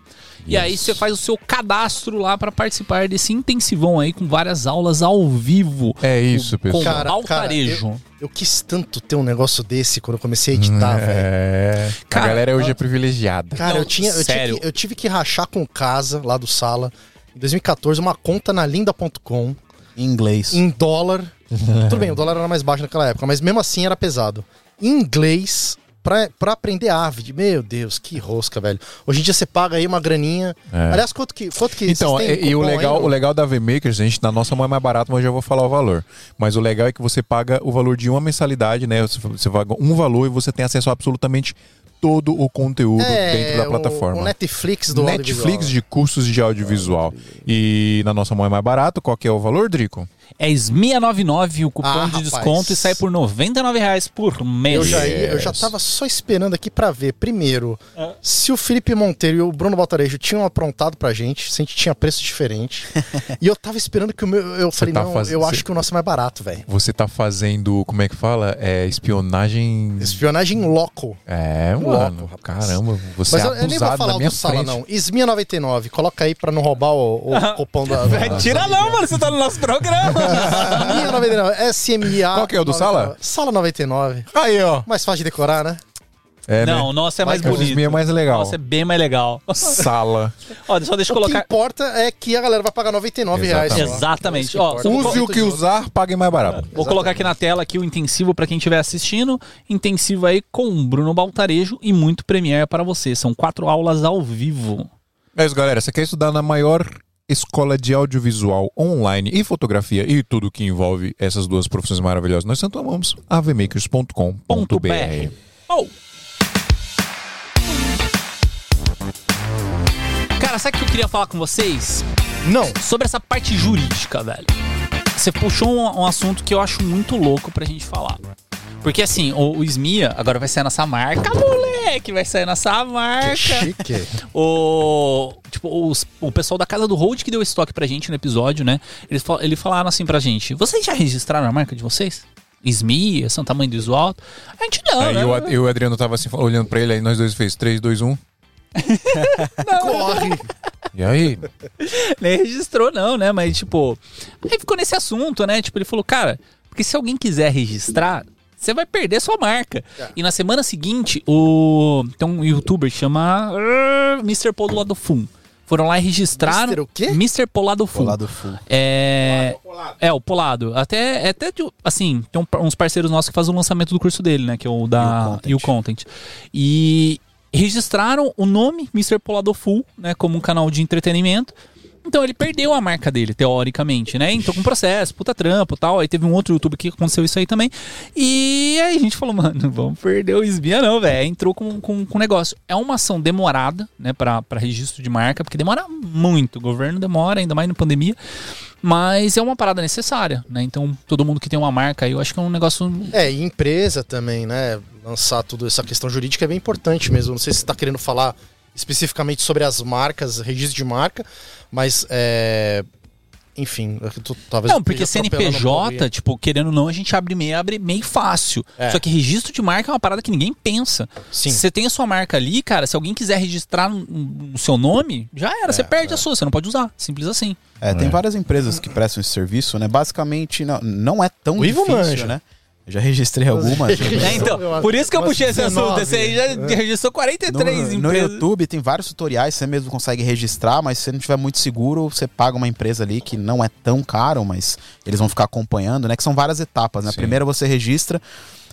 S2: e aí você faz o seu cadastro lá pra participar desse intensivão aí com várias aulas ao vivo
S1: É isso,
S2: com
S1: pessoal.
S3: Cara,
S2: altarejo
S3: Eu quis tanto ter um negócio desse quando eu comecei a editar, velho.
S1: É.
S2: Cara,
S1: a galera hoje é privilegiada.
S3: Cara,
S2: Não,
S3: eu, tinha, eu,
S2: sério.
S3: Tive que, eu tive que rachar com casa lá do sala. Em 2014, uma conta na linda.com
S4: Em inglês.
S3: em dólar. Tudo bem, o dólar era mais baixo naquela época, mas mesmo assim era pesado. Em inglês, pra, pra aprender Avid. Meu Deus, que rosca, velho. Hoje em dia você paga aí uma graninha. Aliás, quanto que, quanto que
S1: É. Então,
S3: vocês têm
S1: e, e o,
S3: cupom aí,
S1: legal,
S3: não?
S1: o legal da VMakers, gente, na nossa mão é mais barato, mas eu já vou falar o valor. Mas o legal é que você paga o valor de uma mensalidade, né? Você, você paga um valor e você tem acesso a absolutamente todo o conteúdo dentro da
S3: É, o-
S1: plataforma.
S3: O, Netflix do
S1: Netflix de cursos de audiovisual. E na nossa mão é mais barato. Qual que é o valor, Drico?
S2: É SMIA99 o cupom
S3: Ah,
S2: de
S3: rapaz.
S2: desconto e sai por R$ 99 reais por mês.
S3: Eu já, ia- eu já
S1: Yes.
S3: tava só esperando aqui pra ver, primeiro, se o Felipe Monteiro e o Bruno Baltarejo tinham aprontado pra gente, se a gente tinha preço diferente. e eu tava esperando que o meu. Eu falei,
S1: tá
S3: não,
S1: faz-
S3: eu
S1: você-
S3: acho que o nosso é mais barato, velho.
S1: Você tá fazendo, como é que fala? É espionagem.
S3: Espionagem loco.
S1: É, mano.
S3: Louco, rapaz.
S1: caramba, você
S3: Mas
S1: é
S3: eu, eu
S1: abusado
S3: nem vou
S1: na
S3: falar o
S1: minha
S3: do Sala,
S1: frente.
S3: não. Ismia99, coloca aí pra não roubar o, o cupom da. da-
S2: Tira não, mano, você tá no nosso programa.
S3: Ismia99, SMA.
S1: Qual que é o do Sala?
S3: Sala 99.
S1: Aí, ó.
S3: Mais fácil de decorar, né?
S1: É,
S2: não,
S1: né?
S2: o nosso é mais
S1: Mas o
S2: bonito.
S1: Esmi é mais legal.
S2: Nossa, é bem mais legal.
S1: Sala.
S2: Ó, só deixa
S3: O que
S2: eu colocar.
S3: importa é que a galera vai pagar 99 reais.
S1: Exatamente.
S3: só.
S2: Exatamente.
S3: É isso que
S2: Ó,
S3: importa.
S2: Sabe
S1: Use
S2: qual-
S1: o que usar, pague mais barato.
S2: Vou colocar aqui na tela aqui o intensivo pra quem estiver assistindo. Intensivo aí com Bruno Baltarejo e muito Premiere para você. São quatro aulas ao vivo.
S1: É isso, galera. Você quer estudar na maior escola de audiovisual online e fotografia e tudo que envolve essas duas profissões maravilhosas? Nós tanto amamos avmakers.com.br.
S2: Oh. Cara, sabe o que eu queria falar com vocês?
S3: Não.
S2: Sobre essa parte jurídica, velho. Você puxou um, um assunto que eu acho muito louco pra gente falar. Porque assim, o, o SMIA agora vai sair nessa marca, moleque! Vai sair nessa marca.
S3: Chique.
S2: O, tipo, os- o pessoal da casa do Hold que deu esse toque pra gente no episódio, né? Eles, fal- eles falaram assim pra gente: vocês já registraram a marca de vocês? Esmia, Santa Mãe do Iso Alto? A gente não,
S1: Aí
S2: né?
S1: eu, eu e o Adriano tava assim, olhando pra ele, aí nós dois fez 3, 2, 1.
S3: Corre.
S1: E aí?
S2: Nem registrou, não, né? Mas, tipo, aí ficou nesse assunto, né? Tipo, ele falou, cara, porque se alguém quiser registrar, você vai perder sua marca.
S3: É.
S2: E na semana seguinte, o. Tem um youtuber que chama. ah, Mr. Polo lá do Fum. Foram lá e registraram.
S3: Mr. o quê?
S2: Mr. Polado Fum.
S4: Lá do full.
S2: É. É, o Polado. Até, é até de- assim, tem um par- uns parceiros nossos que fazem o lançamento do curso dele, né? Que é o da.
S4: E
S2: E
S4: o
S2: o Content. E registraram o nome Mr. Polado Full, né? Como um canal de entretenimento. Então ele perdeu a marca dele, teoricamente, né? Então com processo, puta trampo e tal. Aí teve um outro YouTube que aconteceu isso aí também. E aí a gente falou, mano, vamos perder o Esbia não, velho. Entrou com, com, com negócio. É uma ação demorada, né, pra, pra registro de marca, porque demora muito. O governo demora, ainda mais na pandemia. Mas é uma parada necessária, né? Então todo mundo que tem uma marca aí, eu acho que é um negócio...
S3: É, e empresa também, né? Lançar tudo essa questão jurídica é bem importante mesmo. Não sei se você está querendo falar especificamente sobre as marcas, registro de marca, mas é. Enfim, eu tô, talvez.
S2: Não,
S3: eu
S2: porque
S3: esteja atropelando um pouco
S2: CNPJ,
S3: aí.
S2: tipo, querendo ou não, a gente abre meio, abre meio fácil.
S3: É.
S2: Só que registro de marca é uma parada que ninguém pensa.
S3: Sim.
S2: Se você tem a sua marca ali, cara, se alguém quiser registrar um- um- o seu nome, já era, você perde a sua, você não pode usar. Simples assim.
S4: É, tem
S1: É.
S4: várias empresas que prestam esse serviço, né? Basicamente, não, não é tão
S3: O Ivo
S4: difícil,
S3: manja.
S4: né? Eu já registrei algumas.
S2: É, então, por isso que eu
S3: Umas
S2: puxei esse assunto.
S3: 19,
S2: Esse aí já registrou
S4: No,
S2: 43
S4: no
S2: empresas.
S4: YouTube tem vários tutoriais, você mesmo consegue registrar, mas se não tiver muito seguro, você paga uma empresa ali que não é tão caro, mas eles vão ficar acompanhando, né? Que são várias etapas, né?
S1: Sim.
S4: Primeiro você registra,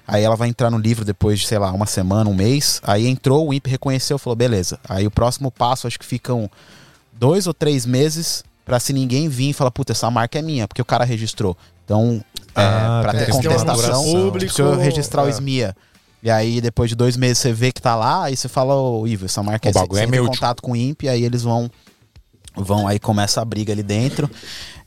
S4: aí ela vai entrar no livro depois de, sei lá, uma semana, um mês. Aí entrou, o INPE reconheceu, falou, beleza. Aí o próximo passo, acho que ficam dois ou três meses pra se ninguém vir e falar, puta, essa marca é minha, porque o cara registrou. Então,
S1: Ah,
S4: é, pra
S1: tem
S4: ter
S1: que ter uma
S4: contestação,
S1: apuração.
S4: tipo, se eu registrar o
S3: É.
S4: SMIA, e aí, depois de dois meses, você vê que tá lá, aí você fala, ô Ivo, essa
S1: O
S4: marca é, você-
S1: bagulho
S4: você
S1: é
S4: entra
S1: meu,
S4: em contato com o INPE, aí eles vão, vão, aí começa a briga ali dentro.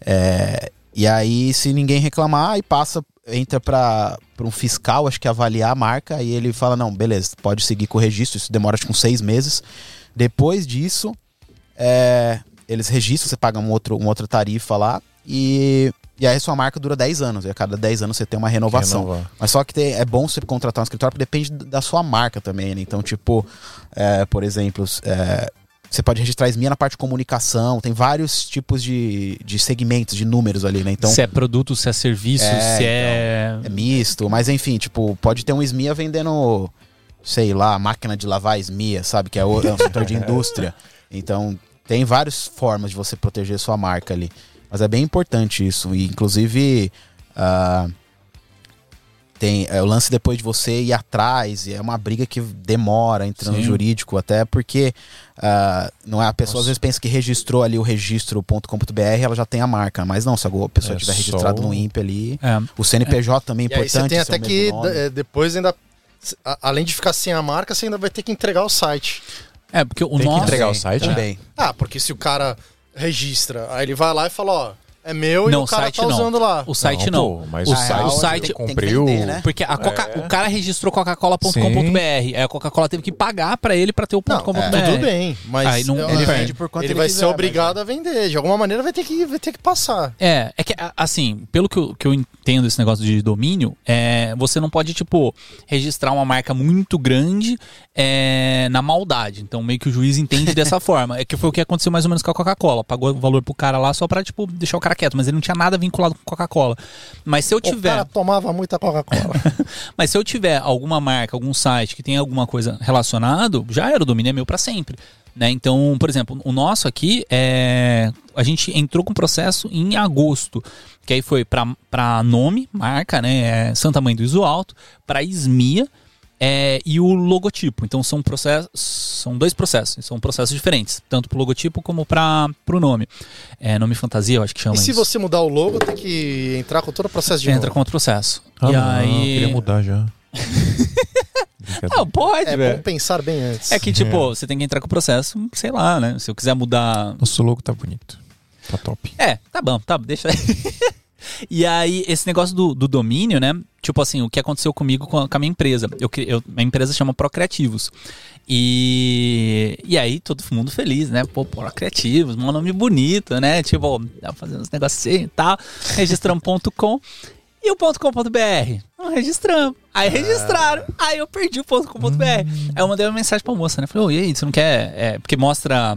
S4: É, e aí, se ninguém reclamar, aí passa, entra pra, pra um fiscal, acho que avaliar a marca, aí ele fala, não, beleza, pode seguir com o registro, isso demora acho que uns seis meses. Depois disso, é, eles registram, você paga um outro, uma outra tarifa lá, e, e aí sua marca dura 10 anos, e a cada 10 anos você tem uma renovação.
S1: Renovar.
S4: Mas só que tem- é bom você contratar um escritório, porque depende da sua marca também, né? Então, tipo, é, por exemplo, é, você pode registrar SMIA na parte de comunicação, tem vários tipos de, de segmentos, de números ali, né? Então,
S2: se é produto, se é serviço,
S4: É,
S2: se é.
S4: é misto, mas enfim, tipo, pode ter um SMIA vendendo, sei lá, máquina de lavar SMIA, sabe? Que é, o, é um setor de indústria. Então, tem várias formas de você proteger sua marca ali. Mas é bem importante isso. E, inclusive, ah, tem é, o lance depois de você ir atrás. E é uma briga que demora entrando no
S2: Sim.
S4: jurídico, até porque ah, não é, a pessoa às vezes pensa que registrou ali o registro.com.br, ela já tem a marca. Mas não, se a go- a pessoa
S1: É
S4: tiver
S1: só
S4: registrado
S1: o-
S4: no INPE ali...
S2: é.
S4: O CNPJ também é
S3: E aí
S4: importante.
S2: um
S3: você tem
S4: seu
S3: até
S4: mesmo
S3: que.
S4: nome.
S3: é, depois ainda. a- além de ficar sem a marca, você ainda vai ter que entregar o site.
S2: É, porque o
S1: Tem que
S2: nosso.
S1: entregar o site? né?
S4: Também.
S3: Ah, porque se o cara registra, aí ele vai lá e fala, ó, é meu e
S2: Não,
S3: o cara
S2: site
S3: tá
S2: não.
S3: usando lá.
S2: O site não.
S1: pô, mas
S2: o,
S1: o
S2: site,
S1: site,
S2: o site-
S4: tem que
S1: cumpriu.
S4: vender, né?
S2: porque a Coca- o cara registrou coca-cola.com.br. Aí a Coca-Cola teve que pagar pra ele pra ter o
S3: Não,
S2: .com.br.
S3: É. tudo bem, mas
S2: é. Aí não-
S3: eu-
S2: ele
S3: ele,
S2: vende
S4: por quanto
S3: ele
S4: ele
S3: vai
S4: quiser,
S3: ser
S4: mas-
S3: obrigado a vender. De alguma maneira vai ter que, vai ter que passar.
S2: É, é que a- assim, pelo que eu, que eu entendo esse negócio de domínio, é, você não pode, tipo, registrar uma marca muito grande é, na maldade. Então, meio que o juiz entende dessa forma. É que foi o que aconteceu mais ou menos com a Coca-Cola. Pagou o valor pro cara lá só pra, tipo, deixar o cara quieto, mas ele não tinha nada vinculado com Coca-Cola. Mas se eu
S3: O
S2: tiver. Então
S3: cara tomava muita Coca-Cola.
S2: Mas se eu tiver alguma marca, algum site que tem alguma coisa relacionado, já era o domínio é meu para sempre. Né? Então, por exemplo, o nosso aqui é. A gente entrou com o processo em agosto. Que aí foi para nome, marca, né? É Santa Mãe do Iso Alto, para Ismia é, e o logotipo. Então são processos. São dois processos, são processos diferentes, tanto pro logotipo como para o nome. É, nome fantasia, eu acho que chama
S3: e se
S2: isso.
S3: você mudar o logo, tem que entrar com todo o processo de
S2: Entra
S3: novo.
S2: com outro processo.
S1: Ah,
S2: e
S1: não, eu
S2: aí.
S1: queria mudar já.
S2: Ah, pode,
S3: É
S2: velho.
S3: bom pensar bem antes.
S2: É que, tipo, você tem que entrar com o processo, sei lá, né? Se eu quiser mudar.
S1: Nosso logo tá bonito. Tá top.
S2: É, tá bom, tá, deixa aí. E aí, esse negócio do, do domínio, né? Tipo assim, o que aconteceu comigo com a, com a minha empresa. Eu, cri- eu, minha empresa chama Procreativos. E, e aí, todo mundo feliz, né? Pô, Procreativos, um nome bonito, né? Tipo, ó, tá fazendo uns negocinhos e tal. Registramos.com. E o .com.br? Não registramos. Aí registraram. Aí eu perdi o .com.br. Aí eu mandei uma mensagem pra moça, né? Falei, ô, e aí, você não quer... é, porque mostra...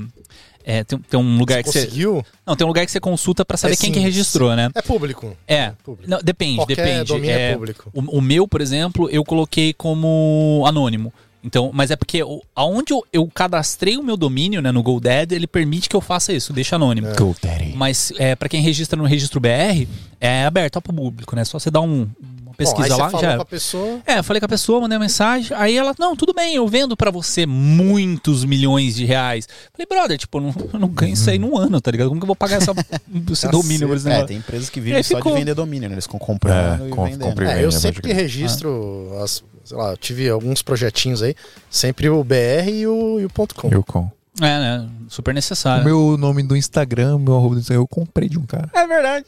S2: é, tem, tem um lugar que você...
S3: Conseguiu?
S2: Não, tem um lugar que você consulta pra saber
S3: É
S2: quem
S3: sim,
S2: que registrou, né?
S3: É público.
S2: É.
S3: público.
S2: Não, depende,
S3: Qualquer
S2: depende.
S3: domínio é
S2: É,
S3: público.
S2: O, o meu, por exemplo, eu coloquei como anônimo. Então, mas é porque o- aonde eu, eu cadastrei o meu domínio, né, no GoDaddy, ele permite que eu faça isso,
S3: É.
S2: deixa anônimo.
S1: Go Daddy.
S2: Mas é, para quem registra no registro BR, é aberto ao público, né? Só você dá um, uma pesquisa
S3: Bom, aí
S2: lá
S3: você falou
S2: já.
S3: com a pessoa.
S2: É, eu falei com a pessoa, mandei uma mensagem. Aí ela, não, tudo bem, eu vendo pra você muitos milhões de reais. Falei, brother, tipo, eu não, eu não ganho isso aí num ano, tá ligado? Como que eu vou pagar essa, esse domínio por esse
S4: É,
S2: negócio?
S4: tem empresas que
S2: E
S4: vivem
S2: aí
S4: só de
S2: ficou.
S4: vender domínio, né? Eles ficam comprando
S1: É,
S4: e
S1: com-
S4: vendendo.
S1: comprei.
S3: É,
S1: Vem,
S3: eu
S1: né,
S3: sempre
S1: pode
S3: que
S1: crer.
S3: registro, as- sei lá, eu tive alguns projetinhos aí, sempre o BR e o, e o ponto .com.
S1: Eu com.
S2: É, né? Super necessário.
S1: O meu nome do Instagram, meu arroba do Instagram, eu comprei de um cara.
S2: É verdade.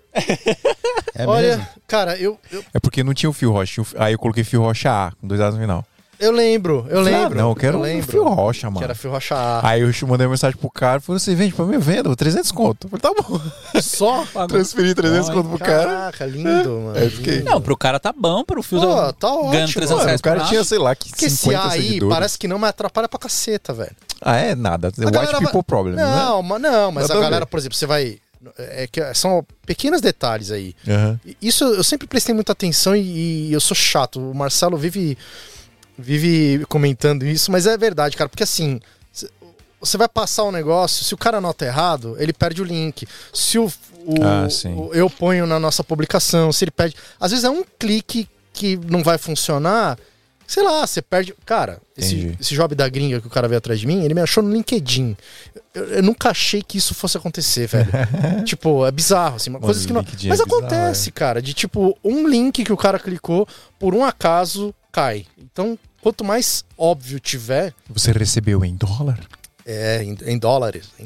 S4: É
S3: Olha,
S4: mesmo?
S3: cara, eu, eu,
S1: É porque não tinha o Fio Rocha. tinha o Fio- Aí eu coloquei Fio Rocha A, com dois A's no final.
S3: eu lembro, eu
S1: Falei, ah,
S3: lembro.
S1: não, eu quero um
S3: lembro
S1: Fio Rocha,
S3: Que
S1: mano.
S3: era Fio Rocha A.
S1: Aí eu mandei uma mensagem pro cara, falou, você vende pra mim? Eu Vendo, 300 conto. Eu falei, tá bom.
S3: Só?
S1: Transferi 300
S2: Ai,
S1: conto pro cara.
S3: Caraca, lindo, mano.
S1: Aí eu fiquei-
S3: lindo.
S2: Não, pro cara tá bom, pro fio
S3: Pô, tá
S2: ganhando
S3: ótimo.
S2: 300
S1: Mano,
S2: reais
S1: o cara
S2: por
S1: tinha,
S2: nada.
S1: sei lá, que
S3: Porque esse
S1: 50
S3: A aí
S1: seguidores.
S3: parece que não, mas atrapalha pra caceta, velho.
S1: Ah, é nada.
S3: A
S1: White
S3: galera vai-
S1: people problem, né?
S3: Não, mas, não, mas
S1: Nada
S3: a
S1: a
S3: galera,
S1: ver.
S3: por exemplo, você vai. É que são pequenos detalhes aí.
S1: Aham.
S3: Isso eu sempre prestei muita atenção e, e eu sou chato. O Marcelo vive, vive comentando isso, mas é verdade, cara, porque assim. c- Você vai passar um negócio, se o cara anota errado, ele perde o link. Se o, o-
S1: Ah, sim.
S3: o- eu ponho na nossa publicação, se ele perde. Às vezes é um clique que não vai funcionar. Sei lá, você perde. Cara, esse,
S1: Entendi.
S3: esse job da gringa que o cara veio atrás de mim, ele me achou no LinkedIn. Eu, eu nunca achei que isso fosse acontecer, velho. tipo, é bizarro, assim, uma
S1: Mano,
S3: coisas que não.
S1: LinkedIn é
S3: Mas
S1: bizarro,
S3: acontece, cara, de tipo, um link que o cara clicou, por um acaso, cai. Então, quanto mais óbvio tiver,
S1: Você recebeu em dólar?
S3: é, em, em dólares. Em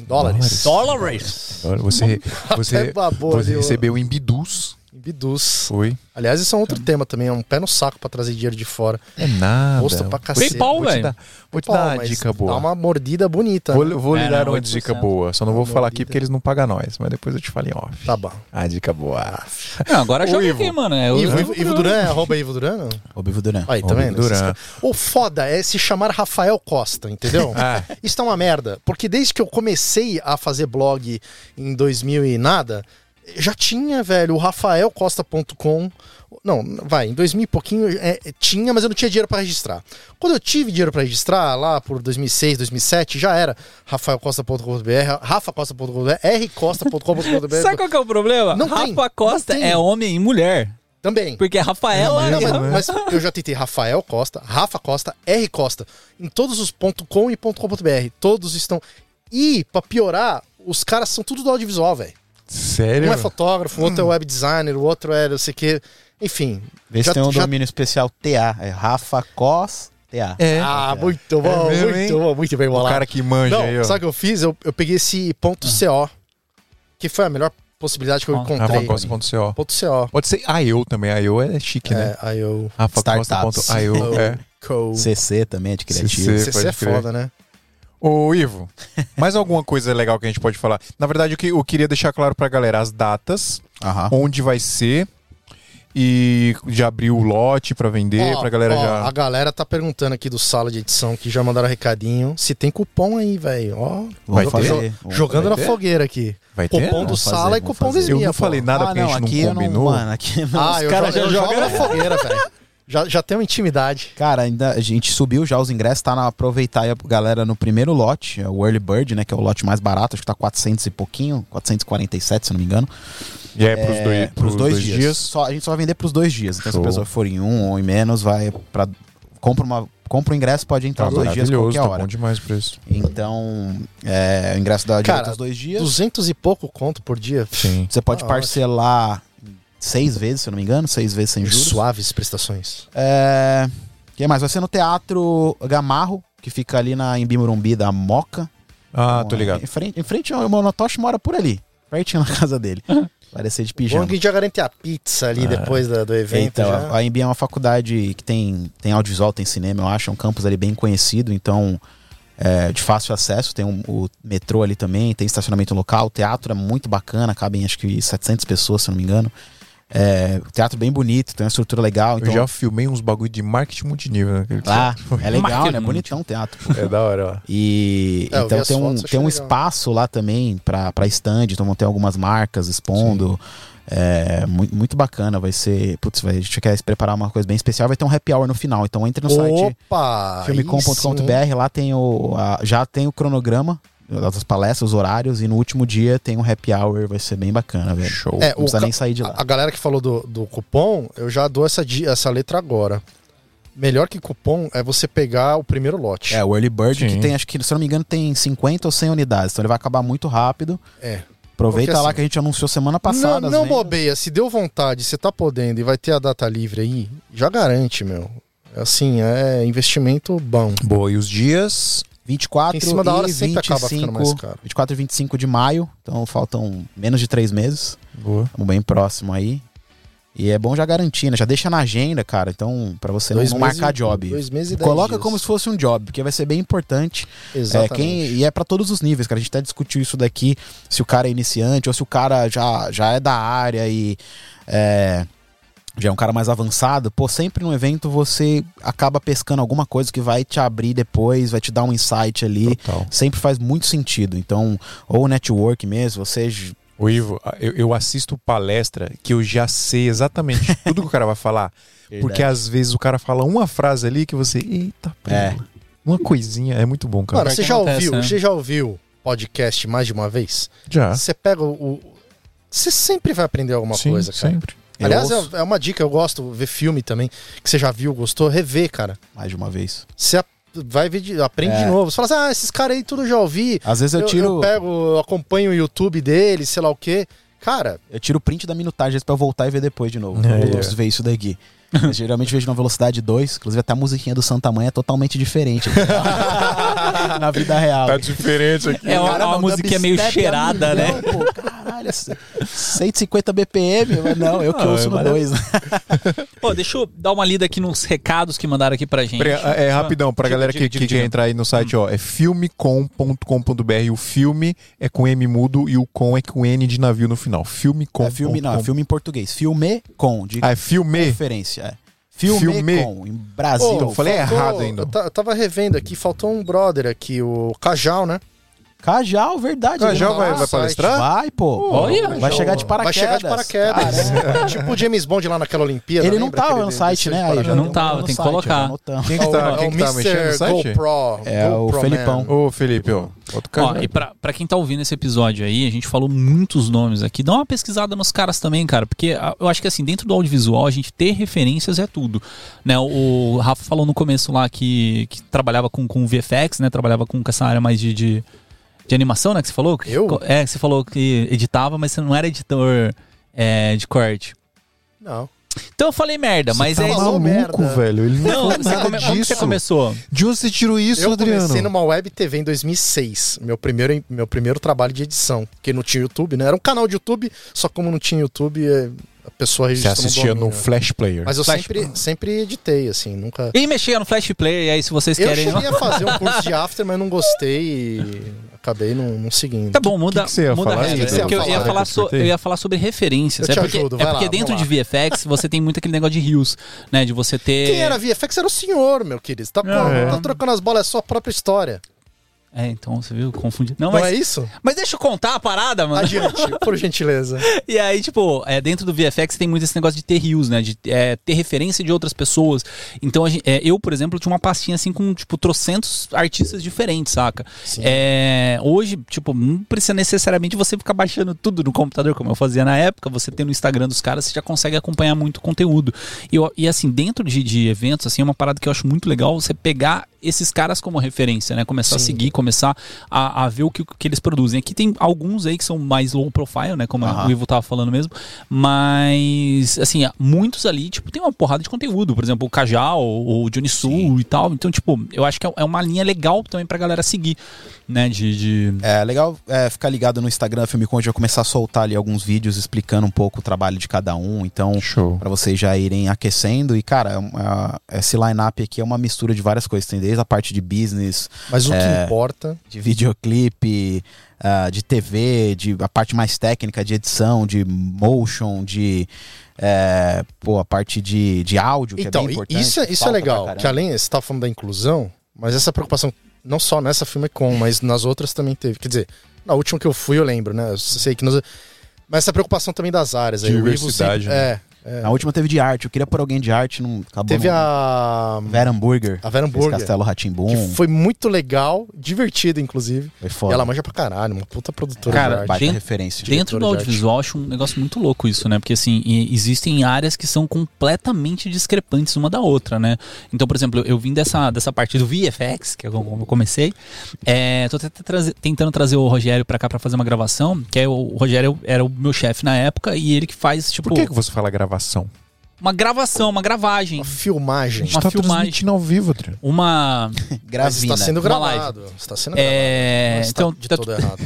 S1: Dólares.
S3: dólares.
S2: Dólares.
S1: Agora Você,
S3: Até
S1: você,
S3: babou
S1: você
S3: ali, ó.
S1: recebeu em bidus?
S3: Em bidus.
S1: Foi.
S3: Aliás, isso é um outro tema também, é um pé no saco pra trazer dinheiro de fora.
S1: É nada.
S3: Gosto pra
S1: Vou te-
S3: cacete.
S2: PayPal,
S1: vou te
S2: velho.
S1: dar, vou te
S3: Pô,
S1: dar uma
S3: mas
S1: dica boa.
S3: Dá uma mordida bonita. né?
S1: Vou, vou lhe
S2: É,
S1: dar
S2: não,
S1: uma
S2: 8%.
S1: dica boa. Só não vou falar aqui
S3: vida.
S1: porque eles não pagam nós, mas depois eu te falo em off.
S3: Tá bom.
S1: A dica boa.
S2: Não, agora
S1: O
S2: joga
S1: Ivo.
S2: aqui, mano. É o
S3: Ivo, Ivo- Ivo Duran, é arroba Ivo Duran? não?
S4: O Bivo Duran.
S3: Aí, tá
S1: Arroba
S3: vendo?
S1: Ivo Duran.
S3: Esses caras- O foda é se chamar Rafael Costa, entendeu?
S1: Ah.
S3: Isso tá uma merda. Porque desde que eu comecei a fazer blog em 2000 e nada, já tinha, velho, o rafaelcosta.com. Não, vai, em 2000 e pouquinho é, tinha, mas eu não tinha dinheiro pra registrar. Quando eu tive dinheiro pra registrar, lá por 2006, 2007, já era rafaelcosta.com.br, rafacosta.com.br, rcosta.com.br.
S2: Sabe qual que é o problema?
S3: Não
S2: Rafa
S3: tem,
S2: Costa
S3: não tem. É
S2: é homem e mulher.
S3: Também.
S2: Porque a Rafaela. é
S3: Não,
S1: Mas-
S3: mas, mas eu já tentei Rafael Costa, Rafa Costa, R Costa, em todos os .com e .com.br. Todos estão. E, pra piorar, os caras são tudo do audiovisual, velho.
S1: Sério?
S3: Um é fotógrafo, o outro é web designer, o outro é não sei o quê. Enfim.
S4: Vê se
S3: já-
S4: tem um
S3: já-
S4: domínio especial TA. É Rafa Cos TA.
S1: É.
S3: Ah, muito bom,
S1: mesmo,
S3: muito
S1: hein?
S3: bom, muito bem
S1: o
S3: bolado.
S1: cara que manja
S3: Não,
S1: aí, ó. Ah.
S3: sabe o que eu fiz? Eu, eu peguei esse ponto .co, que foi a melhor possibilidade que eu
S2: Ah,
S3: encontrei.
S1: RafaCosta.co.
S3: Ponto .co.
S1: Pode ser IO também. IO é chique, né?
S3: É, IO,
S1: RafaCosta.io. É.
S3: Co.
S4: CC também é de criativo.
S1: CC.
S3: CC é
S1: pode crer.
S3: foda, né?
S1: Ô, Ivo, mais alguma coisa legal que a gente pode falar? Na verdade, o que eu queria deixar claro pra galera as datas,
S4: Aham.
S1: onde vai ser e já abriu o lote pra vender,
S3: Ó,
S1: pra galera
S3: ó,
S1: já.
S3: A galera tá perguntando aqui do sala de edição, que já mandaram recadinho, se tem cupom aí, velho. Ó,
S4: Vamos
S1: Vai
S4: fazer.
S1: ter?
S4: Vamos-
S3: jogando
S4: vai
S3: na
S4: ter?
S3: fogueira aqui.
S1: Vai ter?
S3: Cupom do
S4: Vamos fazer,
S3: sala e
S4: vamos
S3: cupom
S4: fazer.
S3: do
S1: Eu não falei nada porque a gente
S4: Ah, aqui eu
S1: não combinou.
S4: mano, aqui não.
S3: Ah,
S4: os
S3: eu
S4: caras
S3: jogo,
S4: já
S3: eu jogo
S4: jogam.
S3: na fogueira, velho. Já, já tem uma intimidade.
S4: Cara, ainda a gente subiu já os ingressos, tá na aproveitar aí a galera no primeiro lote, é o Early Bird, né, que é o lote mais barato, acho que tá 400 e pouquinho, 447, se não me engano.
S1: E é pros,
S4: É,
S1: dois, pros dois, dias.
S4: Só, a gente só vai vender pros dois dias. Então,
S1: Show.
S4: se a pessoa for em um ou em menos, vai para compra uma compra o ingresso, pode entrar
S1: Tá
S4: os dois dias
S1: maravilhoso, tá
S4: qualquer
S1: bom
S4: hora.
S1: demais o preço.
S4: Então, é, o ingresso dá direito
S3: Cara,
S4: aos dois dias.
S3: 200 e pouco conto por dia.
S1: Sim.
S4: Você pode
S3: Ah,
S4: parcelar seis vezes, se eu não me engano, seis vezes sem juros.
S3: Suaves prestações.
S4: É... que mais? Vai ser no Teatro Gamarro, que fica ali na em Morumbi da Moca.
S1: Ah,
S4: Então,
S1: tô
S4: é,
S1: ligado.
S4: Em frente, em frente ao Monotoshi mora por ali, pertinho na casa dele. Parecer de
S3: Bom, é
S4: pijama.
S3: que a gente já garante a pizza
S1: Ah.
S3: ali depois da- do evento.
S4: Então,
S3: já.
S4: a Embi é uma faculdade que tem, tem audiovisual, tem cinema, eu acho. É um campus ali bem conhecido, então é, de fácil acesso. Tem um- o metrô ali também, tem estacionamento local. O teatro é muito bacana, cabem acho que 700 pessoas, se eu não me engano. É, o teatro bem bonito, tem uma estrutura legal. Então,
S1: eu já filmei uns bagulho de marketing multinível né, naquele
S4: lá, é legal,
S2: Marketing.
S4: né? Bonitão o teatro.
S1: É da hora, ó.
S4: E
S3: É, eu vi
S4: então
S3: as
S4: tem um,
S3: fotos, achei
S4: tem um
S3: legal.
S4: espaço lá também pra pra stand, então vão ter algumas marcas expondo. É, mu- muito, bacana, vai ser. Putz, vai, a gente quer se preparar uma coisa bem especial, vai ter um happy hour no final. Então entre no site
S3: Opa! aí sim.
S4: filmecom.com.br, lá tem o. a- já tem o cronograma das palestras, os horários, e no último dia tem um happy hour, vai ser bem bacana, velho.
S1: Show.
S3: É,
S4: Não
S3: o
S4: precisa
S3: ca-
S4: nem sair de lá.
S3: A a galera que falou do, do cupom, eu já dou essa, di- essa letra agora. Melhor que cupom é você pegar o primeiro lote.
S4: É, o Early Bird,
S1: Sim.
S4: que tem, acho que, se eu não me engano, tem 50 ou 100 unidades, então ele vai acabar muito rápido.
S3: É.
S4: Aproveita
S3: Porque,
S4: lá
S3: assim,
S4: que a gente anunciou semana passada.
S3: não
S4: as
S3: não
S4: vendas.
S3: bobeia, se deu vontade, você tá podendo e vai ter a data livre aí, já garante, meu. Assim, é investimento bom.
S1: Boa, e os dias?
S4: 24
S3: Em cima da hora
S4: e
S3: sempre
S4: 25,
S3: acaba ficando mais caro.
S4: 24 e 25 de maio, então faltam menos de três meses,
S1: Boa.
S4: estamos bem próximo aí. E é bom já garantir, né? Já deixa na agenda, cara, então pra você não,
S3: Dois
S4: não
S3: meses
S4: marcar
S3: e-
S4: job.
S3: Dois meses e dez
S4: Coloca
S3: dias.
S4: como se fosse um job, porque vai ser bem importante. É,
S3: Exatamente.
S4: quem, e é pra todos os níveis, cara. A gente até discutiu isso daqui, se o cara é iniciante ou se o cara já, já é da área e é, já é um cara mais avançado. Pô, sempre num evento você acaba pescando alguma coisa que vai te abrir depois, vai te dar um insight ali
S1: Total.
S4: sempre faz muito sentido. Então, ou o network mesmo, você. j-
S1: O Ivo, eu, eu assisto palestra que eu já sei exatamente tudo que o cara vai falar. Porque às vezes o cara fala uma frase ali que você. Eita, pô,
S4: É.
S1: uma coisinha. É muito bom, cara.
S3: Mano,
S2: Pior
S3: você
S2: que
S3: já
S2: acontece,
S3: ouviu,
S2: né?
S3: você já ouviu podcast mais de uma vez?
S1: já.
S3: Você pega o, o- Você sempre vai aprender alguma
S1: Sim,
S3: coisa, cara.
S1: sempre.
S4: eu
S3: Aliás,
S4: ouço
S3: é, é uma dica, eu gosto de ver filme também, que você já viu, gostou, rever, cara.
S4: mais de uma vez.
S3: Você a- vai ver, de- aprende
S4: É.
S3: de novo. Você fala assim, ah, esses caras aí tudo eu já ouvi.
S4: Às vezes eu tiro, eu,
S3: pego, eu acompanho o YouTube dele, sei lá o quê. Cara,
S4: tiro o print da minutagem às vezes, pra eu voltar e ver depois de novo.
S1: É, é.
S4: eu preciso ver isso daqui. Eu geralmente vejo na velocidade 2, inclusive até a musiquinha do Santa Mãe é totalmente diferente na vida real.
S1: Tá- diferente aqui.
S2: É uma,
S4: Cara,
S2: uma
S4: mas
S2: musiquinha meio
S4: dubstep é
S2: cheirada,
S4: a
S2: né?
S4: milhão, Pô, caralho, 150 BPM, mas não, eu que
S1: Ah,
S4: ouço no né?
S1: mas é-
S4: 2.
S2: Pô, deixa eu dar uma lida aqui nos recados que mandaram aqui pra gente.
S1: É, rapidão, pra
S2: Diga,
S1: galera
S2: diga,
S1: que,
S2: diga,
S1: que quer
S2: diga.
S1: entrar aí no site, ó, é filmecom.com.br. O filme é com M mudo e o com é com N de navio no final. Filmecom.
S4: É filme, não, é filme em português. Filme com, de
S1: Ah, é filme.
S4: referência. é. Filme,
S1: Filme.
S4: com, em Brasil.
S3: Ô,
S1: eu
S4: É
S1: falei
S3: faltou-
S1: errado ainda.
S3: Eu, ta- eu tava revendo aqui, faltou um brother aqui, o Cajal, né?
S4: Cajal, verdade.
S1: Cajal
S4: ele
S1: vai-
S4: tá lá.
S1: vai palestrar?
S4: Vai, pô.
S2: Olha,
S4: vai
S2: Cajal.
S4: chegar de
S3: Vai
S4: paraquedas.
S3: chegar de paraquedas. tipo o James Bond lá naquela Olimpíada.
S4: Ele não
S3: lembra?
S4: tava
S3: Aquele
S4: no
S3: de-
S4: site,
S3: descer
S4: né?
S3: de
S4: Aí, eu já
S3: paraquedas.
S2: Não
S4: tô
S2: tava,
S4: olhando no
S2: tem que
S4: site, eu já
S2: colocar.
S4: anotando.
S1: Quem que tá,
S3: É o-
S1: quem que tá
S3: é o
S1: mexendo no
S3: Mr.
S1: site?
S3: GoPro.
S4: É, o
S3: GoPro
S4: Felipão.
S3: Man.
S1: Ô, Felipe, ó. Bota o
S2: Ó,
S1: cara.
S2: e pra, pra quem tá ouvindo esse episódio aí, a gente falou muitos nomes aqui. Dá uma pesquisada nos caras também, cara, porque a- eu acho que assim, dentro do audiovisual, a gente ter referências é tudo. Né? O Rafa falou no começo lá que, que trabalhava com, com VFX, né? Trabalhava com, com essa área mais de, de, de animação, né? Que você falou? Que-
S3: Eu?
S2: É, que você falou que editava, mas você não era editor é, de corte.
S3: Não.
S2: Então eu falei merda, mas
S1: tá
S2: é.
S3: falou
S1: maluco,
S3: merda.
S1: velho. Ele não,
S2: Não,
S1: falou
S2: você
S1: nada
S2: come- como que você
S1: disso.
S2: começou?
S1: De onde você tirou isso,
S3: eu
S1: Adriano?
S3: comecei numa web TV em 2006, meu primeiro, meu primeiro trabalho de edição, porque não tinha YouTube, né? Era um canal de YouTube, só como não tinha YouTube, é, a pessoa
S1: Você
S3: registrou
S1: assistia no
S3: domínio.
S1: Flash Player.
S3: Mas eu
S2: Flash-
S3: sempre, sempre editei, assim, nunca...
S2: E mexia no Flash Player, e aí se vocês
S3: Eu
S2: querem. né?
S3: cheguei a fazer um curso de after, mas não gostei e acabei não, não seguindo.
S2: Tá bom, muda,
S1: que você ia
S2: muda
S1: falar,
S2: a regra.
S3: Edu? Que que
S2: Porque
S3: você ia
S2: eu, ia
S3: falar,
S2: falar
S1: que eu
S2: so-
S1: cortei?
S2: eu ia falar sobre referências.
S3: Eu
S2: é
S3: te
S2: porque,
S3: ajudo,
S2: é
S3: vai
S2: porque
S3: lá,
S2: dentro de
S3: vamos
S2: VFX você tem muito aquele negócio de rios, né? De você ter.
S3: Quem era VFX era o senhor, meu querido. Tá,
S1: É.
S3: tá trocando as bolas, é sua própria história.
S2: É, então você viu, confundi. Não,
S3: Não
S2: mas,
S3: é isso?
S2: mas deixa eu contar a parada, mano.
S3: Adiante, por gentileza.
S2: E aí, tipo, é, dentro do VFX tem muito esse negócio de ter rios, né? De é, ter referência de outras pessoas. Então, a gen- é, eu, por exemplo, tinha uma pastinha assim com, tipo, trocentos artistas diferentes, saca?
S3: Sim.
S2: É, hoje, tipo, não precisa necessariamente você ficar baixando tudo no computador, como eu fazia na época. Você tem no Instagram dos caras, você já consegue acompanhar muito conteúdo. E, eu- e assim, dentro de, de eventos, assim, é uma parada que eu acho muito legal você pegar esses caras como referência, né? Começar a
S3: Sim.
S2: seguir, começar a, a ver o que, que eles produzem. Aqui tem alguns aí que são mais low profile, né? Como
S4: Aham.
S2: o Ivo tava falando mesmo. Mas, assim, muitos ali, tipo, tem uma porrada de conteúdo. Por exemplo, o Cajal, o Johnny Sul e tal. Então, tipo, eu acho que é- é uma linha legal também pra galera seguir, né? De. de-
S4: É legal é, ficar ligado no Instagram Filme Conde, eu vou começar a soltar ali alguns vídeos explicando um pouco o trabalho de cada um, então
S1: Show.
S4: pra vocês já irem aquecendo. E cara, é um- é- esse line-up aqui é uma mistura de várias coisas, tem desde a parte de business,
S3: Mas o
S2: É.
S3: que importa.
S4: de videoclipe, ah, de TV, de a parte mais técnica de edição, de motion, de é, pô, a parte de, de áudio, que é
S3: Então,
S4: bem
S3: e
S4: importante.
S3: isso, é- isso é
S4: falta pra
S3: legal.
S4: caramba.
S3: Que além, você tá falando da inclusão, mas essa preocupação, não só nessa filme é com, mas nas outras também teve. Quer dizer, na última que eu fui, eu lembro, né? Eu sei que nós. Mas essa preocupação também das áreas. aí, o Ivo
S1: Diversidade,
S3: sempre-
S1: né?
S3: É.
S4: Na última teve de arte, eu queria pôr alguém de arte, não acabou.
S3: Teve
S4: não-
S3: a.
S4: Vera Hamburger.
S3: A Vera
S4: Fez
S3: Hamburger,
S4: Castelo Ratimbum.
S3: que foi muito legal, divertida, inclusive.
S4: Foi
S3: E
S4: foda.
S3: ela manja pra caralho, uma puta produtora.
S2: Cara,
S3: de arte.
S4: Baita
S2: dentro-
S4: referência.
S2: Dentro do
S3: Diretora de
S2: audiovisual, eu acho um negócio muito louco isso, né? Porque, assim, e- existem áreas que são completamente discrepantes uma da outra, né? Então, por exemplo, eu vim dessa, dessa parte do VFX, que é como eu comecei. É, tô tenta- traze- tentando trazer o Rogério pra cá pra fazer uma gravação, que é o, o Rogério era o meu chefe na época e ele que faz, tipo,
S1: Por que, que você fala gravação?
S2: uma gravação, uma gravagem.
S3: Uma filmagem.
S1: A gente
S2: Uma
S1: tá
S2: filmagem.
S1: transmitindo ao vivo, Adriano.
S2: Uma.
S3: Mas está
S4: Gravina.
S3: sendo
S2: Uma live.
S3: gravado. Está sendo gravado.
S2: É,
S3: Mas tá
S2: então,
S3: de
S2: tá-
S3: todo errado.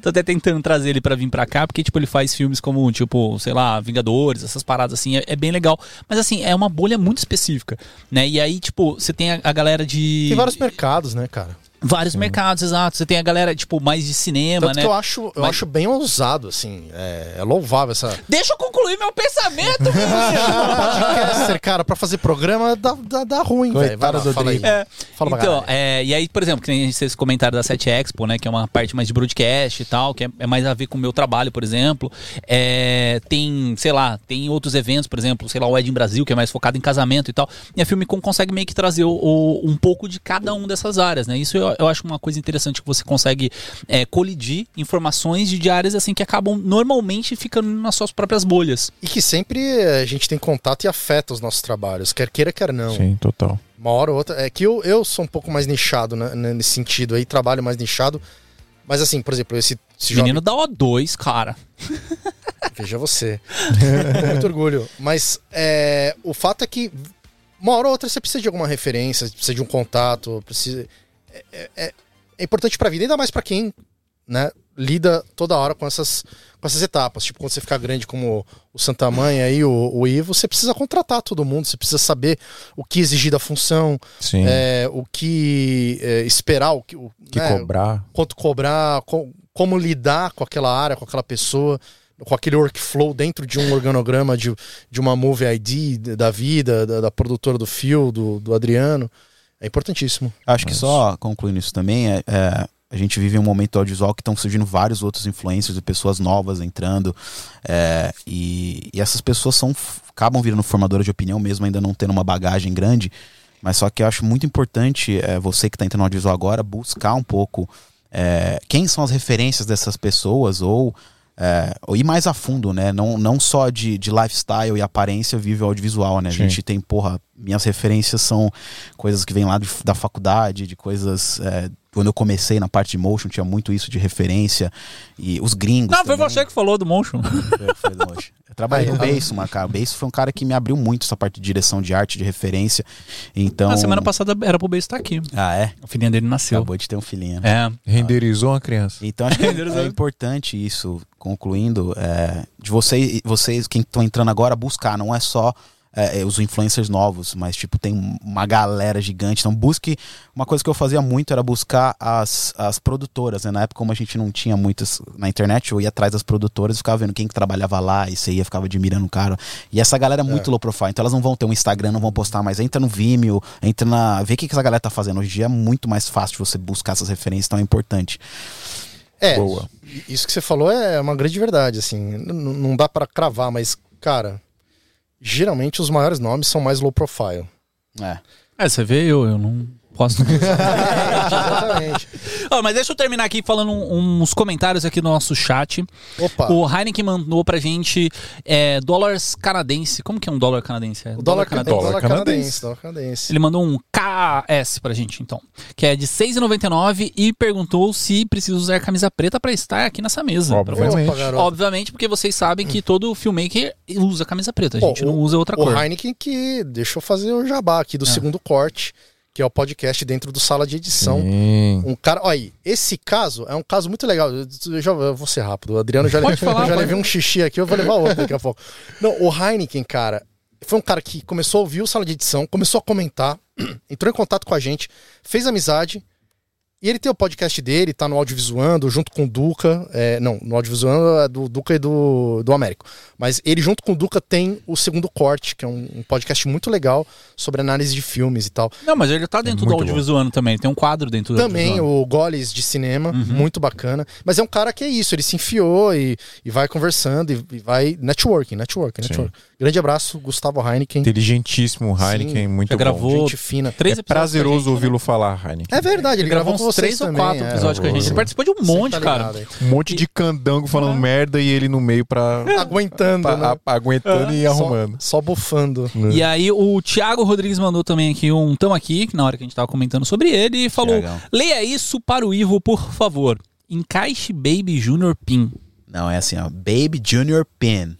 S2: Tô até tentando trazer ele pra vir pra cá, porque, tipo, ele faz filmes como, tipo, sei lá, Vingadores, essas paradas assim, é, é bem legal. Mas, assim, é uma bolha muito específica, né? E aí, tipo, você tem a, a galera de.
S3: Tem vários mercados, né, cara?
S2: vários mercados, exato. Você tem a galera, tipo, mais de cinema,
S3: Tanto
S2: né?
S3: que eu acho, eu
S2: Mas-
S3: acho bem ousado, assim. É, é louvável essa.
S2: Deixa eu concluir meu pensamento, meu senhor!
S3: Podcaster, cara, pra fazer programa dá, dá, dá ruim, velho. Vai lá,
S1: Coitado do
S3: fala aí.
S1: Dri.
S2: É.
S3: Fala pra
S2: então,
S3: galera.
S2: é, e aí, por exemplo, que nem vocês comentaram da 7 Expo, né? Que é uma parte mais de broadcast e tal, que é, é mais a ver com o meu trabalho, por exemplo. É, tem, sei lá, tem outros eventos, por exemplo, sei lá, o Ed em Brasil, que é mais focado em casamento e tal. E a Filmicom consegue meio que trazer o- o- um pouco de cada um dessas áreas, né? Isso eu, eu acho uma coisa interessante que você consegue é, colidir informações de de áreas assim que acabam normalmente ficando nas suas próprias bolhas.
S3: E que sempre a gente tem contato e afeta os nossos trabalhos, quer queira, quer não.
S1: Sim, total.
S3: Uma hora ou outra. É que eu, eu sou um pouco mais nichado né, né, nesse sentido aí, trabalho mais nichado. Mas assim, por exemplo, esse, esse jovem
S2: Menino da O2, cara.
S3: Veja você. Com muito orgulho. Mas é, o fato é que uma hora ou outra você precisa de alguma referência, você precisa de um contato, precisa. é- É, é- é importante pra vida, ainda mais pra quem né, lida toda hora com essas, com essas etapas. Tipo, quando você ficar grande como o Santa Mãe aí, o, o Ivo, você precisa contratar todo mundo, você precisa saber o que exigir da função,
S1: Sim.
S3: é, o que é, esperar, o que, o,
S1: que
S2: é,
S3: né,
S1: cobrar.
S3: quanto cobrar, co- como lidar com aquela área, com aquela pessoa, com aquele workflow dentro de um organograma de, de uma movie ID de- da vida, da, da produtora do Phil, do, do Adriano. É importantíssimo.
S4: Acho que só concluindo isso também, é, é, a gente vive um momento audiovisual que estão surgindo vários outros influencers e pessoas novas entrando. é, e, e essas pessoas são f- acabam virando formadoras de opinião, mesmo ainda não tendo uma bagagem grande. Mas só que eu acho muito importante é, você que está entrando no audiovisual agora buscar um pouco é, quem são as referências dessas pessoas ou. é, ou ir mais a fundo, né? Não, não só de, de lifestyle e aparência vive o audiovisual, né? A
S1: Sim.
S4: gente tem, porra, minhas referências são coisas que vêm lá de- da faculdade, de coisas é, Quando eu comecei na parte de motion, tinha muito isso de referência. E os gringos.
S2: Não, foi
S4: também.
S2: você que falou do Monchon.
S4: É, Eu, fui longe. Eu trabalhei
S3: Aí,
S4: no
S3: ó.
S4: Beisson, mano, cara. O Beisson foi um cara que me abriu muito essa parte de direção de arte, de referência. Então.
S2: Na semana passada era pro Beijo estar aqui.
S4: Ah, é?
S2: A filhinha dele nasceu.
S4: Acabou de ter um filhinho. né?
S2: É.
S1: Renderizou uma criança.
S4: Então acho que é
S2: Interessante.
S4: importante isso, concluindo, é, de vocês, vocês quem estão entrando agora, buscar, não é só é, é, os influencers novos, mas tipo, tem uma galera gigante, então busque, uma coisa que eu fazia muito era buscar as, as produtoras, né? na época como a gente não tinha muitas na internet, eu ia atrás das produtoras e ficava vendo quem que trabalhava lá, e você ia, ficava admirando o cara, e essa galera é muito low profile, então elas não vão ter um Instagram, não vão postar, mas entra no Vimeo, entra na... vê o que que essa galera tá fazendo, hoje em dia é muito mais fácil você buscar essas referências, então é importante.
S3: É,
S1: Boa.
S3: isso que você falou é uma grande verdade, assim. N- n- Não dá pra cravar, mas, cara, geralmente os maiores nomes são mais low profile.
S4: É.
S2: É, você vê eu, eu não posso.
S3: Exatamente.
S2: Ó, mas deixa eu terminar aqui falando um- uns comentários aqui no nosso chat.
S3: Opa, o,
S2: O Heineken mandou pra gente é, dólares canadense. Como que é um dólar canadense? É,
S3: dólar, ca-
S1: canadense.
S3: dólar
S1: Dólar
S3: canadense.
S1: canadense.
S3: Dólar canadense.
S2: Ele mandou um KS pra gente, então. Que é de R$6,99 e perguntou se precisa usar camisa preta pra estar aqui nessa mesa.
S1: Óbvio.
S2: Pra-
S1: Obviamente.
S3: Opa, garoto.
S2: Obviamente, porque vocês sabem que todo filmmaker usa camisa preta. A gente
S3: Pô,
S2: não usa outra
S3: O
S2: cor. Ah.
S3: Heineken que deixou fazer o jabá aqui do segundo corte, que é o podcast dentro do sala de edição.
S1: Sim.
S3: Um cara, olha aí, esse caso é um caso muito legal. Eu, eu já, eu vou ser rápido. O Adriano já,
S2: Pode
S3: levei-
S2: falar,
S3: eu já
S2: pode.
S3: levei um xixi aqui, eu vou levar outro daqui a pouco. Não, o Heineken, cara, foi um cara que começou a ouvir o sala de edição, começou a comentar, entrou em contato com a gente, fez amizade. E ele tem o podcast dele, tá no Audiovisuando, junto com o Duca. é, não, no Audiovisuando é do Duca e do, do Américo. Mas ele, junto com o Duca, tem o Segundo Corte, que é um, um podcast muito legal sobre análise de filmes e tal.
S2: Não, mas ele tá dentro do
S1: muito
S2: audiovisual também. Tem um quadro dentro do
S3: é
S2: Uhum.
S3: Também o Goles de cinema, muito bacana. Mas é um cara que é isso, ele se enfiou e, e vai conversando e, e vai. Networking, networking,
S1: Sim.
S3: networking. Grande abraço, Gustavo Heineken.
S1: Inteligentíssimo, Heineken, muito
S2: Já
S1: bom.
S2: gravou
S3: Gente fina.
S2: Três
S1: É
S2: episódios com a gente,
S1: prazeroso
S2: né?
S1: ouvi-lo falar, Heineken.
S3: É verdade, ele
S2: Ele gravou
S3: gravou com
S2: uns
S3: vocês
S2: três ou
S3: também,
S2: quatro
S3: é.
S2: episódios com a gente.
S1: Uhum.
S2: Ele participou de um
S3: Você
S2: monte,
S3: tá
S2: cara.
S3: ligado aí.
S1: Um monte de candango falando
S2: Né?
S1: merda e ele no meio pra...
S2: É,
S3: Aguentando,
S1: pra-
S3: né?
S1: a- aguentando e arrumando.
S3: Só, só bufando.
S1: Uhum.
S2: E aí o Thiago Rodrigues mandou também aqui um tão aqui, que na hora que a gente tava comentando sobre ele, e falou:
S4: Thiagão.
S2: "Leia isso para o Ivo, por favor. Encaixe Baby Junior Pin".
S4: Não, é assim, ó. Baby Junior Pin.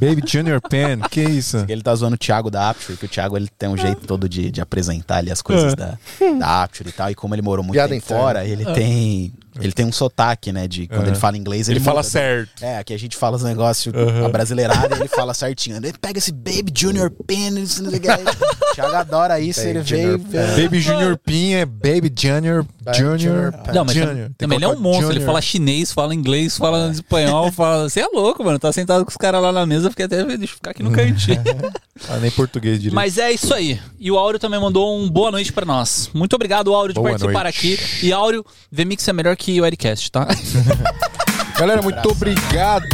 S1: Baby Junior Pen, que isso?
S4: Ele tá zoando o Thiago da Apture, que o Thiago ele tem um jeito todo de, de apresentar ali as coisas da, da Apture e tal. E como ele morou muito
S3: Piada
S4: tempo
S3: interna.
S4: fora, ele tem. Ele tem um sotaque, né? De quando ele fala inglês, ele,
S1: Ele fala
S4: muda.
S2: né?
S1: certo.
S4: É, aqui a gente fala os negócios a brasileirada ele fala certinho. Ele pega esse Baby Junior Pin, não sei o que é. O Thiago adora isso, ele veio.
S1: Baby Junior Pin é Baby Junior Junior
S3: Junior Pin.
S2: Não, mas tam-
S1: Junior. Tem
S2: também
S1: que
S2: ele é um
S1: colocar
S2: monstro, ele
S1: Junior.
S2: fala chinês, fala inglês, fala espanhol, fala, você é louco, mano, tá sentado com os caras lá na mesa, fiquei até, deixa eu ficar aqui no cantinho.
S1: Ah, nem português direito.
S2: Mas é isso aí. E o Áureo também mandou um boa noite pra nós. Muito obrigado, Áureo, de
S1: Boa
S2: participar
S1: noite.
S2: aqui. E Áureo, VMix é melhor que o Edcast, tá?
S1: Galera, muito obrigado.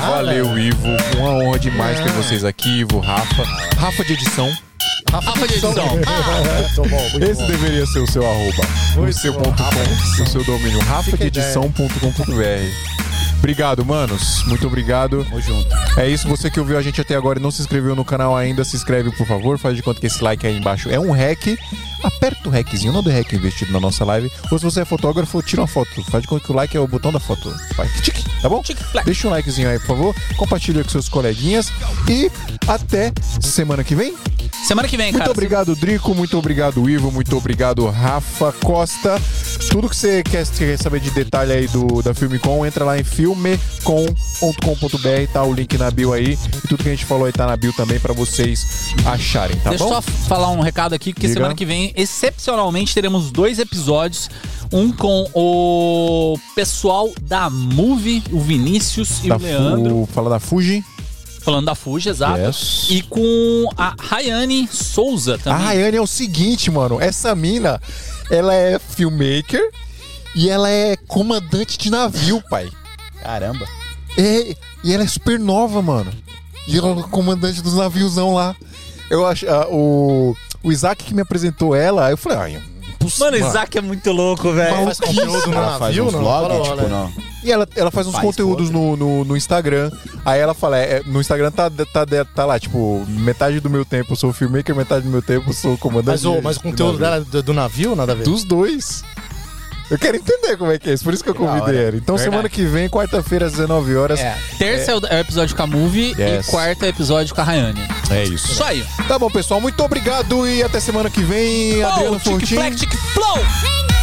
S1: Valeu, Ivo. Uma honra demais ter vocês aqui, Ivo, Rafa. Rafa de edição.
S2: Rafa de edição.
S3: Muito É, bom, muito
S1: Esse
S3: bom.
S1: deveria ser o seu arroba. O seu
S3: bom.
S1: ponto com, o seu domínio. Rafa de
S3: Fica a ideia.
S1: edição.com.br. Obrigado, manos. Muito obrigado.
S4: Tamo junto.
S1: É isso, você que ouviu a gente até agora e não se inscreveu no canal ainda, se inscreve, por favor. Faz de conta que esse like aí embaixo é um hack. Aperta o hackzinho, não do hack investido na nossa live. Ou se você é fotógrafo, tira uma foto. Faz de conta que o like é o botão da foto. Vai, tic, tá bom?
S2: Tic, plac.
S1: Deixa um likezinho aí, por favor. Compartilha com seus coleguinhas. E até semana que vem.
S2: Semana que vem,
S1: Muito
S2: cara.
S1: obrigado, Drico. Muito obrigado, Ivo. Muito obrigado, Rafa Costa. Tudo que você quer, quer saber de detalhe aí do, da Filmicom, entra lá em filmecom.com.br, tá o link na bio aí. E tudo que a gente falou aí tá na bio também pra vocês acharem, tá
S2: Deixa eu
S1: bom?
S2: só falar um recado aqui, porque
S1: Diga.
S2: semana que vem, excepcionalmente, teremos dois episódios. Um com o pessoal da Movie, o Vinícius e
S1: Da
S2: o Leandro,
S1: Fu- Fala da Fuji.
S2: falando da Fuji, exato.
S1: Yes.
S2: E com a Rayane Souza
S1: A
S2: também.
S1: Rayane é o seguinte, mano. Essa mina, ela é filmmaker e ela é comandante de navio, pai.
S4: Caramba.
S1: É, e ela é super nova, mano. E ela é o comandante dos naviozão lá. Eu acho. ah, o, o Isaac que me apresentou ela, eu falei, ah, impossível.
S2: Mano, o Isaac é muito louco, velho.
S3: Faz conteúdo no
S4: Ela faz
S3: navio,
S4: uns
S3: não?
S4: vlogs,
S3: Fala,
S4: tipo,
S3: olha.
S4: não.
S1: E ela, ela faz uns
S4: Faz
S1: conteúdos no, no, no Instagram. Aí ela fala, é, no Instagram tá, tá, tá lá, tipo, metade do meu tempo eu sou filmmaker, metade do meu tempo eu sou comandante.
S3: Mas o,
S1: de-
S3: mas o
S1: de
S3: conteúdo é
S1: navio.
S3: dela do, do navio, nada a ver.
S1: Dos dois. Eu quero entender como é que é isso, por isso que eu convidei ela. Então
S2: Verdade.
S1: semana que vem, quarta-feira, às 19 horas.
S2: É, terça é, o- é o episódio com a Movie
S1: Yes.
S2: e quarta é o episódio com a Rayane.
S1: É isso.
S2: Só aí.
S1: Tá bom, pessoal. Muito obrigado e até semana que vem.
S2: Pou,
S1: Adriano
S2: tic,
S1: Fortin.
S2: flac, tic, flow!
S5: Sing